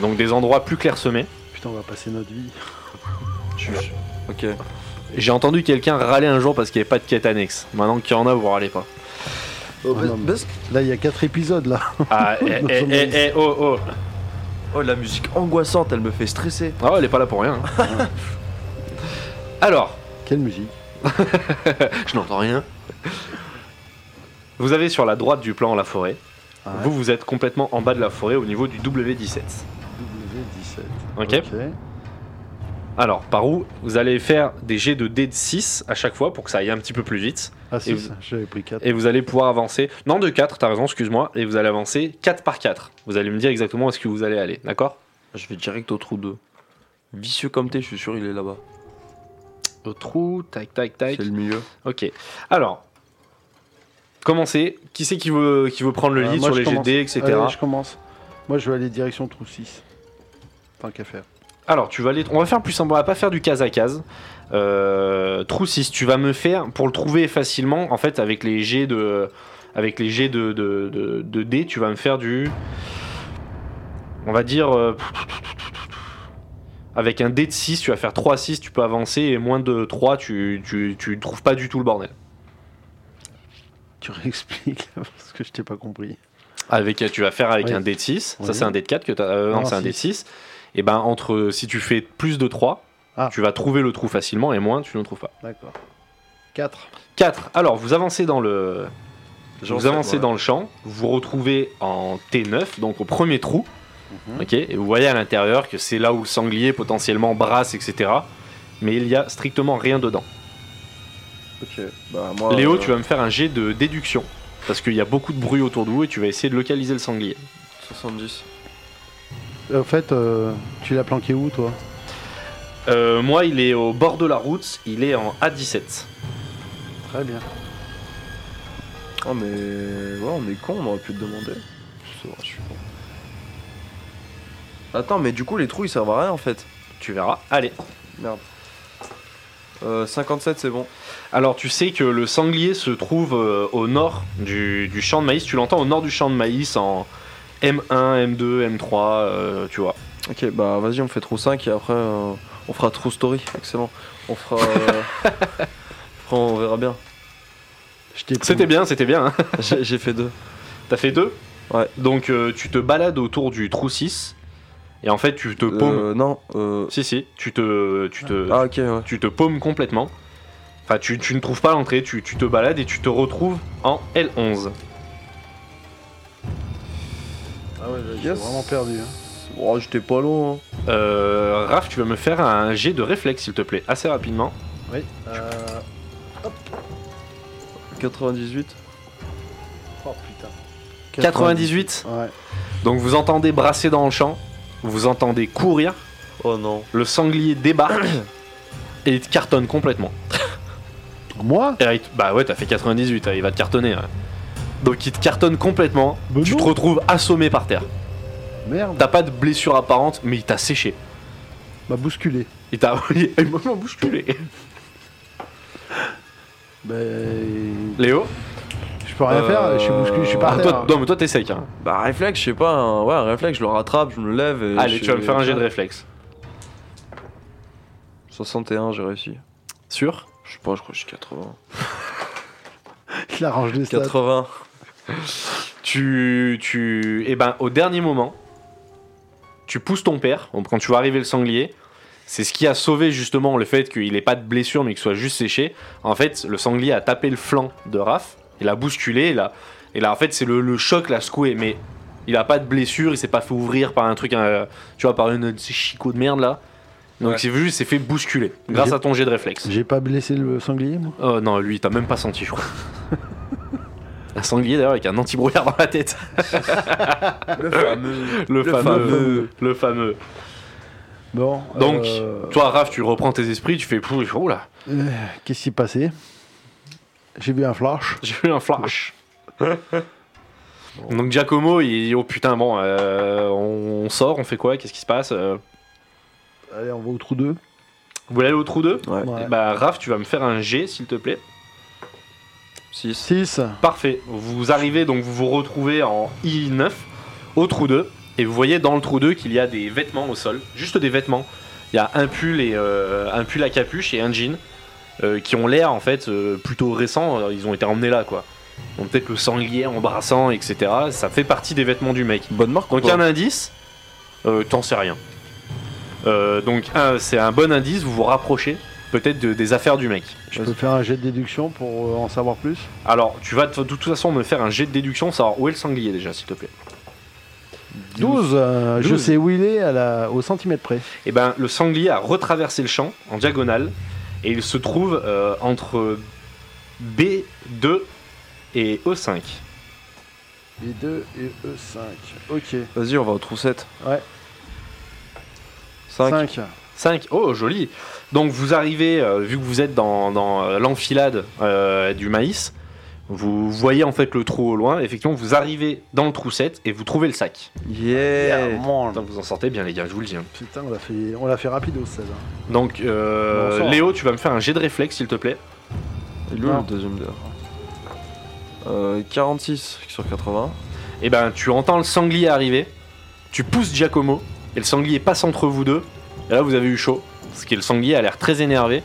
donc des endroits plus clairsemés.
Putain, on va passer notre vie. <laughs>
Ok.
J'ai entendu quelqu'un râler un jour parce qu'il n'y avait pas de quête annexe. Maintenant qu'il y en a, vous râlez pas.
Oh,
Ah, non, mais- Là, il y a 4 épisodes là.
Ah, eh, eh, eh, eh, oh, oh.
Oh, la musique angoissante, elle me fait stresser.
Ah ouais, elle est pas là pour rien. hein. <laughs> Alors,
Quelle musique
je n'entends rien. Vous avez sur la droite du plan la forêt.
Ah ouais.
Vous, vous êtes complètement en bas de la forêt au niveau du W17.
W17.
Ok Alors, par où Vous allez faire des jets de dés de 6 à chaque fois pour que ça aille un petit peu plus vite.
Ah, si,
vous-
j'avais pris 4.
Et vous allez pouvoir avancer. Non, de 4, t'as raison, excuse-moi. Et vous allez avancer 4 par 4. Vous allez me dire exactement où est-ce que vous allez aller, d'accord
Je vais direct au trou 2. Vicieux comme t'es, je suis sûr, il est là-bas.
Au trou, tac, tac, tac.
C'est le milieu.
Ok. Alors, commencez. Qui c'est qui veut, qui veut prendre le
Ah,
lead
moi,
sur
je
les
commence.
GD, etc.
Allez, je commence. Moi, je vais aller direction trou 6. Tant qu'à faire.
Alors, tu vas aller. On va faire plus simple. On va pas faire du case à case. Euh, trou 6, tu vas me faire pour le trouver facilement. En fait, avec les G de, avec les G de de, de, de dés, tu vas me faire du. On va dire. euh, avec un dé de 6, tu vas faire 3 à 6, tu peux avancer, et moins de 3, tu, tu, tu trouves pas du tout le bordel.
Tu réexpliques là, parce que je t'ai pas compris.
Avec, tu vas faire avec
Oui.
un dé de 6. Ça,
Oui.
c'est un dé de 4 que t'as. euh, non,
Non,
c'est un
six.
dé de 6. Et ben, entre. Si tu fais plus de 3,
Ah.
tu vas trouver le trou facilement, et moins, tu ne le trouves pas.
D'accord. 4.
4. Alors, vous avancez dans le.
J'en
vous
sais,
avancez
ouais.
dans le champ, vous vous retrouvez en T9, donc au premier trou,
Mhm.
ok, et vous voyez à l'intérieur que c'est là où le sanglier potentiellement brasse, etc. Mais il y a strictement rien dedans.
Ok.
Bah, moi,
Léo,
euh,
tu vas me faire un jet de déduction, parce qu'il y a beaucoup de bruit autour de vous et tu vas essayer de localiser le sanglier.
70.
En fait, euh, tu l'as planqué où toi
Euh, moi, il est au bord de la route, il est en A17.
Très bien.
Oh, mais. Ouais, on est con, on aurait pu te demander. C'est vrai, je suis con. Attends, mais du coup, les trous, ils servent à rien en fait.
Tu verras. Allez.
Merde. Euh, 57, c'est bon.
Alors, tu sais que le sanglier se trouve euh, au nord du, du champ de maïs. Tu l'entends au nord du champ de maïs en M1, M2, M3, euh, tu vois.
Ok, bah vas-y, on fait trou 5 et après euh, on fera trou story. Excellent. On
<laughs>
fera. euh, après, on verra bien.
Je t'ai pris-
C'était bien, c'était bien. hein.
<laughs> J'ai j'ai fait deux.
T'as fait deux
Ouais.
Donc, euh, tu te balades autour du trou 6. Et en fait, tu te paumes.
Euh, non. Euh...
Si, si. Tu te, tu te,
Ah, ok, ouais.
tu te paumes complètement. Enfin, tu, tu ne trouves pas l'entrée. Tu, tu te balades et tu te retrouves en L11.
Ah ouais, là, j'ai
Yes.
vraiment perdu. hein.
Oh, j'étais pas loin. hein.
Euh, Raph, tu vas me faire un jet de réflexe, s'il te plaît, assez rapidement.
Oui. Euh...
98.
Oh putain.
98
Ouais.
Donc vous entendez brasser dans le champ, vous entendez courir,
Oh non.
le sanglier <coughs> débarque et il te cartonne complètement.
Moi
Et là, il te- bah ouais, t'as fait 98, hein, il va te cartonner. ouais. Donc il te cartonne complètement,
Mais
tu
non.
te retrouves assommé par terre.
Merde.
T'as pas de blessure apparente, mais il t'a séché.
Bah bousculé.
Il t'a <laughs> il m'a il m'a bousculé.
Bah.
Léo
Je peux rien faire, je suis bousculé, je suis pas
ah,
à
toi,
terre. <laughs>
Non, mais toi t'es sec. hein.
Bah, réflexe, je sais pas. un- Ouais, un réflexe, je le rattrape, je me lève. Et
Allez,
je-
tu vas me Euh, faire un jet de réflexe.
61, j'ai réussi.
Sûr
Je sais pas, je crois que je suis 80.
Il arrange les stats.
80.
Tu, tu, eh ben, au dernier moment, tu pousses ton père. donc Quand tu vois arriver le sanglier, c'est ce qui a sauvé justement le fait qu'il n'ait pas de blessure, mais qu'il soit juste séché. En fait, le sanglier a tapé le flanc de Raph, il a bousculé, il a, et là, en fait, c'est le, le choc l'a secoué. Mais il a pas de blessure, il s'est pas fait ouvrir par un truc, euh, tu vois, par une ces chicots de merde là. Donc
Ouais.
c'est juste, il s'est fait bousculer grâce
J'ai-
à ton jet de réflexe.
J'ai pas blessé le sanglier moi
Oh non, lui, t'as même pas senti, je crois. un sanglier d'ailleurs avec un anti-brouillard dans la tête.
Le fameux.
Le,
Le
fameux,
fameux.
Le fameux.
Bon.
Donc,
euh,
toi, Raph, tu reprends tes esprits, tu fais pouf, oh là,
euh, Qu'est-ce qui s'est passé J'ai vu un flash.
j'ai eu un
<laughs>
flash. Donc, Giacomo, il dit Oh putain, bon, euh, on, on sort, on fait quoi Qu'est-ce qui se passe Euh,
Allez, on va au trou 2.
Vous voulez aller au trou 2
<laughs> Ouais.
Ouais.
Bah, Raph, tu vas me faire un G, s'il te plaît.
6.
6.
Parfait. Vous arrivez, donc vous vous retrouvez en I9 au trou 2. Et vous voyez dans le trou 2 qu'il y a des vêtements au sol, juste des vêtements. Il y a un pull et euh, un pull à capuche et un jean euh, qui ont l'air en fait euh, plutôt récents. euh, Ils ont été emmenés là quoi. Donc peut-être le sanglier embrassant, etc. Ça fait partie des vêtements du mec.
Bonne marque.
Donc
ou pas
un indice, euh, t'en sais rien. Euh, donc un- c'est un bon indice. Vous vous rapprochez peut-être de- des affaires du mec.
Je peux faire un jet de déduction pour euh, en savoir plus
Alors tu vas de toute façon me faire un jet de déduction, savoir où est le sanglier déjà, s'il te plaît.
12, euh, je
12.
sais où il est à la, au centimètre près.
et ben le sanglier a retraversé le champ en diagonale et il se trouve euh, entre B2 et E5.
B2 et E5. Ok.
Vas-y, on va au trou 7.
Ouais.
5.
5, oh joli Donc vous arrivez, euh, vu que vous êtes dans, dans, euh, l'enfilade euh, du maïs, vous voyez en fait le trou au loin, effectivement vous arrivez dans le trou 7 et vous trouvez le sac.
Yeah.
Attends, vous en sortez bien les gars, je vous le dis. hein.
Putain, on l'a fait, on l'a fait rapide au 16. hein.
Donc euh,
Bonsoir.
Léo, tu vas me faire un jet de réflexe s'il te plaît.
Il est où le deuxième dehors euh, 46 sur 80.
Et ben tu entends le sanglier arriver, tu pousses Giacomo, et le sanglier passe entre vous deux, et là vous avez eu chaud, parce que le sanglier a l'air très énervé,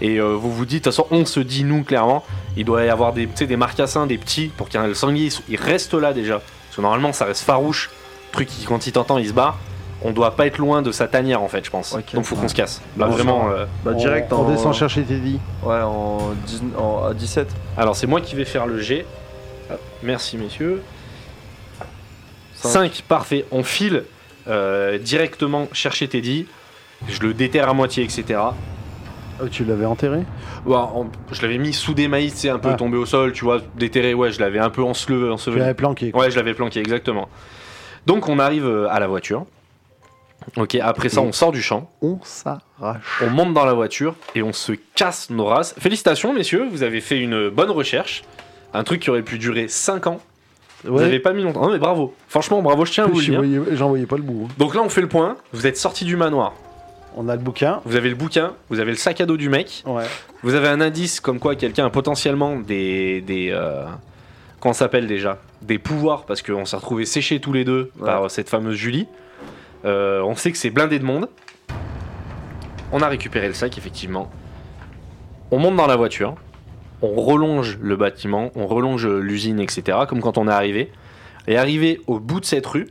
et euh, vous vous dites, de toute façon on se dit nous clairement, il doit y avoir des, tu sais, des marcassins, des petits, pour qu'un le sanglier il s- il reste là déjà, parce que normalement ça reste farouche, le truc qui quand il t'entend il se barre, on doit pas être loin de sa tanière en fait je pense,
Ok.
donc faut qu'on se casse, là
Bon,
vraiment... euh,
Bah
On-
direct
On
en...
descend chercher Teddy.
Ouais, en, 19 en- à 17.
Alors c'est moi qui vais faire le G. Ah, Merci messieurs.
Cinq.
5, parfait. On file euh, directement chercher Teddy. Je le déterre à moitié, etc.
Ah, tu l'avais enterré
Bon, en- je l'avais mis sous des maïs, c'est un peu
Ah.
tombé au sol, tu vois, déterré, ouais, je l'avais un peu enseveli.
Tu l'avais planqué. quoi.
Ouais, je l'avais planqué, exactement. Donc on arrive euh, à la voiture. Ok, après ça,
Et-
on sort du champ,
On s'arrache.
on monte dans la voiture et on se casse nos races. Félicitations, messieurs, vous avez fait une bonne recherche. Un truc qui aurait pu durer 5 ans. Vous
Ouais.
avez hein. pas mis longtemps. Non mais bravo. Franchement, bravo, je tiens à vous le
J'y
dire.
voyais- J'en voyais pas le bout. hein.
Donc là, on fait le point. Vous êtes sorti du manoir.
On a le bouquin.
Vous avez le bouquin. Vous avez le sac à dos du mec.
Ouais.
Vous avez un indice comme quoi quelqu'un a potentiellement des des euh, qu'on s'appelle déjà des pouvoirs parce qu'on s'est retrouvés séchés tous les deux
Ouais.
par cette fameuse Julie. Euh, on sait que c'est blindé de monde. On a récupéré le sac effectivement. On monte dans la voiture. On relonge le bâtiment, on relonge l'usine, etc. Comme quand on est arrivé. Et arrivé au bout de cette rue,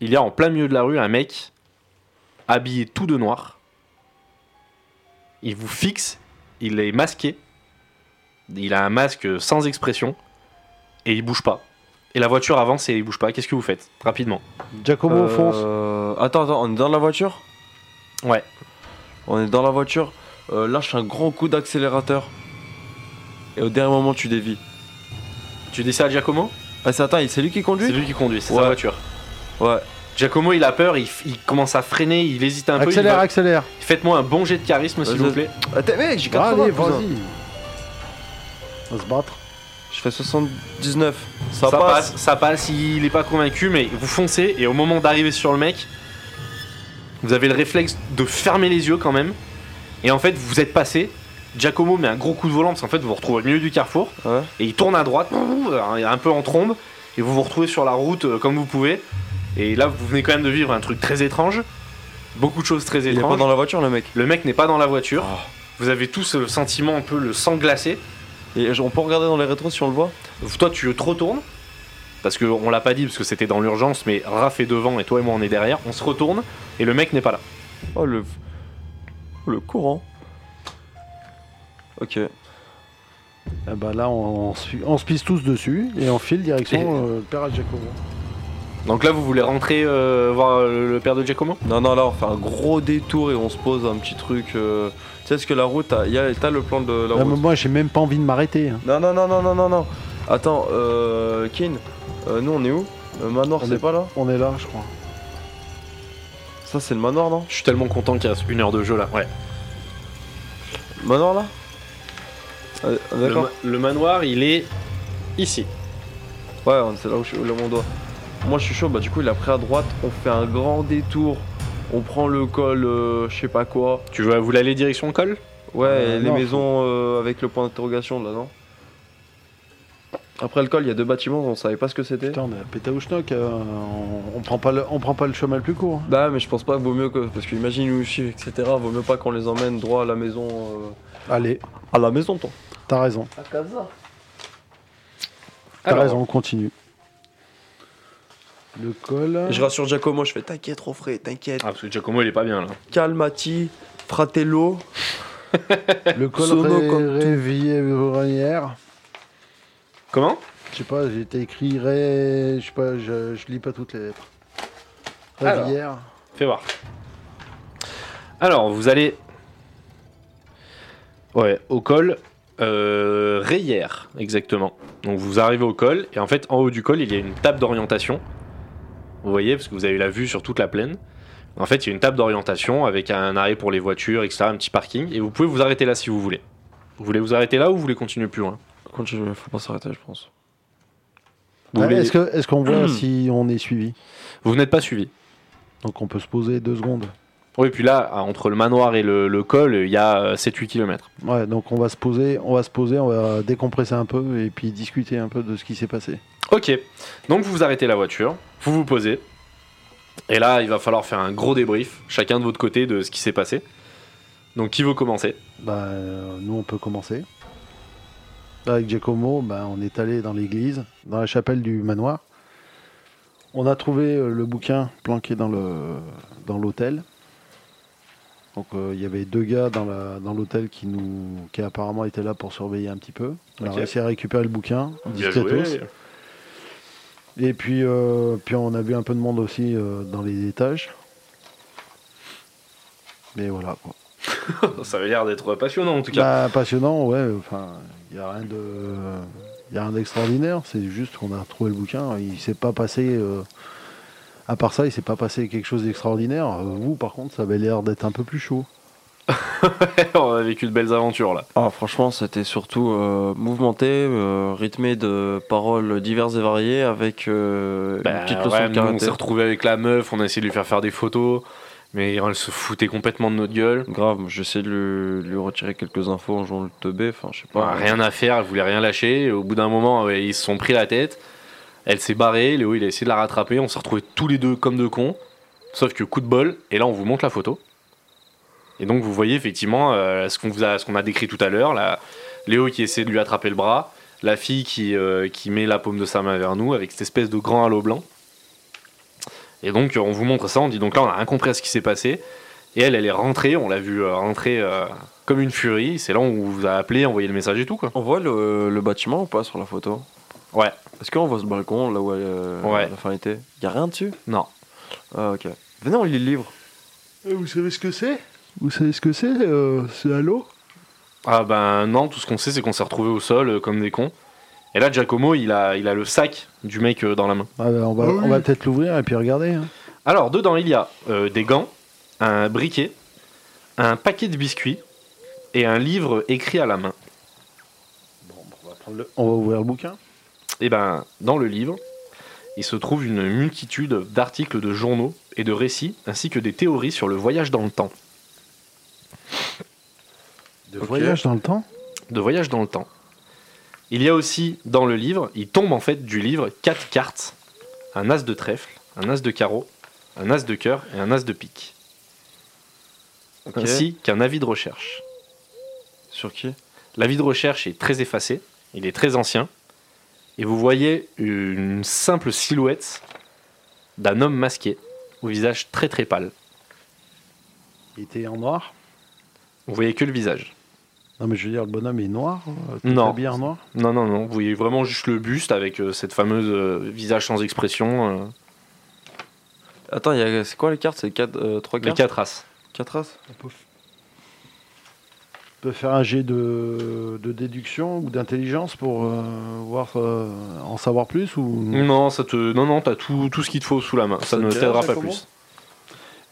il y a en plein milieu de la rue un mec habillé tout de noir. Il vous fixe, il est masqué. Il a un masque sans expression et il bouge pas. Et la voiture avance et il bouge pas. Qu'est-ce que vous faites Rapidement.
Giacomo
Euh,
fonce.
Attends, attends, on est dans la voiture
Ouais.
On est dans la voiture. Euh, lâche un grand coup d'accélérateur. Et au dernier moment, tu dévis.
Tu dis ça à Giacomo
Ah, c'est attends, c'est lui qui
C'est
conduit
lui qui conduit, c'est
Ouais.
sa voiture.
Ouais.
Giacomo, il a peur, il, il commence à freiner, il hésite un peu. il
Accélère,
va-
accélère.
Faites-moi un bon jet de charisme, s'il
Vas-y.
vous plaît.
Attends, mec, j'ai 80
Ah, Allez,
cousin.
vas-y. On va se battre.
Je fais 79. Ça,
Ça,
passe.
passe. ça passe, il est pas convaincu, mais vous foncez, et au moment d'arriver sur le mec, vous avez le réflexe de fermer les yeux quand même, et en fait, vous êtes passé. Giacomo met un gros coup de volant, parce qu'en fait, vous vous retrouvez au milieu du carrefour,
Ouais.
et il tourne à droite, un peu en trombe, et vous vous retrouvez sur la route euh, comme vous pouvez, et là, vous venez quand même de vivre un truc très étrange, beaucoup de choses très
Il est pas
étranges.
dans la voiture, le mec.
Le mec n'est pas dans la voiture,
Oh.
vous avez tous le sentiment un peu le sang glacé,
Et je- on peut regarder dans les rétros si on le voit
Toi, tu te retournes. Parce qu'on l'a pas dit, parce que c'était dans l'urgence, mais Raph est devant et toi et moi on est derrière. On se retourne et le mec n'est pas là.
Oh, le. oh, le courant. Ok.
Ah bah là, on, on se, on se pisse tous dessus et on file direction
Et-
euh, le père à Giacomo.
Donc là, vous voulez rentrer euh, voir euh, le père de Giacomo
Non, non, là on fait un gros détour et on se pose un petit truc. euh, Tu sais, parce que la route, t'as y a- t'as le plan de la
Là,
route.
moi, j'ai même pas envie de m'arrêter. hein.
Non, non, non, non, non, non, non. Attends, euh, Kin, euh, nous on est où Le manoir,
On
c'est
est-
pas là
On est là, je crois.
Ça, c'est le manoir, non
Je suis tellement content qu'il reste une heure de jeu là. Ouais.
Manoir là Ah,
Le,
D'accord.
ma- le manoir, il est ici.
Ouais, on- c'est là où, je, là où on doit. Moi, je suis chaud. Bah, du coup, il a pris à droite. On fait un grand détour. On prend le col, euh, je sais pas quoi.
Tu veux, vous l'aller direction le col
Ouais,
Euh,
et les
non,
maisons euh, avec le point d'interrogation là, non Après le col, il y a deux bâtiments, on savait pas ce que c'était.
Putain, on est à Pétaouchnok, euh, on, on prend pas le, on prend pas le chemin le plus court. hein.
Bah, mais je pense pas, vaut mieux que. Parce qu'imagine où je suis, etc. Vaut mieux pas qu'on les emmène droit à la maison. euh,
Allez,
À la maison, toi.
t'as raison.
À casa.
T'as raison, on continue. Le col.
Je rassure Giacomo, je fais t'inquiète, Rofré, t'inquiète.
Ah, parce que Giacomo, il est pas bien là.
Calmati, Fratello.
Le col
Sono comme tout.
Révière.
Comment
Je sais pas, j'ai été écrit Ré. Je sais pas, je, je lis pas toutes les lettres.
Alors.
Rivière.
Fais voir. Alors, vous allez. Ouais, au col. Euh, Rayère, exactement. Donc vous arrivez au col, et en fait, en haut du col, il y a une table d'orientation. Vous voyez, parce que vous avez la vue sur toute la plaine. En fait, il y a une table d'orientation avec un arrêt pour les voitures, etc., un petit parking, et vous pouvez vous arrêter là si vous voulez. Vous voulez vous arrêter là ou vous voulez continuer plus loin
Continue, faut pas s'arrêter, je pense.
vous,
Ah,
voulez-
Est-ce que- est-ce
<clears throat>
qu'on voit si on est suivi
vous n'êtes pas suivi.
Donc on peut se poser deux secondes.
Oui, puis là, entre le manoir et le, le col, il y a euh, 7-8 km.
Ouais, donc on va se poser, on va se poser, on va décompresser un peu et puis discuter un peu de ce qui s'est passé.
Ok, donc vous arrêtez la voiture, vous vous posez, et là il va falloir faire un gros débrief, chacun de votre côté, de ce qui s'est passé. Donc qui veut commencer
Bah, euh, nous, on peut commencer. Avec Giacomo, bah, on est allé dans l'église, dans la chapelle du manoir. On a trouvé euh, le bouquin planqué dans le dans l'hôtel. Donc euh, il y avait deux gars dans la dans l'hôtel qui nous qui apparemment étaient là pour surveiller un petit peu. On a
Ok.
réussi à récupérer le bouquin.
Bien
discretos.
joué.
Et puis euh, puis on a vu un peu de monde aussi euh, dans les étages. Mais voilà quoi.
Ça avait l'air d'être passionnant en tout cas.
Bah, passionnant, ouais. Enfin, il n'y a rien de, y a rien d'extraordinaire. C'est juste qu'on a retrouvé le bouquin. Il s'est pas passé. euh, à part ça, il s'est pas passé quelque chose d'extraordinaire. Euh, Vous, par contre, ça avait l'air d'être un peu plus chaud.
Bah.
<laughs> On a vécu de belles aventures là.
Ah, franchement, c'était surtout euh, mouvementé, euh, rythmé de paroles diverses et variées avec euh,
Bah,
une petite leçon
ouais, nous,
de
on s'est
caractère.
retrouvé avec la meuf, on a essayé de lui faire faire des photos, mais elle se foutait complètement de notre gueule.
Grave, j'essaie de lui, lui retirer quelques infos en jouant le teubé, enfin, je sais
Bah,
pas.
rien à faire, elle voulait rien lâcher. et au bout d'un moment, ouais, ils se sont pris la tête. Elle s'est barrée, Léo il a essayé de la rattraper. On s'est retrouvés tous les deux comme deux cons. Sauf que coup de bol, et là on vous montre la photo. Et donc vous voyez effectivement euh, ce qu'on vous a, ce qu'on a décrit tout à l'heure. là, Léo qui essaie de lui attraper le bras, la fille qui, euh, qui met la paume de sa main vers nous avec cette espèce de grand halo blanc. Et donc euh, on vous montre ça, on dit donc là on a rien compris à ce qui s'est passé. Et elle, elle est rentrée, on l'a vu euh, rentrer euh, comme une furie. C'est là où on vous a appelé, envoyé le message et tout quoi.
On voit le, le bâtiment ou pas sur la photo
Ouais.
Est-ce qu'on voit ce balcon là où elle, euh,
Ouais.
la fin était Y a rien dessus
Non.
Ah, ok. Venez, on lit le livre.
Euh,
Vous savez ce que c'est Vous savez ce que c'est C'est à l'eau
Ah ben non, tout ce qu'on sait c'est qu'on s'est retrouvés au sol euh, comme des cons. Et là Giacomo il a, il a le sac du mec euh, dans la main.
ben, On va,
Ah oui.
on va peut-être l'ouvrir et puis regarder. hein.
Alors dedans il y a euh, des gants, un briquet, un paquet de biscuits et un livre écrit à la main.
On va ouvrir le bouquin.
Et ben dans le livre il se trouve une multitude d'articles de journaux et de récits ainsi que des théories sur le voyage dans le temps.
De voyage dans le temps
de voyage dans le temps. Il y a aussi dans le livre, il tombe en fait du livre quatre cartes un as de trèfle, un as de carreau, un as de cœur et un as de pique,
Ok.
ainsi qu'un avis de recherche.
Sur qui
L'avis de recherche est très effacé, il est très ancien, et vous voyez une simple silhouette d'un homme masqué, au visage très très pâle.
Il était en noir
Vous voyez que le visage.
Non, mais je veux dire, le bonhomme est noir euh, tout
Non.
habillé en noir
Non, non, non, vous voyez vraiment juste le buste avec euh, cette fameuse euh, visage sans expression, euh,
Attends, y a- c'est quoi les cartes C'est 4, 3
les
cartes
quatre as.
4 as
On peut faire un jet de, de déduction ou d'intelligence pour euh, voir euh, en savoir plus ou
Non, ça te, non, non, t'as tout, tout ce qu'il te faut sous la main. Mm. Ça
Ça
ne
te dirait,
t'aidera
ça,
pas
comment
plus.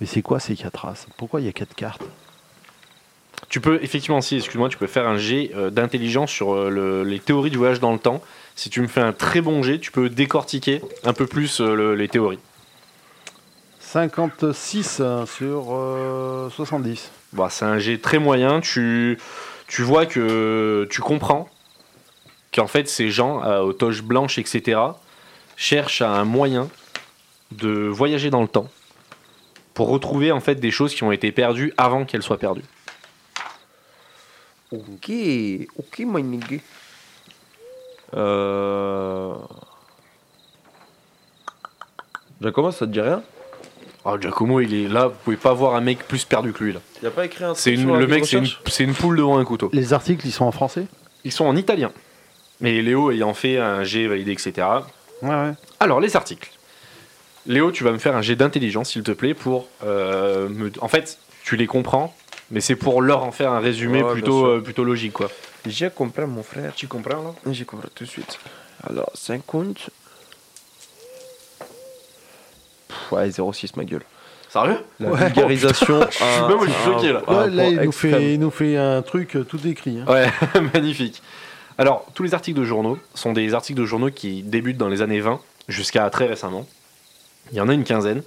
Mais c'est quoi ces quatre races Pourquoi il y a quatre cartes
Tu peux effectivement, si, excuse-moi, tu peux faire un jet euh, d'intelligence sur euh, le- les théories du voyage dans le temps. Si tu me fais un très bon jet, tu peux décortiquer un peu plus euh, le- les théories.
56 hein, sur euh, 70.
Bah, c'est un jet très moyen. Tu, tu vois que tu comprends qu'en fait ces gens euh, aux toches blanches, etc., cherchent à un moyen de voyager dans le temps pour retrouver en fait des choses qui ont été perdues avant qu'elles soient perdues.
Ok, ok, my nigga.
Euh... Giacomo, ça te dit rien
Ah Giacomo, il est là, vous pouvez pas voir un mec plus perdu que lui là.
Il a pas écrit un
C'est une, le mec, c'est une, c'est une poule devant un couteau.
Les articles, ils sont en français
Ils sont en italien. Mais Léo ayant fait un G validé, etc.
Ouais, ouais.
Alors les articles. Léo, tu vas me faire un jet d'intelligence, s'il te plaît, pour euh, me- en fait, tu les comprends, mais c'est pour leur en faire un résumé
Ouais, bien
plutôt
sûr.
euh, plutôt logique quoi.
J'ai compris, mon frère.
Tu comprends là
J'ai compris tout de suite. Alors, 50. Pff, ouais, 06,
<laughs>
ma gueule.
Sérieux
La vulgarisation. à-
Oh, même- moi, je suis
à un-
choqué, là.
à un
Ouais, là,
point
il nous,
extrême.
fait, il nous fait un truc euh, tout écrit. hein.
Ouais, <laughs> magnifique. Alors, tous les articles de journaux sont des articles de journaux qui débutent dans les années 20 jusqu'à très récemment. Il y en a une quinzaine.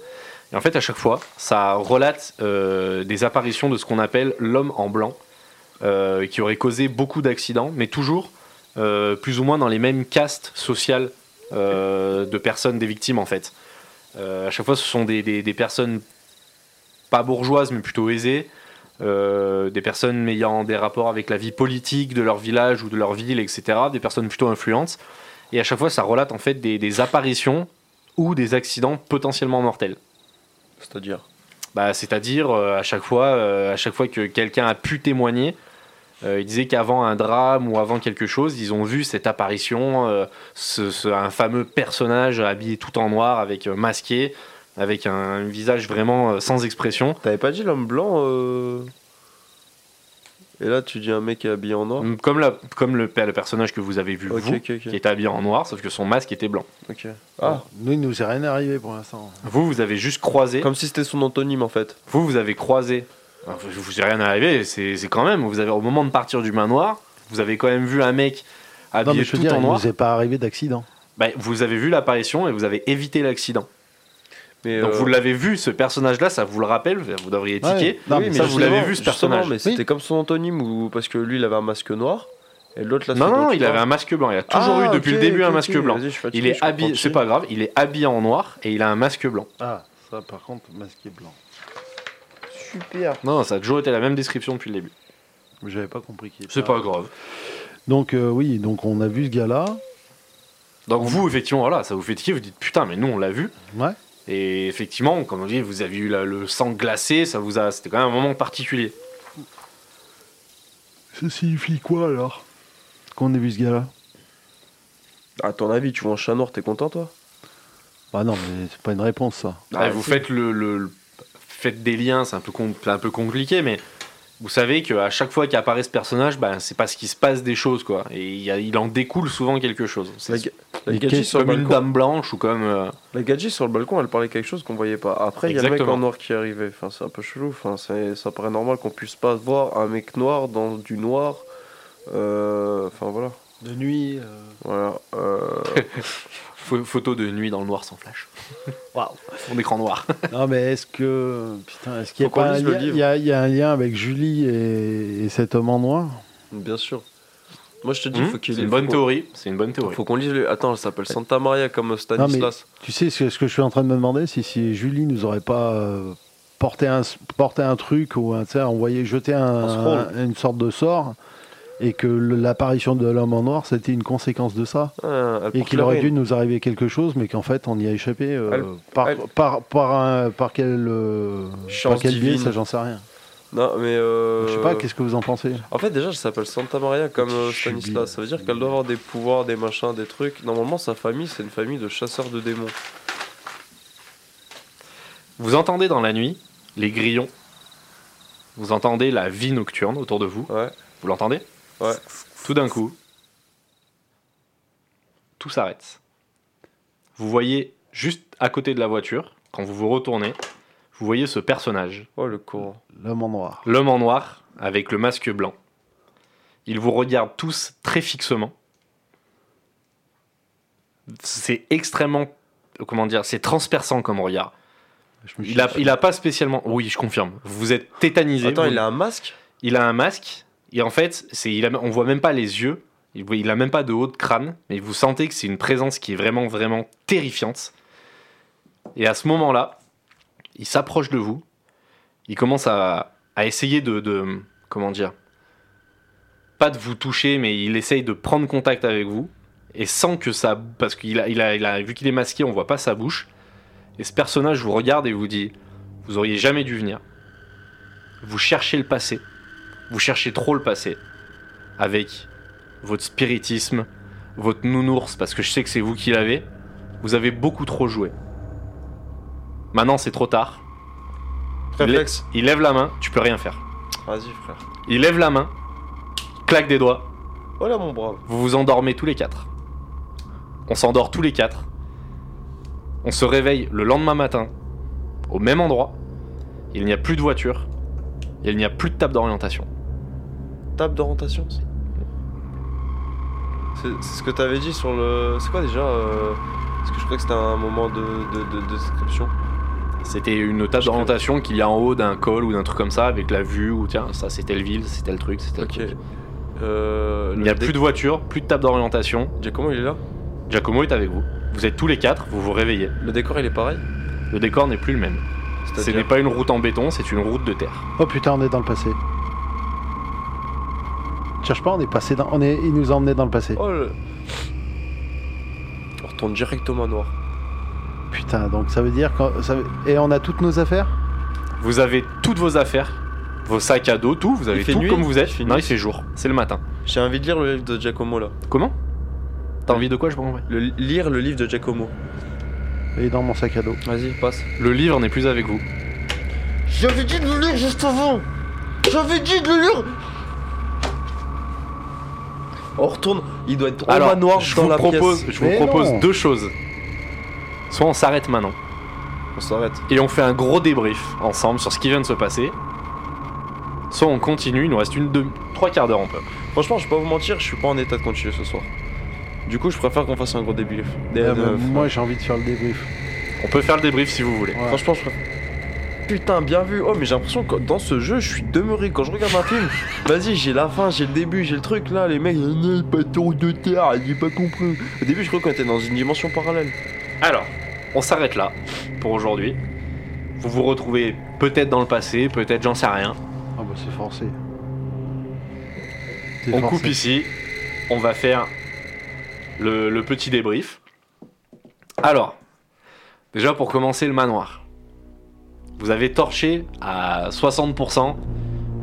Et en fait, à chaque fois, ça relate euh, des apparitions de ce qu'on appelle l'homme en blanc, euh, qui aurait causé beaucoup d'accidents, mais toujours euh, plus ou moins dans les mêmes castes sociales euh, de personnes, des victimes en fait. Euh, à chaque fois, ce sont des, des- des personnes pas bourgeoises, mais plutôt aisées, euh, des personnes ayant des rapports avec la vie politique de leur village ou de leur ville, etc., des personnes plutôt influentes. Et à chaque fois, ça relate en fait des, des apparitions ou des accidents potentiellement mortels.
C'est-à-dire.
Bah, c'est-à-dire euh, à chaque fois, euh, à chaque fois que quelqu'un a pu témoigner, euh, il disait qu'avant un drame ou avant quelque chose, ils ont vu cette apparition, euh, ce- ce- un fameux personnage habillé tout en noir, avec euh, masqué, avec un, un visage vraiment euh, sans expression.
T'avais pas dit l'homme blanc euh, Et là, tu dis un mec qui est habillé en noir
Comme, la- comme le, le personnage que vous avez vu
Ok,
vous,
ok, ok.
qui était habillé en noir, sauf que son masque était blanc.
Ok.
Ah, nous, il nous est rien arrivé pour l'instant.
Vous, vous avez juste croisé.
Comme si c'était son antonyme en fait.
Vous, vous avez croisé. Alors, Je vous ai rien arrivé, c'est c'est quand même. Vous avez, au moment de partir du manoir, vous avez quand même vu un mec
Non,
habillé
mais je
tout
veux dire,
en
Ah, il
noir.
nous est pas arrivé d'accident.
Bah, vous avez vu l'apparition et vous avez évité l'accident.
Mais,
Donc
euh,
vous l'avez vu, ce personnage-là, ça vous le rappelle, vous devriez tiquer.
Non,
oui,
mais
ça, vous l'avez
justement,
vu, ce
justement,
personnage.
Mais c'était comme son antonyme ou parce que lui il avait un masque noir et l'autre là.
Non,
c'est
non, non,
l'autre
il avait
noir.
un masque blanc. Il a toujours
Ah,
eu depuis
ok,
le début
ok,
un
ok,
masque blanc.
vas-y, je suis fatigué,
Il est
je comprends
habillé,
tout
c'est
de
pas grave, il est habillé en noir et il a un masque blanc.
Ah, ça, par contre, masqué blanc.
Super.
Non, ça a toujours été la même description depuis le début.
Mais J'avais pas compris qui était
C'est
là.
pas grave.
Donc, euh, oui, donc on a vu ce gars-là.
Donc vous, effectivement, voilà, ça vous fait tiquer, vous dites putain, mais nous on l'a vu.
Ouais.
Et effectivement, comme on dit, vous avez eu la- le sang glacé, ça vous a, c'était quand même un moment particulier.
Ça signifie quoi alors Qu'on ait vu ce gars-là
À ton avis, tu vois un chat noir, t'es content toi
Bah non, mais c'est pas une réponse ça.
Ah, vous faites le, le- le- faites des liens, c'est un peu com- c'est un peu compliqué, mais vous savez qu'à chaque fois qu'apparaît ce personnage, ben, c'est parce qu'il se passe des choses quoi, et il, y a- il en découle souvent quelque chose.
La,
C'est
ga- la
Mais
gadji
qu'est-
sur le
comme une
balcon.
dame blanche ou comme euh,
La gadji sur le balcon, elle parlait quelque chose qu'on voyait pas. Après, il y a le mec
Exactement.
en noir qui arrivait. Enfin, c'est un peu chelou. Enfin, c'est- ça paraît normal qu'on puisse pas voir un mec noir dans du noir. Euh, Enfin voilà.
De nuit.
Voilà.
<laughs>
euh,
pho- photo de nuit dans le noir sans flash.
Waouh.
Son écran <laughs> noir.
Non, mais est-ce que. Putain, est-ce qu'il y, a
Faut qu'on
pas un
lise le
lien-
livre.
il y a- il y a un lien avec Julie et, et cet homme en noir
Bien sûr. Moi je te dis,
Hmm
faut qu'il
c'est une
faut
bonne
qu'on-
théorie. C'est une bonne théorie.
Faut qu'on lise le. Attends, elle s'appelle Santa Maria comme Stanislas.
Tu sais ce que, ce que je suis en train de me demander si, si Julie nous aurait pas euh, porté, un, porté un truc ou un, tu sais, envoyé jeter un,
Un scroll.
un- une sorte de sort et que le- l'apparition de l'homme en noir c'était une conséquence de ça
Ah, elle
et
porte
qu'il
le
aurait
rhin.
dû nous arriver quelque chose mais qu'en fait on y a échappé euh,
Elle-
par,
elle-
par, par, un- par quel, euh,
Chance
par quel biais
divine.
ça j'en sais rien.
Non, mais. euh,
Je sais pas, qu'est-ce que vous en pensez
En fait, déjà, elle s'appelle Santa Maria comme euh,
Je suis bi-
Stanislas. Ça veut dire qu'elle doit avoir des pouvoirs, des machins, des trucs. Normalement, sa famille, c'est une famille de chasseurs de démons.
Vous entendez dans la nuit les grillons. Vous entendez la vie nocturne autour de vous.
Ouais.
Vous l'entendez
Ouais.
Tout d'un coup, tout s'arrête. Vous voyez juste à côté de la voiture, quand vous vous retournez, vous voyez ce personnage,
Oh, le courant.
L'homme en noir.
l'homme en noir avec le masque blanc. Il vous regarde tous très fixement. C'est extrêmement, comment dire, c'est transperçant comme regard.
Je me suis-
Il a, il a pas spécialement. Oui, je confirme. Vous êtes tétanisé.
Attends,
Vous-
il a un masque
il a un masque et en fait, c'est, il a- on voit même pas les yeux. Il vous- il a même pas de haut de crâne, mais vous sentez que c'est une présence qui est vraiment, vraiment terrifiante. Et à ce moment-là, il s'approche de vous. Il commence à, à essayer de, de- Comment dire Pas de vous toucher, mais il essaye de prendre contact avec vous. Et sans que ça. Parce qu'il a, il a- il a- vu qu'il est masqué, on voit pas sa bouche. Et ce personnage vous regarde et vous dit Vous auriez jamais dû venir. Vous cherchez le passé. Vous cherchez trop le passé. Avec votre spiritisme, votre nounours, parce que je sais que c'est vous qui l'avez, vous avez beaucoup trop joué. Maintenant, c'est trop tard.
Réflexe.
Il lève la main, tu peux rien faire.
Vas-y, frère.
Il lève la main, claque des doigts,
Voilà, mon brave.
vous vous endormez tous les quatre. On s'endort tous les quatre. On se réveille le lendemain matin, au même endroit. Il n'y a plus de voiture. Il n'y a plus de table d'orientation.
Table d'orientation. c'est- C'est c'est ce que t'avais dit sur le. C'est quoi déjà euh, Parce que je crois que c'était un moment de, de, de- de description.
C'était une table d'orientation qu'il y a en haut d'un col ou d'un truc comme ça, avec la vue, ou tiens, ça c'était le ville, c'était le truc, c'était le
Ok.
truc.
Euh,
Il n'y a
le
plus de voiture, plus de table d'orientation.
déc- Comment il est là
Giacomo est avec vous. Vous êtes tous les quatre, vous vous réveillez.
Le décor il est pareil
Le décor n'est plus le même. Ce n'est
C'est-à-dire
pas une route en béton, c'est une route de terre.
Oh putain, on est dans le passé. Cherche pas, on est passé dans. On est... Il nous a emmenés dans le passé.
Oh le... On retourne directement noir.
Putain, donc ça veut dire. que ça veut- Et on a toutes nos affaires
Vous avez toutes vos affaires, vos sacs à dos, tout, vous avez
fait
tout
nuit
comme vous êtes.
Il fait
non,
nuit
il fait jour, c'est le matin.
J'ai envie de lire le livre de Giacomo là.
Comment T'as envie de quoi, je m'en vais
Le, lire le livre de Giacomo.
Il est dans mon sac à dos.
Vas-y, passe.
Le livre n'est plus avec vous.
J'avais dit de le lire juste avant J'avais dit de le lire On retourne, il doit être au manoir
je
dans
vous
la
propose,
pièce.
je vous
Mais
propose
non.
deux choses. Soit on s'arrête maintenant
On s'arrête.
et on fait un gros débrief ensemble sur ce qui vient de se passer. Soit on continue, il nous reste une demi, trois quarts d'heure un peu.
Franchement, je vais pas vous mentir, je suis pas en état de continuer ce soir. Du coup, je préfère qu'on fasse un gros débrief. Des- E
Euh,
des-
mais moi, j'ai envie de faire le débrief.
On peut faire le débrief si vous voulez.
Ouais.
Franchement, je préfère. Putain, bien vu. Oh, mais j'ai l'impression que dans ce jeu, je suis demeuré. Quand je regarde un film, <laughs> vas-y, j'ai la fin, j'ai le début, j'ai le truc là. Les mecs, euh, pas tour de terre, j'ai pas compris. Au début, je crois qu'on était dans une dimension parallèle.
Alors, on s'arrête là pour aujourd'hui. Vous vous retrouvez peut-être dans le passé, peut-être j'en sais rien.
Ah bah c'est forcé. C'est
On
forcé.
coupe ici, on va faire le, le petit débrief. Alors, déjà pour commencer le manoir, vous avez torché à 60%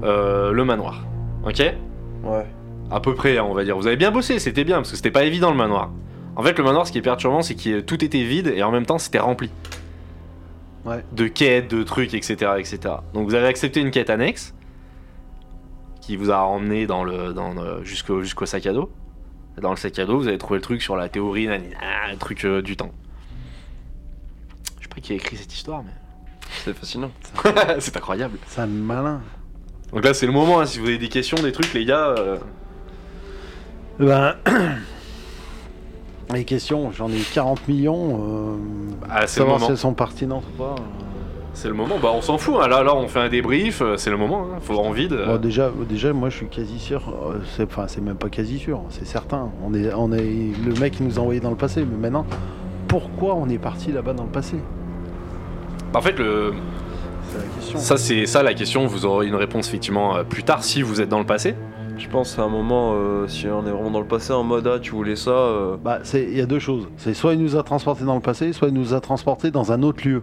euh, le manoir, ok
Ouais.
À peu près, hein, on va dire. Vous avez bien bossé, c'était bien, parce que c'était pas évident le manoir. En fait, le manoir, ce qui est perturbant, c'est que tout était vide et en même temps, c'était rempli.
Ouais.
De quêtes, de trucs, etc., etc. Donc, vous avez accepté une quête annexe qui vous a emmené dans le, dans le- jusqu'au, jusqu'au sac à dos. Dans le sac à dos, vous avez trouvé le truc sur la théorie, nanana, le truc euh, du temps. Je sais pas qui a écrit cette histoire, mais <laughs>
C'est fascinant.
c'est incroyable.
C'est un malin.
Donc là, c'est le moment. hein, si vous avez des questions, des trucs, les gars. euh,
Ben. Les questions, j'en ai 40 millions. Euh,
Ah, c'est le
savoir
moment.
si elles sont pertinentes ou pas. euh,
C'est le moment, bah on s'en fout, hein. là, là on fait un débrief, euh, c'est le moment, hein. faut en vide. euh.
Bon, déjà, déjà, moi je suis quasi sûr. euh, c'est- Enfin, c'est même pas quasi sûr, c'est certain. On est, on est, le mec qui nous a envoyé dans le passé, mais maintenant, pourquoi on est parti là-bas dans le passé
En fait, le...
C'est la question.
ça c'est ça la question, vous aurez une réponse effectivement euh, plus tard si vous êtes dans le passé.
Je pense à un moment, euh, si on est vraiment dans le passé, en mode ah, tu voulais ça. euh,
Bah, c'est- il y a deux choses. C'est soit il nous a transporté dans le passé, soit il nous a transporté dans un autre lieu.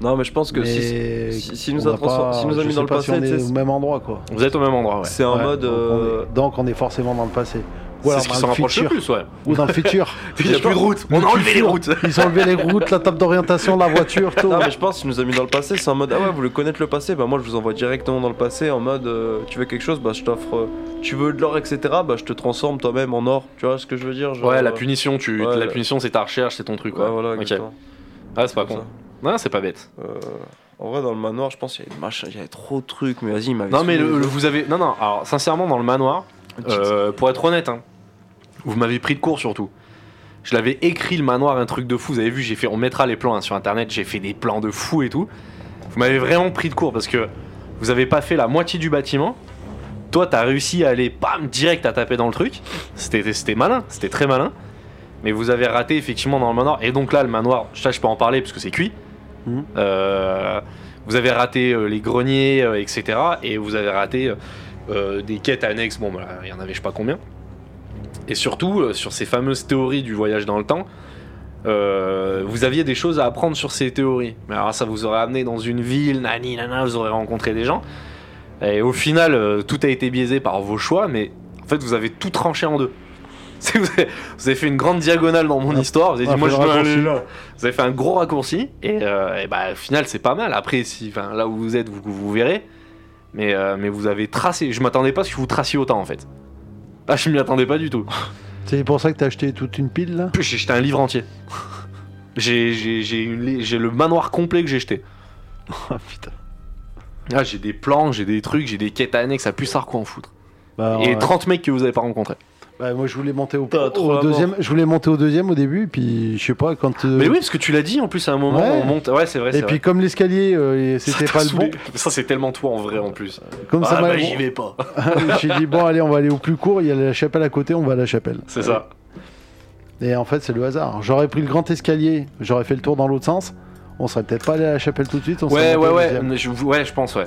Non, mais je pense que si. c'est-
Mais
si- si nous
on
a transfor- si nous a
je
mis
sais
dans le
pas si
passé,
on
tu
est
sais,
au même endroit quoi.
Vous êtes au même endroit, ouais.
C'est en
Ouais,
mode.
donc,
euh,
on est- donc on est forcément dans le passé. Ou
C'est
alors
ce qui
dans
s'en
le
rapproche le
futur.
plus, ouais.
Ou dans le futur.
Il n'y a plus de route, on a enlevé les routes.
Ils ont enlevé les routes, la table d'orientation, la voiture, tout.
Non, mais je pense qu'il nous a mis dans le passé. C'est en mode Ah ouais, vous voulez connaître le passé Bah, moi, je vous envoie directement dans le passé. En mode euh, Tu veux quelque chose Bah, je t'offre. euh, tu veux de l'or, etc. Bah, je te transforme toi-même en or. Tu vois ce que je veux dire genre,
Ouais, la
euh,
punition, tu...
Ouais.
la punition c'est ta recherche, c'est ton truc,
Ouais,
quoi.
voilà,
Ok.
exactement.
Ah, c'est pas
Comme
con. Non, c'est pas bête.
Euh, en vrai, dans le manoir, je pense qu'il y avait, des machins, il y avait trop de trucs. Mais vas-y, il m'avait.
Non, mais
saoulé.
le- le- vous avez. Non, non, alors sincèrement, dans le manoir, Euh, pour être honnête, hein, vous m'avez pris de court surtout. Je l'avais écrit le manoir, un truc de fou. Vous avez vu, j'ai fait, on mettra les plans hein, sur internet. J'ai fait des plans de fou et tout. Vous m'avez vraiment pris de court parce que vous avez pas fait la moitié du bâtiment. Toi, t'as réussi à aller, bam, direct à taper dans le truc. C'était c'était malin, c'était très malin. Mais vous avez raté effectivement dans le manoir. Et donc là, le manoir, ça je peux en parler parce que c'est cuit.
Mhm.
Euh, vous avez raté euh, les greniers, euh, etc. Et vous avez raté euh, des quêtes annexes. Bon, bah, il y en avait je sais pas combien. Et surtout, euh, sur ces fameuses théories du voyage dans le temps, euh, vous aviez des choses à apprendre sur ces théories. Mais alors ça vous aurait amené dans une ville, nani, nana, vous aurez rencontré des gens. Et au final, euh, tout a été biaisé par vos choix, mais en fait, vous avez tout tranché en deux. <laughs> C'est- Vous avez, vous avez fait une grande diagonale dans mon
Ah,
histoire. Vous avez dit,
Ah,
moi,
fais
je
le
veux
raccourci.
aller là. Vous avez fait un gros raccourci, et, euh, et bah, au final, c'est pas mal. Après, si, enfin, là où vous êtes, vous, vous verrez. Mais, euh, mais vous avez tracé. Je m'attendais pas à ce que vous traciez autant, en fait. Ah, je m'y attendais pas du tout.
C'est pour ça que t'as acheté toute une pile là
Puis J'ai jeté un livre entier. J'ai- J'ai j'ai une li- j'ai le manoir complet que j'ai jeté.
Ah putain.
Ah, j'ai des plans, j'ai des trucs, j'ai des quêtes annexes à plus ça quoi en foutre.
Bah,
Et
ouais.
30 mecs que vous avez pas rencontrés.
Bah, moi je voulais monter au,
T'as trop
au
la
deuxième. Je voulais monter au deuxième au début, puis je sais pas quand. euh,
Mais oui, parce que tu l'as dit en plus à un moment,
Ouais.
on monte. Ouais, c'est vrai.
Et
c'est
puis
vrai.
comme l'escalier, euh, et
Ça
c'était
t'a
pas le bon.
saoulé. Ça, c'est tellement toi en vrai en plus.
Comme ça
ah,
m'a.
bah, j'y vais
<laughs>
pas.
J'ai dit bon allez, on va aller au plus court. Il y a la chapelle à côté, on va à la chapelle.
C'est ça.
Et en fait, c'est le hasard. J'aurais pris le grand escalier, j'aurais fait le tour dans l'autre sens. On serait peut-être pas allé à la chapelle tout de suite. On
Ouais,
serait monté
ouais,
au
ouais.
deuxième.
Je, ouais, je pense, ouais.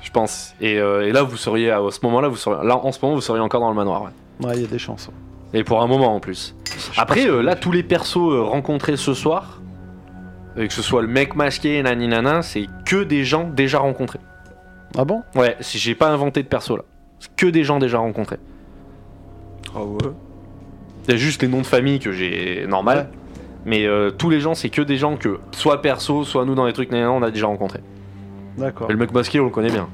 Je pense. Et, euh, et là, vous seriez à ce moment-là, vous seriez là en ce moment, vous seriez encore dans le manoir. ouais.
Ouais, il y a des chances.
Et pour un moment en plus. Après, euh, là, tous les persos euh, rencontrés ce soir, et que ce soit le mec masqué, nani nana, c'est que des gens déjà rencontrés.
Ah bon
Ouais, si j'ai pas inventé de perso là. C'est que des gens déjà rencontrés.
Ah ouais
Il y a juste les noms de famille que j'ai normal. Mais euh, tous les gens, c'est que des gens que, soit perso, soit nous dans les trucs, nani, nana, on a déjà rencontrés.
D'accord.
Et le mec masqué, on le connaît bien.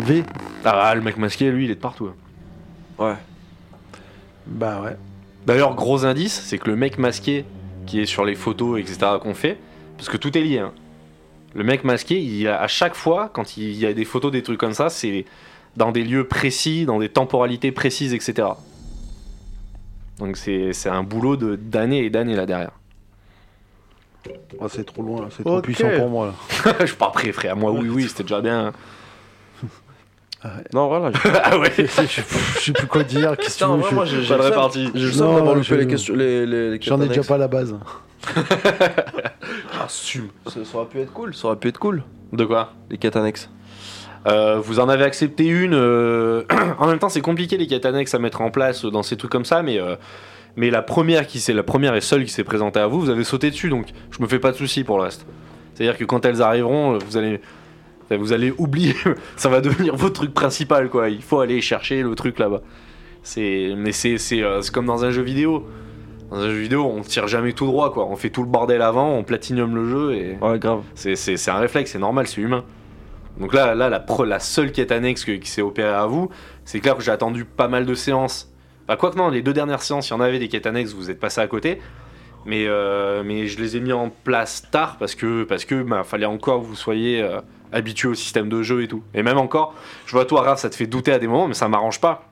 V.
Ah, le mec masqué, lui, il est de partout. hein.
Ouais.
Bah ouais.
D'ailleurs, gros indice, c'est que le mec masqué qui est sur les photos, etc., qu'on fait, parce que tout est lié. hein. Le mec masqué, il a- à chaque fois, quand il y a des photos, des trucs comme ça, c'est dans des lieux précis, dans des temporalités précises, etc. Donc c'est c'est un boulot de- d'années et d'années là derrière. <laughs>
Oh, c'est trop loin, là, c'est trop
Ok.
puissant pour moi. Là.
Je suis pas prêt, frère. Moi, oui, oui, c'était déjà
<laughs>
bien. hein.
Non, voilà. j'ai-
<laughs> ah ouais.
<laughs> je, je sais plus quoi dire. Qu'est-ce que tu
Putain,
veux,
ouais,
je-
moi, j'ai
Pas
j'ai
de
le seum-
répartie.
J'ai le
Non,
seum d'avoir
je-
loupé les questions. les- les- les
J'en ai déjà
annexes.
pas la base.
Assume.
Ça ça aurait pu être cool, ça aurait pu être cool,
De quoi
les quêtes annexes.
Euh, vous en avez accepté une. euh, <clears throat> en même temps, c'est compliqué les quêtes annexes à mettre en place euh, dans ces trucs comme ça, mais, euh, mais la première qui c'est la première et seule qui s'est présentée à vous, vous avez sauté dessus, donc je me fais pas de soucis pour le reste. C'est-à-dire que quand elles arriveront, euh, vous allez vous allez oublier, <laughs> ça va devenir votre truc principal quoi. Il faut aller chercher le truc là-bas. C'est mais c'est c'est euh, c'est comme dans un jeu vidéo. Dans un jeu vidéo, on tire jamais tout droit quoi. On fait tout le bordel avant, on platinium le jeu et
Ouais, grave.
c'est- C'est c'est un réflexe, c'est normal, c'est humain. Donc là, là la, pre- la seule quête annexe que- qui s'est opérée à vous, c'est clair que j'ai attendu pas mal de séances. Enfin, quoi que non, les deux dernières séances, il y en avait des quêtes annexes, vous êtes passé à côté. Mais, euh, mais je les ai mis en place tard parce que parce que bah, fallait encore que vous soyez euh, habitué au système de jeu et tout. Et même encore, je vois toi Raph, ça te fait douter à des moments, mais ça m'arrange pas.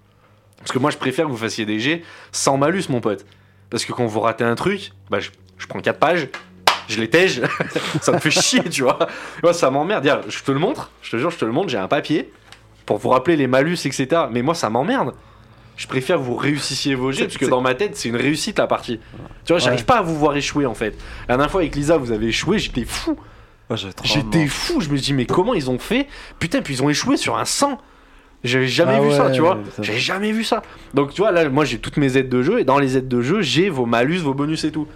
Parce que moi, je préfère que vous fassiez des jets sans malus, mon pote. Parce que quand vous ratez un truc, bah, je, je prends 4 pages, je les tège, <laughs> ça me fait chier, tu vois. Moi, ça m'emmerde. Regarde, Je te le montre, je te jure, je te le montre, j'ai un papier pour vous rappeler les malus, etc. Mais moi, ça m'emmerde. Je préfère que vous réussissiez vos jets, parce que dans ma tête, c'est une réussite la partie. Tu vois, j'arrive
Ouais.
pas à vous voir échouer en fait. La dernière fois avec Lisa, vous avez échoué, j'étais fou.
Ouais, Ah, j'avais trop
J'étais
envie.
fou, je me dis, mais comment ils ont fait Putain, puis ils ont échoué sur un 100. J'avais jamais
Ah
vu ça,
ouais,
tu vois.
ça-
J'avais jamais vu ça. Donc, tu vois, là, moi j'ai toutes mes aides de jeu, et dans les aides de jeu, j'ai vos malus, vos bonus et tout.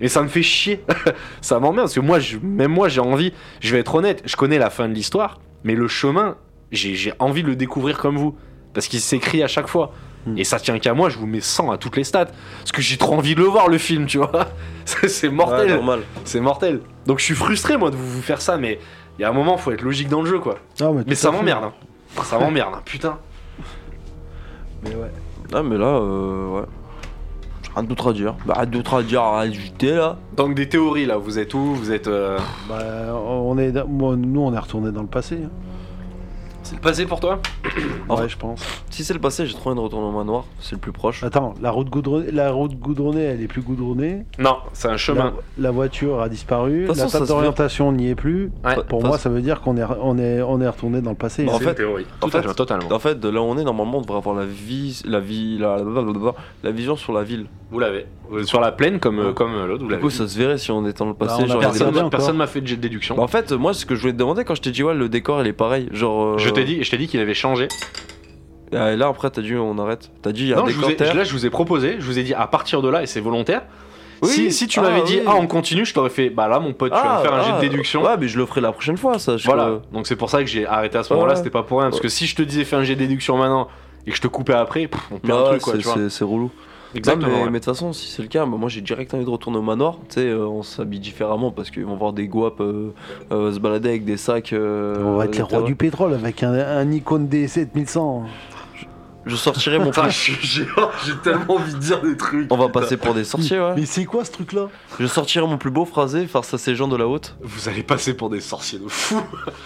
Et ça me fait chier. <laughs> ça m'emmerde, parce que moi, je- même moi, j'ai envie, je vais être honnête, je connais la fin de l'histoire, mais le chemin, j'ai j'ai envie de le découvrir comme vous. Parce qu'il s'écrit à chaque fois.
Hmm.
Et ça tient qu'à moi, je vous mets 100 à toutes les stats. Parce que j'ai trop envie de le voir, le film, tu vois. <laughs> C'est c'est mortel.
Ouais, normal.
C'est mortel. Donc je suis frustré moi de vous vous faire ça, mais il y a un moment faut être logique dans le jeu quoi.
Non,
Mais
tout
ça
à fait.
m'emmerde. hein. Ça m'emmerde, hein, putain.
Mais ouais.
Ah, mais là, euh, ouais. J'ai Rien d'autre à dire. Bah, rien d'autre à dire à ajouter là.
Donc des théories là, vous êtes où Vous êtes. euh,
Bah, on est, moi, nous, on est retourné dans le passé. hein.
C'est le passé pour toi
Ouais, je pense.
Si c'est le passé, j'ai trop envie de retourner au manoir, c'est le plus proche.
Attends, la route, goudron- la route goudronnée, elle est plus goudronnée.
Non, c'est un
La,
chemin.
la voiture a disparu.
De toute
La
façon, ça
table
se fait.
d'orientation n'y est plus.
Ouais,
Fa-
Ah, Pour
fa-
moi, ça veut dire qu'on est, on est, on est retourné dans le passé.
En
C'est
fait-
une théorie.
en
Tout à
fait-
fait, totalement.
En fait, de là où on est, normalement, on devrait avoir la vie, la vie, la, la vision sur la ville.
Vous l'avez. Vous êtes Sur la plaine, comme, euh, comme euh, l'autre, vous
Du
l'avez.
coup, ça se verrait si on était dans le
Bah,
passé.
on a
genre, il y a des-
regardé.
Personne m'a-
encore.
personne m'a fait de jet de déduction.
Bah, en fait, moi, ce que je voulais te demander quand je t'ai dit, ouais, le décor, il est pareil. Genre. euh,
Je t'ai dit, je t'ai dit qu'il avait changé.
Ah, Et là, après, t'as dit, on arrête. T'as dit, il y a
Non,
un
je vous
décor
ai-
terre.
là, je vous ai proposé, je vous ai dit à partir de là, et c'est volontaire.
Oui.
si, si tu
Ah,
m'avais dit,
oui.
ah, on continue, je t'aurais fait, bah là, mon pote, tu vas me faire un jet de
ah,
déduction.
Ouais, mais je le ferai la prochaine fois, ça. je-
Voilà, donc c'est pour ça que j'ai arrêté à ce moment-là,
Ouais.
c'était pas pour rien. Parce que si je te disais fais un jet de déduction maintenant et que je te coupais après, pff, on
Ah,
perd un truc quoi,
c'est-
tu vois.
c'est- c'est relou.
Exactement.
Non, mais-
ouais.
mais de toute façon, si c'est le cas, bah, moi j'ai direct envie de retourner au manoir. Tu sais, euh, on s'habille différemment parce qu'ils vont voir des guaps euh, euh, se balader avec des sacs. euh,
On va être les rois
etc.
du pétrole avec un, un Nikon D7100.
Je
<laughs>
sortirai mon
Ah,
Putain,
flash.
j'ai j'ai- j'ai tellement envie de dire des trucs.
On va passer pour des sorciers, ouais.
Mais c'est quoi ce truc-là
Je sortirai mon plus beau phrasé face à ces gens de la haute.
Vous allez passer pour des sorciers de fou.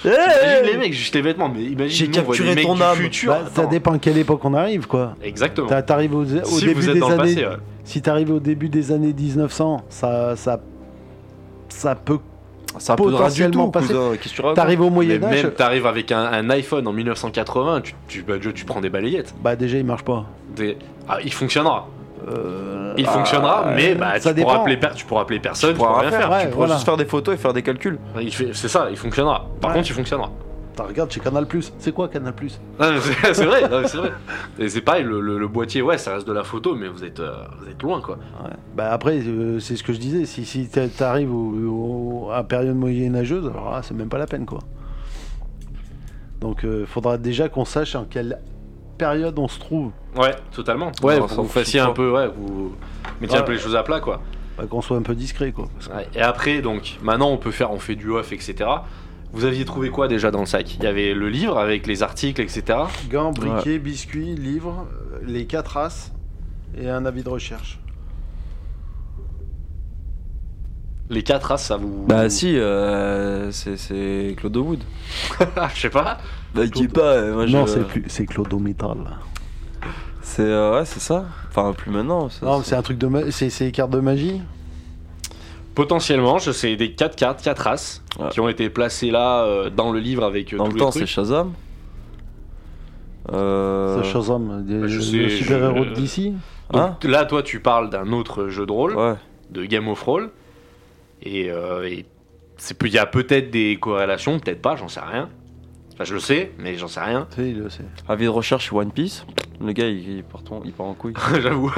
Eh, Imagine les mecs, juste les vêtements, mais imagine.
J'ai
nous, on voit
capturé
des mecs
ton
du
âme.
futur,
Bah, Ça
attends.
dépend à quelle époque on arrive, quoi.
Exactement.
T'as- T'arrives au, au
Si
début
vous êtes
des
dans le
années.
passé, ouais.
Si t'arrives au début des années 1900, ça, ça, ça peut.
Ça peut rien du
potentiellement
tout,
passer.
cousin. Qu'est-ce que tu racontes
T'arrives au
Mais
Moyen Âge.
même t'arrives avec un, un iPhone en 1980, tu, tu, bah, tu prends des balayettes.
Bah déjà, il marche pas.
Des- Ah, il fonctionnera.
Euh,
Il fonctionnera, mais bah,
ça
tu, pourras
dépend.
appeler, per- tu pourras appeler personne, tu
pourras
pourras
rien
rien faire.
ouais,
Tu pourras
voilà.
juste faire des photos et faire des calculs.
Il fait- C'est ça, il fonctionnera. Par
Ouais.
contre, il fonctionnera.
Attends, regarde chez Canal Plus. C'est quoi Canal Plus
Non, mais C'est <laughs> c'est vrai, non, mais c'est vrai. Et c'est pareil, le, le- le boîtier, ouais, ça reste de la photo, mais vous êtes, euh, vous êtes loin, quoi.
Bah après, euh, c'est ce que je disais. Si, si t'a- t'arrives au- au- à période moyenâgeuse, alors là, c'est même pas la peine, quoi. Donc, euh, faudra déjà qu'on sache en quelle période on se trouve.
Ouais, totalement.
Ouais,
Ouais,
on
pour que
s'en
vous
fout,
fassiez un
quoi.
peu, ouais, vous mettiez un
Ouais.
peu les choses à plat, quoi.
Bah, qu'on soit un peu discret, quoi.
Ouais, Et après, donc, maintenant, on peut faire, on fait du off, etc. Vous aviez trouvé quoi déjà dans le sac Il y avait le livre avec les articles, etc.
Gants, briquets, biscuits, livres, euh, les quatre races et un avis de recherche.
Les quatre races, ça vous. <laughs>
Bah si, euh, c'est- c'est Claude Wood.
Ah, je sais pas.
Bah, qui est pas, euh, moi, je-
non, c'est plus, c'est Claude Métal.
C'est euh, ouais, c'est ça. Enfin, plus maintenant. ça,
Non, mais
c'est-
c'est un truc de, ma- c'est c'est les cartes de magie.
Potentiellement, je sais des quatre cartes, quatre races
Ouais.
qui ont été placées là euh, dans le livre avec euh,
Dans
tous
le
les
temps, c'est
trucs.
Shazam. Euh...
Ça, Shazam, des,
bah, je sais,
le super héros
je-
de DC.
Hein
Donc, là, toi, tu parles d'un autre jeu de rôle.
Ouais.
de Game of Thrones. Et, euh, et c'est peu- il y a peut-être des corrélations, peut-être pas, j'en sais rien. Enfin, je le sais, mais j'en sais rien. <laughs>
Tu sais, il le sait.
Avis de recherche sur One Piece. Le gars, il, il part, ton- il part en couille.
J'avoue.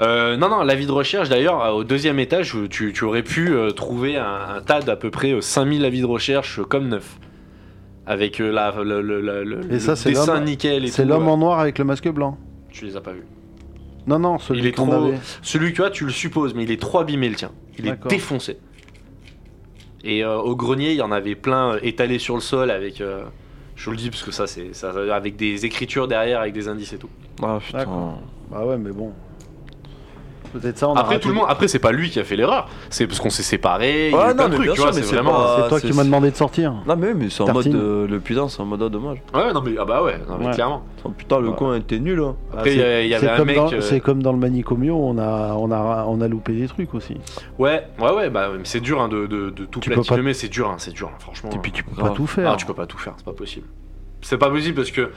Euh, non, non, l'avis de recherche, d'ailleurs, euh, au deuxième étage, tu, tu aurais pu euh, trouver un, un tas d'à peu près euh, 5000 avis de recherche euh, comme neuf. Avec euh, la, le, le- le- le- le
ça, c'est
dessin
l'homme-
nickel et
C'est
tout,
l'homme
ouais.
en noir avec le masque blanc.
Tu les as pas vus.
Non, non, celui
Il est
qu'on
trop-
avait.
Celui que tu as, tu le supposes, mais il est trop abîmé le tien. Il est
D'accord.
défoncé. Et euh, au grenier, il y en avait plein euh, étalés sur le sol avec. euh, je vous le dis parce que ça, c'est ça, ça- avec des écritures derrière, avec des indices et tout.
Ah putain.
D'accord. Bah ouais, mais bon. Peut-être ça, on a
Après,
raté.
tout le monde, après, c'est pas lui qui a fait l'erreur. C'est parce qu'on s'est séparés. il y a
Ouais,
eu
non,
plein de
mais
trucs,
bien
tu
sûr,
vois,
mais
c'est
c'est
vraiment.
pas-
C'est toi
Ah,
qui
c'est-
m'as demandé de sortir.
Non, mais oui, mais c'est en mode.
Tartine.
euh, le putain, c'est en mode ah, dommage.
Ouais, non, mais ah bah ouais, non, mais
Ouais.
clairement.
Oh, putain, le
Ouais.
coin était nul. Hein.
Après, il y a- il y
C'est
avait un
comme
mec.
dans-
euh,
C'est comme dans le manicomio, on a, on, a, on a loupé des trucs aussi.
Ouais, ouais, ouais, bah mais c'est dur hein, de, de, de tout
Tu peux pas-
platiner, mais c'est dur, hein, c'est dur, hein, franchement.
Et puis tu peux
grave.
pas tout faire.
Ah, tu peux pas tout faire, c'est pas possible. C'est pas possible parce que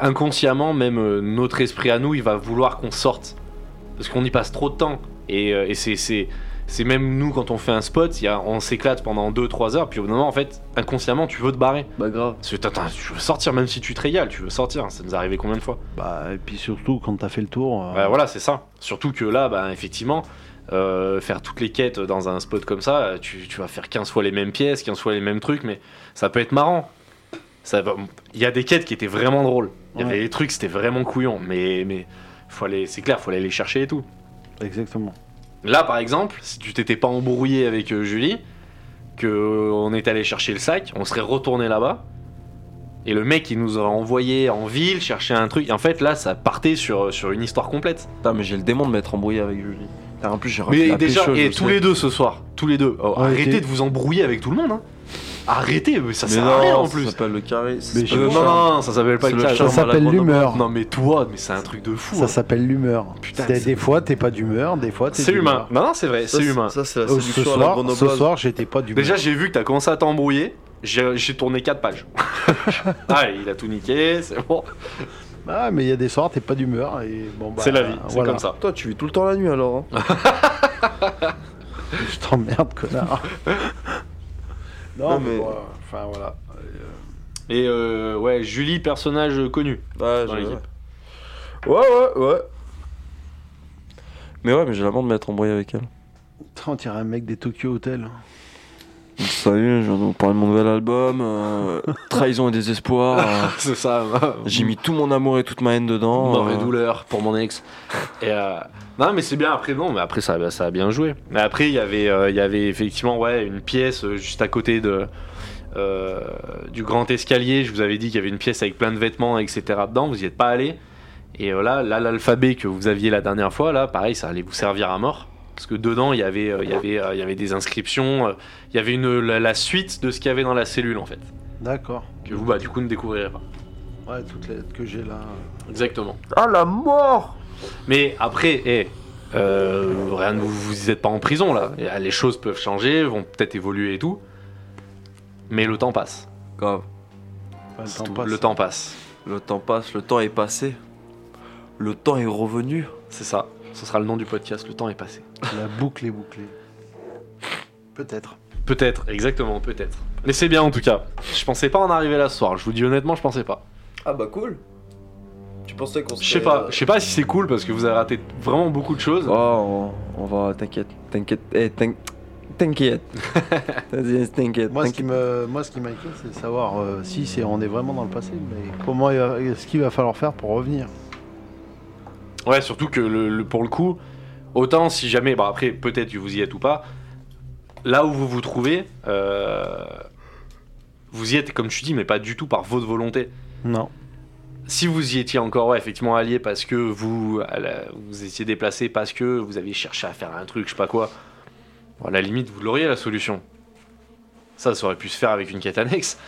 inconsciemment, même euh, notre esprit à nous, il va vouloir qu'on sorte. Parce qu'on y passe trop de temps. Et, euh, et c'est- c'est. C'est même nous, quand on fait un spot, il y a- on s'éclate pendant 2-3 heures, puis au bout d'un moment, en fait, inconsciemment, tu veux te barrer.
Bah grave.
Parce que t'as- t'as- tu veux sortir, même si tu te régales, tu veux sortir. hein, Ça nous est arrivé combien de fois
Bah, et puis surtout, quand t'as fait le tour. euh,
Bah, Voilà, c'est ça. Surtout que là, bah, effectivement, euh, faire toutes les quêtes dans un spot comme ça, euh, tu, tu vas faire 15 fois les mêmes pièces, 15 fois les mêmes trucs, mais ça peut être marrant. Ça va- Il y a des quêtes qui étaient vraiment drôles. Il y
Ouais.
avait des trucs, c'était vraiment couillon, mais, mais faut aller, c'est clair, faut aller les chercher et tout.
Exactement.
Là, par exemple, si tu t'étais pas embrouillé avec euh, Julie, que euh, on est allé chercher le sac, on serait retourné là-bas. Et le mec, il nous aurait envoyé en ville chercher un truc. Et en fait, là, ça partait sur, sur une histoire complète.
Putain, mais j'ai le démon de m'être embrouillé avec Julie. Putain, en plus, j'ai
Mais
la
déjà,
pécho, je
et
le
tous
sais.
les deux ce soir, tous les deux, oh,
Ouais,
arrêtez
t'es-
de vous embrouiller avec tout le monde. Hein. Arrêtez, mais ça
Mais
sert
non,
à rien en
ça
plus.
s'appelle le charme. Ça
Mais
Euh,
s'appelle le
non,
charme.
non, non, ça s'appelle pas
C'est
le
le
charme.
Ça
charme à la
s'appelle
Grande
l'humeur.
Non, mais toi, mais c'est un truc de fou.
Ça
hein.
s'appelle l'humeur.
Putain,
Des,
c'est-
des fois, t'es pas d'humeur, des fois, t'es.
C'est humain.
d'humeur.
Non, non, c'est vrai,
Ça,
c'est humain.
Ça, c'est la
Euh, Ce
séduction à la
soir, ce
grenobloise.
soir, j'étais pas d'humeur.
Déjà, j'ai vu que t'as commencé à t'embrouiller. J'ai j'ai tourné 4 pages. ah, il a tout niqué, c'est bon.
Ah, mais il y a des soirs, t'es pas d'humeur. et Bon, bah,
c'est la vie, c'est
voilà.
comme ça.
Toi, tu vis tout le temps la nuit alors.
Ah,
hein.
<laughs> Je
<laughs>
t'emmerde, connard. non,
Non,
mais.
mais-
bon, euh, Enfin, voilà.
Et euh, ouais, Julie, personnage connu.
Bah,
Ouais,
Dans
je-
l'équipe.
ouais, ouais, ouais.
Mais ouais, mais j'ai la bande de m'être embrouillé avec elle.
Putain, on dirait un mec des Tokyo Hotel.
Salut, je viens de vous parler de mon nouvel album,
<laughs>
euh, Trahison et désespoir. euh,
c'est ça. hein.
<laughs> j'ai mis tout mon amour et toute ma haine dedans.
Mort et
euh,
douleur pour mon ex. Et euh, non, mais c'est bien. Après, non, mais après ça, bah, ça a bien joué. Mais après, il y avait, euh, il y avait effectivement, ouais, une pièce euh, juste à côté de euh, du grand escalier. Je vous avais dit qu'il y avait une pièce avec plein de vêtements, etc. Dedans, vous y êtes pas allé. Et euh, là, là, l'alphabet que vous aviez la dernière fois, là, pareil, ça allait vous servir à mort. Parce que dedans, il y avait, euh, il y avait, euh, il y avait des inscriptions. euh, il y avait une, la, la suite de ce qu'il y avait dans la cellule, en fait.
D'accord.
Que vous, bah, du coup, ne découvrirez pas.
Ouais, toutes les lettres que j'ai là.
Exactement.
Ah, la mort
Mais après, eh, euh, rien ne vous, vous êtes pas en prison là. Et, ah, Les choses peuvent changer, vont peut-être évoluer et tout. Mais le temps passe.
grave.
Enfin, le
C'est tout.
temps passe. hein.
Le temps passe.
Le temps passe, le temps est passé. Le temps est revenu.
C'est ça. Ce sera le nom du podcast. Le temps est passé.
La boucle est bouclée. Peut-être.
Peut-être, exactement, peut-être. Mais c'est bien en tout cas. Je pensais pas en arriver là ce soir. Je vous dis honnêtement, je pensais pas.
Ah, bah cool. Tu pensais qu'on
Je sais
euh,
pas. Je sais pas si c'est cool parce que vous avez raté vraiment beaucoup de choses.
Oh, on, on va, t'inquiète, t'inquiète, eh, t'in-
<laughs>
t'inquiète. Vas-y, t'inquiète.
Moi, ce qui
t'inquiète.
me, moi, ce qui m'inquiète, c'est de savoir euh, si c'est, on est vraiment dans le passé, mais comment il va- ce qu'il va falloir faire pour revenir.
Ouais, surtout que le, le- pour le coup, autant si jamais, bah après peut-être que vous y êtes ou pas, là où vous vous trouvez, euh, vous y êtes comme tu dis, mais pas du tout par votre volonté.
Non.
Si vous y étiez encore ouais, effectivement allié parce que vous à la- vous étiez déplacé, parce que vous aviez cherché à faire un truc, je sais pas quoi, bon, à la limite vous l'auriez la solution. Ça, ça aurait pu se faire avec une quête annexe.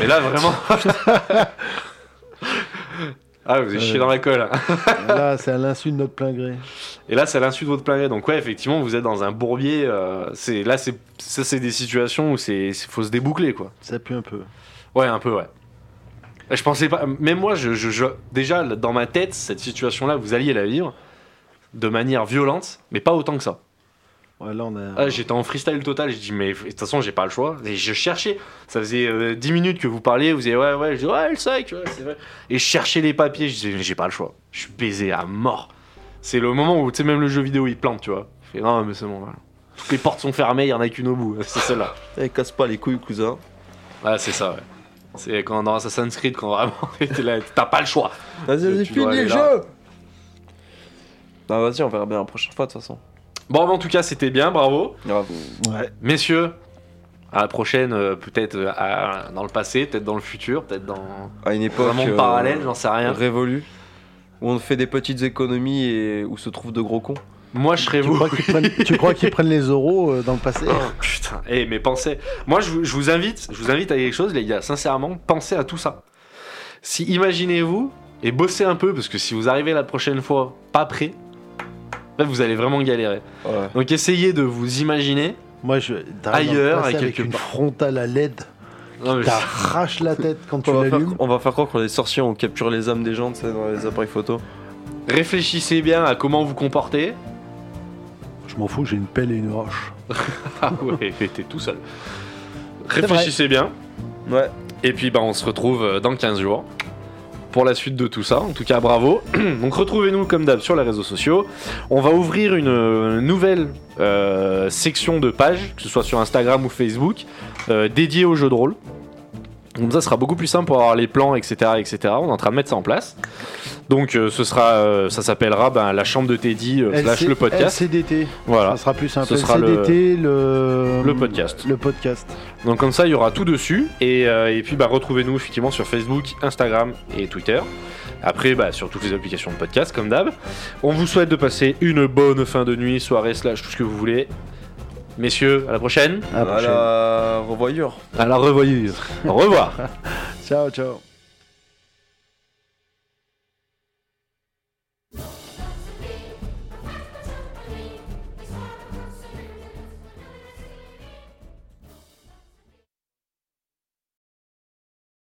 Mais là vraiment. ah, vous êtes chié dans la colle. hein.
<laughs> Là, c'est à l'insu de notre plein gré.
Et là, c'est à l'insu de votre planète. Donc ouais, effectivement, vous êtes dans un bourbier. euh, c'est là, c'est ça, c'est des situations où c'est c'est- faut se déboucler quoi.
Ça pue un peu.
Ouais, un peu ouais. Je pensais pas. Même moi, je, je- je- déjà dans ma tête, cette situation-là, vous alliez la vivre de manière violente, mais pas autant que ça.
Ouais, là, on a.
Ah, J'étais en freestyle total. Je dis mais de toute façon, j'ai pas le choix. Et je cherchais. Ça faisait euh, 10 minutes que vous parliez. Vous disiez ouais ouais. Je dis ouais, le sac. ouais, c'est vrai. Et je cherchais les papiers. Je disais mais j'ai pas le choix. Je suis baisé à mort. C'est le moment où tu sais même le jeu vidéo il plante, tu vois. Je fais non mais c'est bon. voilà. Toutes les portes sont fermées. Il y en a qu'une au bout. C'est celle-là.
Eh, casse pas les couilles, cousin.
Ah c'est ça. ouais. C'est quand dans Assassin's Creed quand vraiment <laughs> t'es là, t'as pas le choix.
Vas-y,
Tu-
vas-y,
tu dois
finis
aller
le
là.
jeu
Ah, vas-y, on verra bien la prochaine fois, de toute façon.
Bon mais en tout cas c'était bien. Bravo.
Grave.
Messieurs. À la prochaine, euh, peut-être euh, à- dans le passé, peut-être dans le futur, peut-être dans
À une époque.
un monde
euh,
parallèle, j'en sais rien.
révolue. Où on fait des petites économies et où se trouvent de gros cons.
Moi, je serais
Tu
vous.
crois
<laughs>
qu'ils prennent, tu crois qu'ils prennent les euros euh, dans le passé
Oh, putain, eh mais pensez. Moi, je vous, je vous invite, je vous invite à quelque chose, les gars. Sincèrement, pensez à tout ça. Si imaginez-vous et bossez un peu, parce que si vous arrivez la prochaine fois pas prêt, là, vous allez vraiment galérer.
Ouais.
Donc, essayez de vous imaginer.
Moi, je. t'arrives dans le
Ailleurs,
passé
et
avec
quelque
une
part.
frontale à LED.
Non, mais c'est-
T'arraches la tête quand tu
On va, faire,
l'allumes.
on va faire croire qu'on est sorciers, on capture les âmes des gens, tu sais, dans les appareils photo.
réfléchissez bien à comment vous comportez.
Je m'en fous, j'ai une pelle et une roche.
Ah ouais, <laughs> mais t'es tout seul. Réfléchissez bien.
Ouais.
Et puis bah, on se retrouve euh, dans 15 jours pour la suite de tout ça. En tout cas, bravo. <clears throat> Donc retrouvez-nous comme d'hab sur les réseaux sociaux. On va ouvrir une euh, nouvelle euh, section de pages, que ce soit sur Instagram ou Facebook, euh, dédiée aux jeux de rôle. Comme ça, ce sera beaucoup plus simple pour avoir les plans, etc., etc. On est en train de mettre ça en place. Donc, euh, ce sera, euh, ça s'appellera ben, la chambre de Teddy euh, slash
LC
le podcast.
LCDT.
Voilà,
Ça sera plus simple.
Ce sera le-
LCDT, le...
le podcast.
Le podcast.
Donc comme ça, il y aura tout dessus. Et, euh, et puis bah, retrouvez-nous effectivement sur Facebook, Instagram et Twitter. Après, bah, sur toutes les applications de podcast, comme d'hab. On vous souhaite de passer une bonne fin de nuit, soirée, slash, tout ce que vous voulez. Messieurs, à la prochaine.
À la
À la revoyure.
À la revoyure. Au revoir.
prochaine. Ciao, ciao.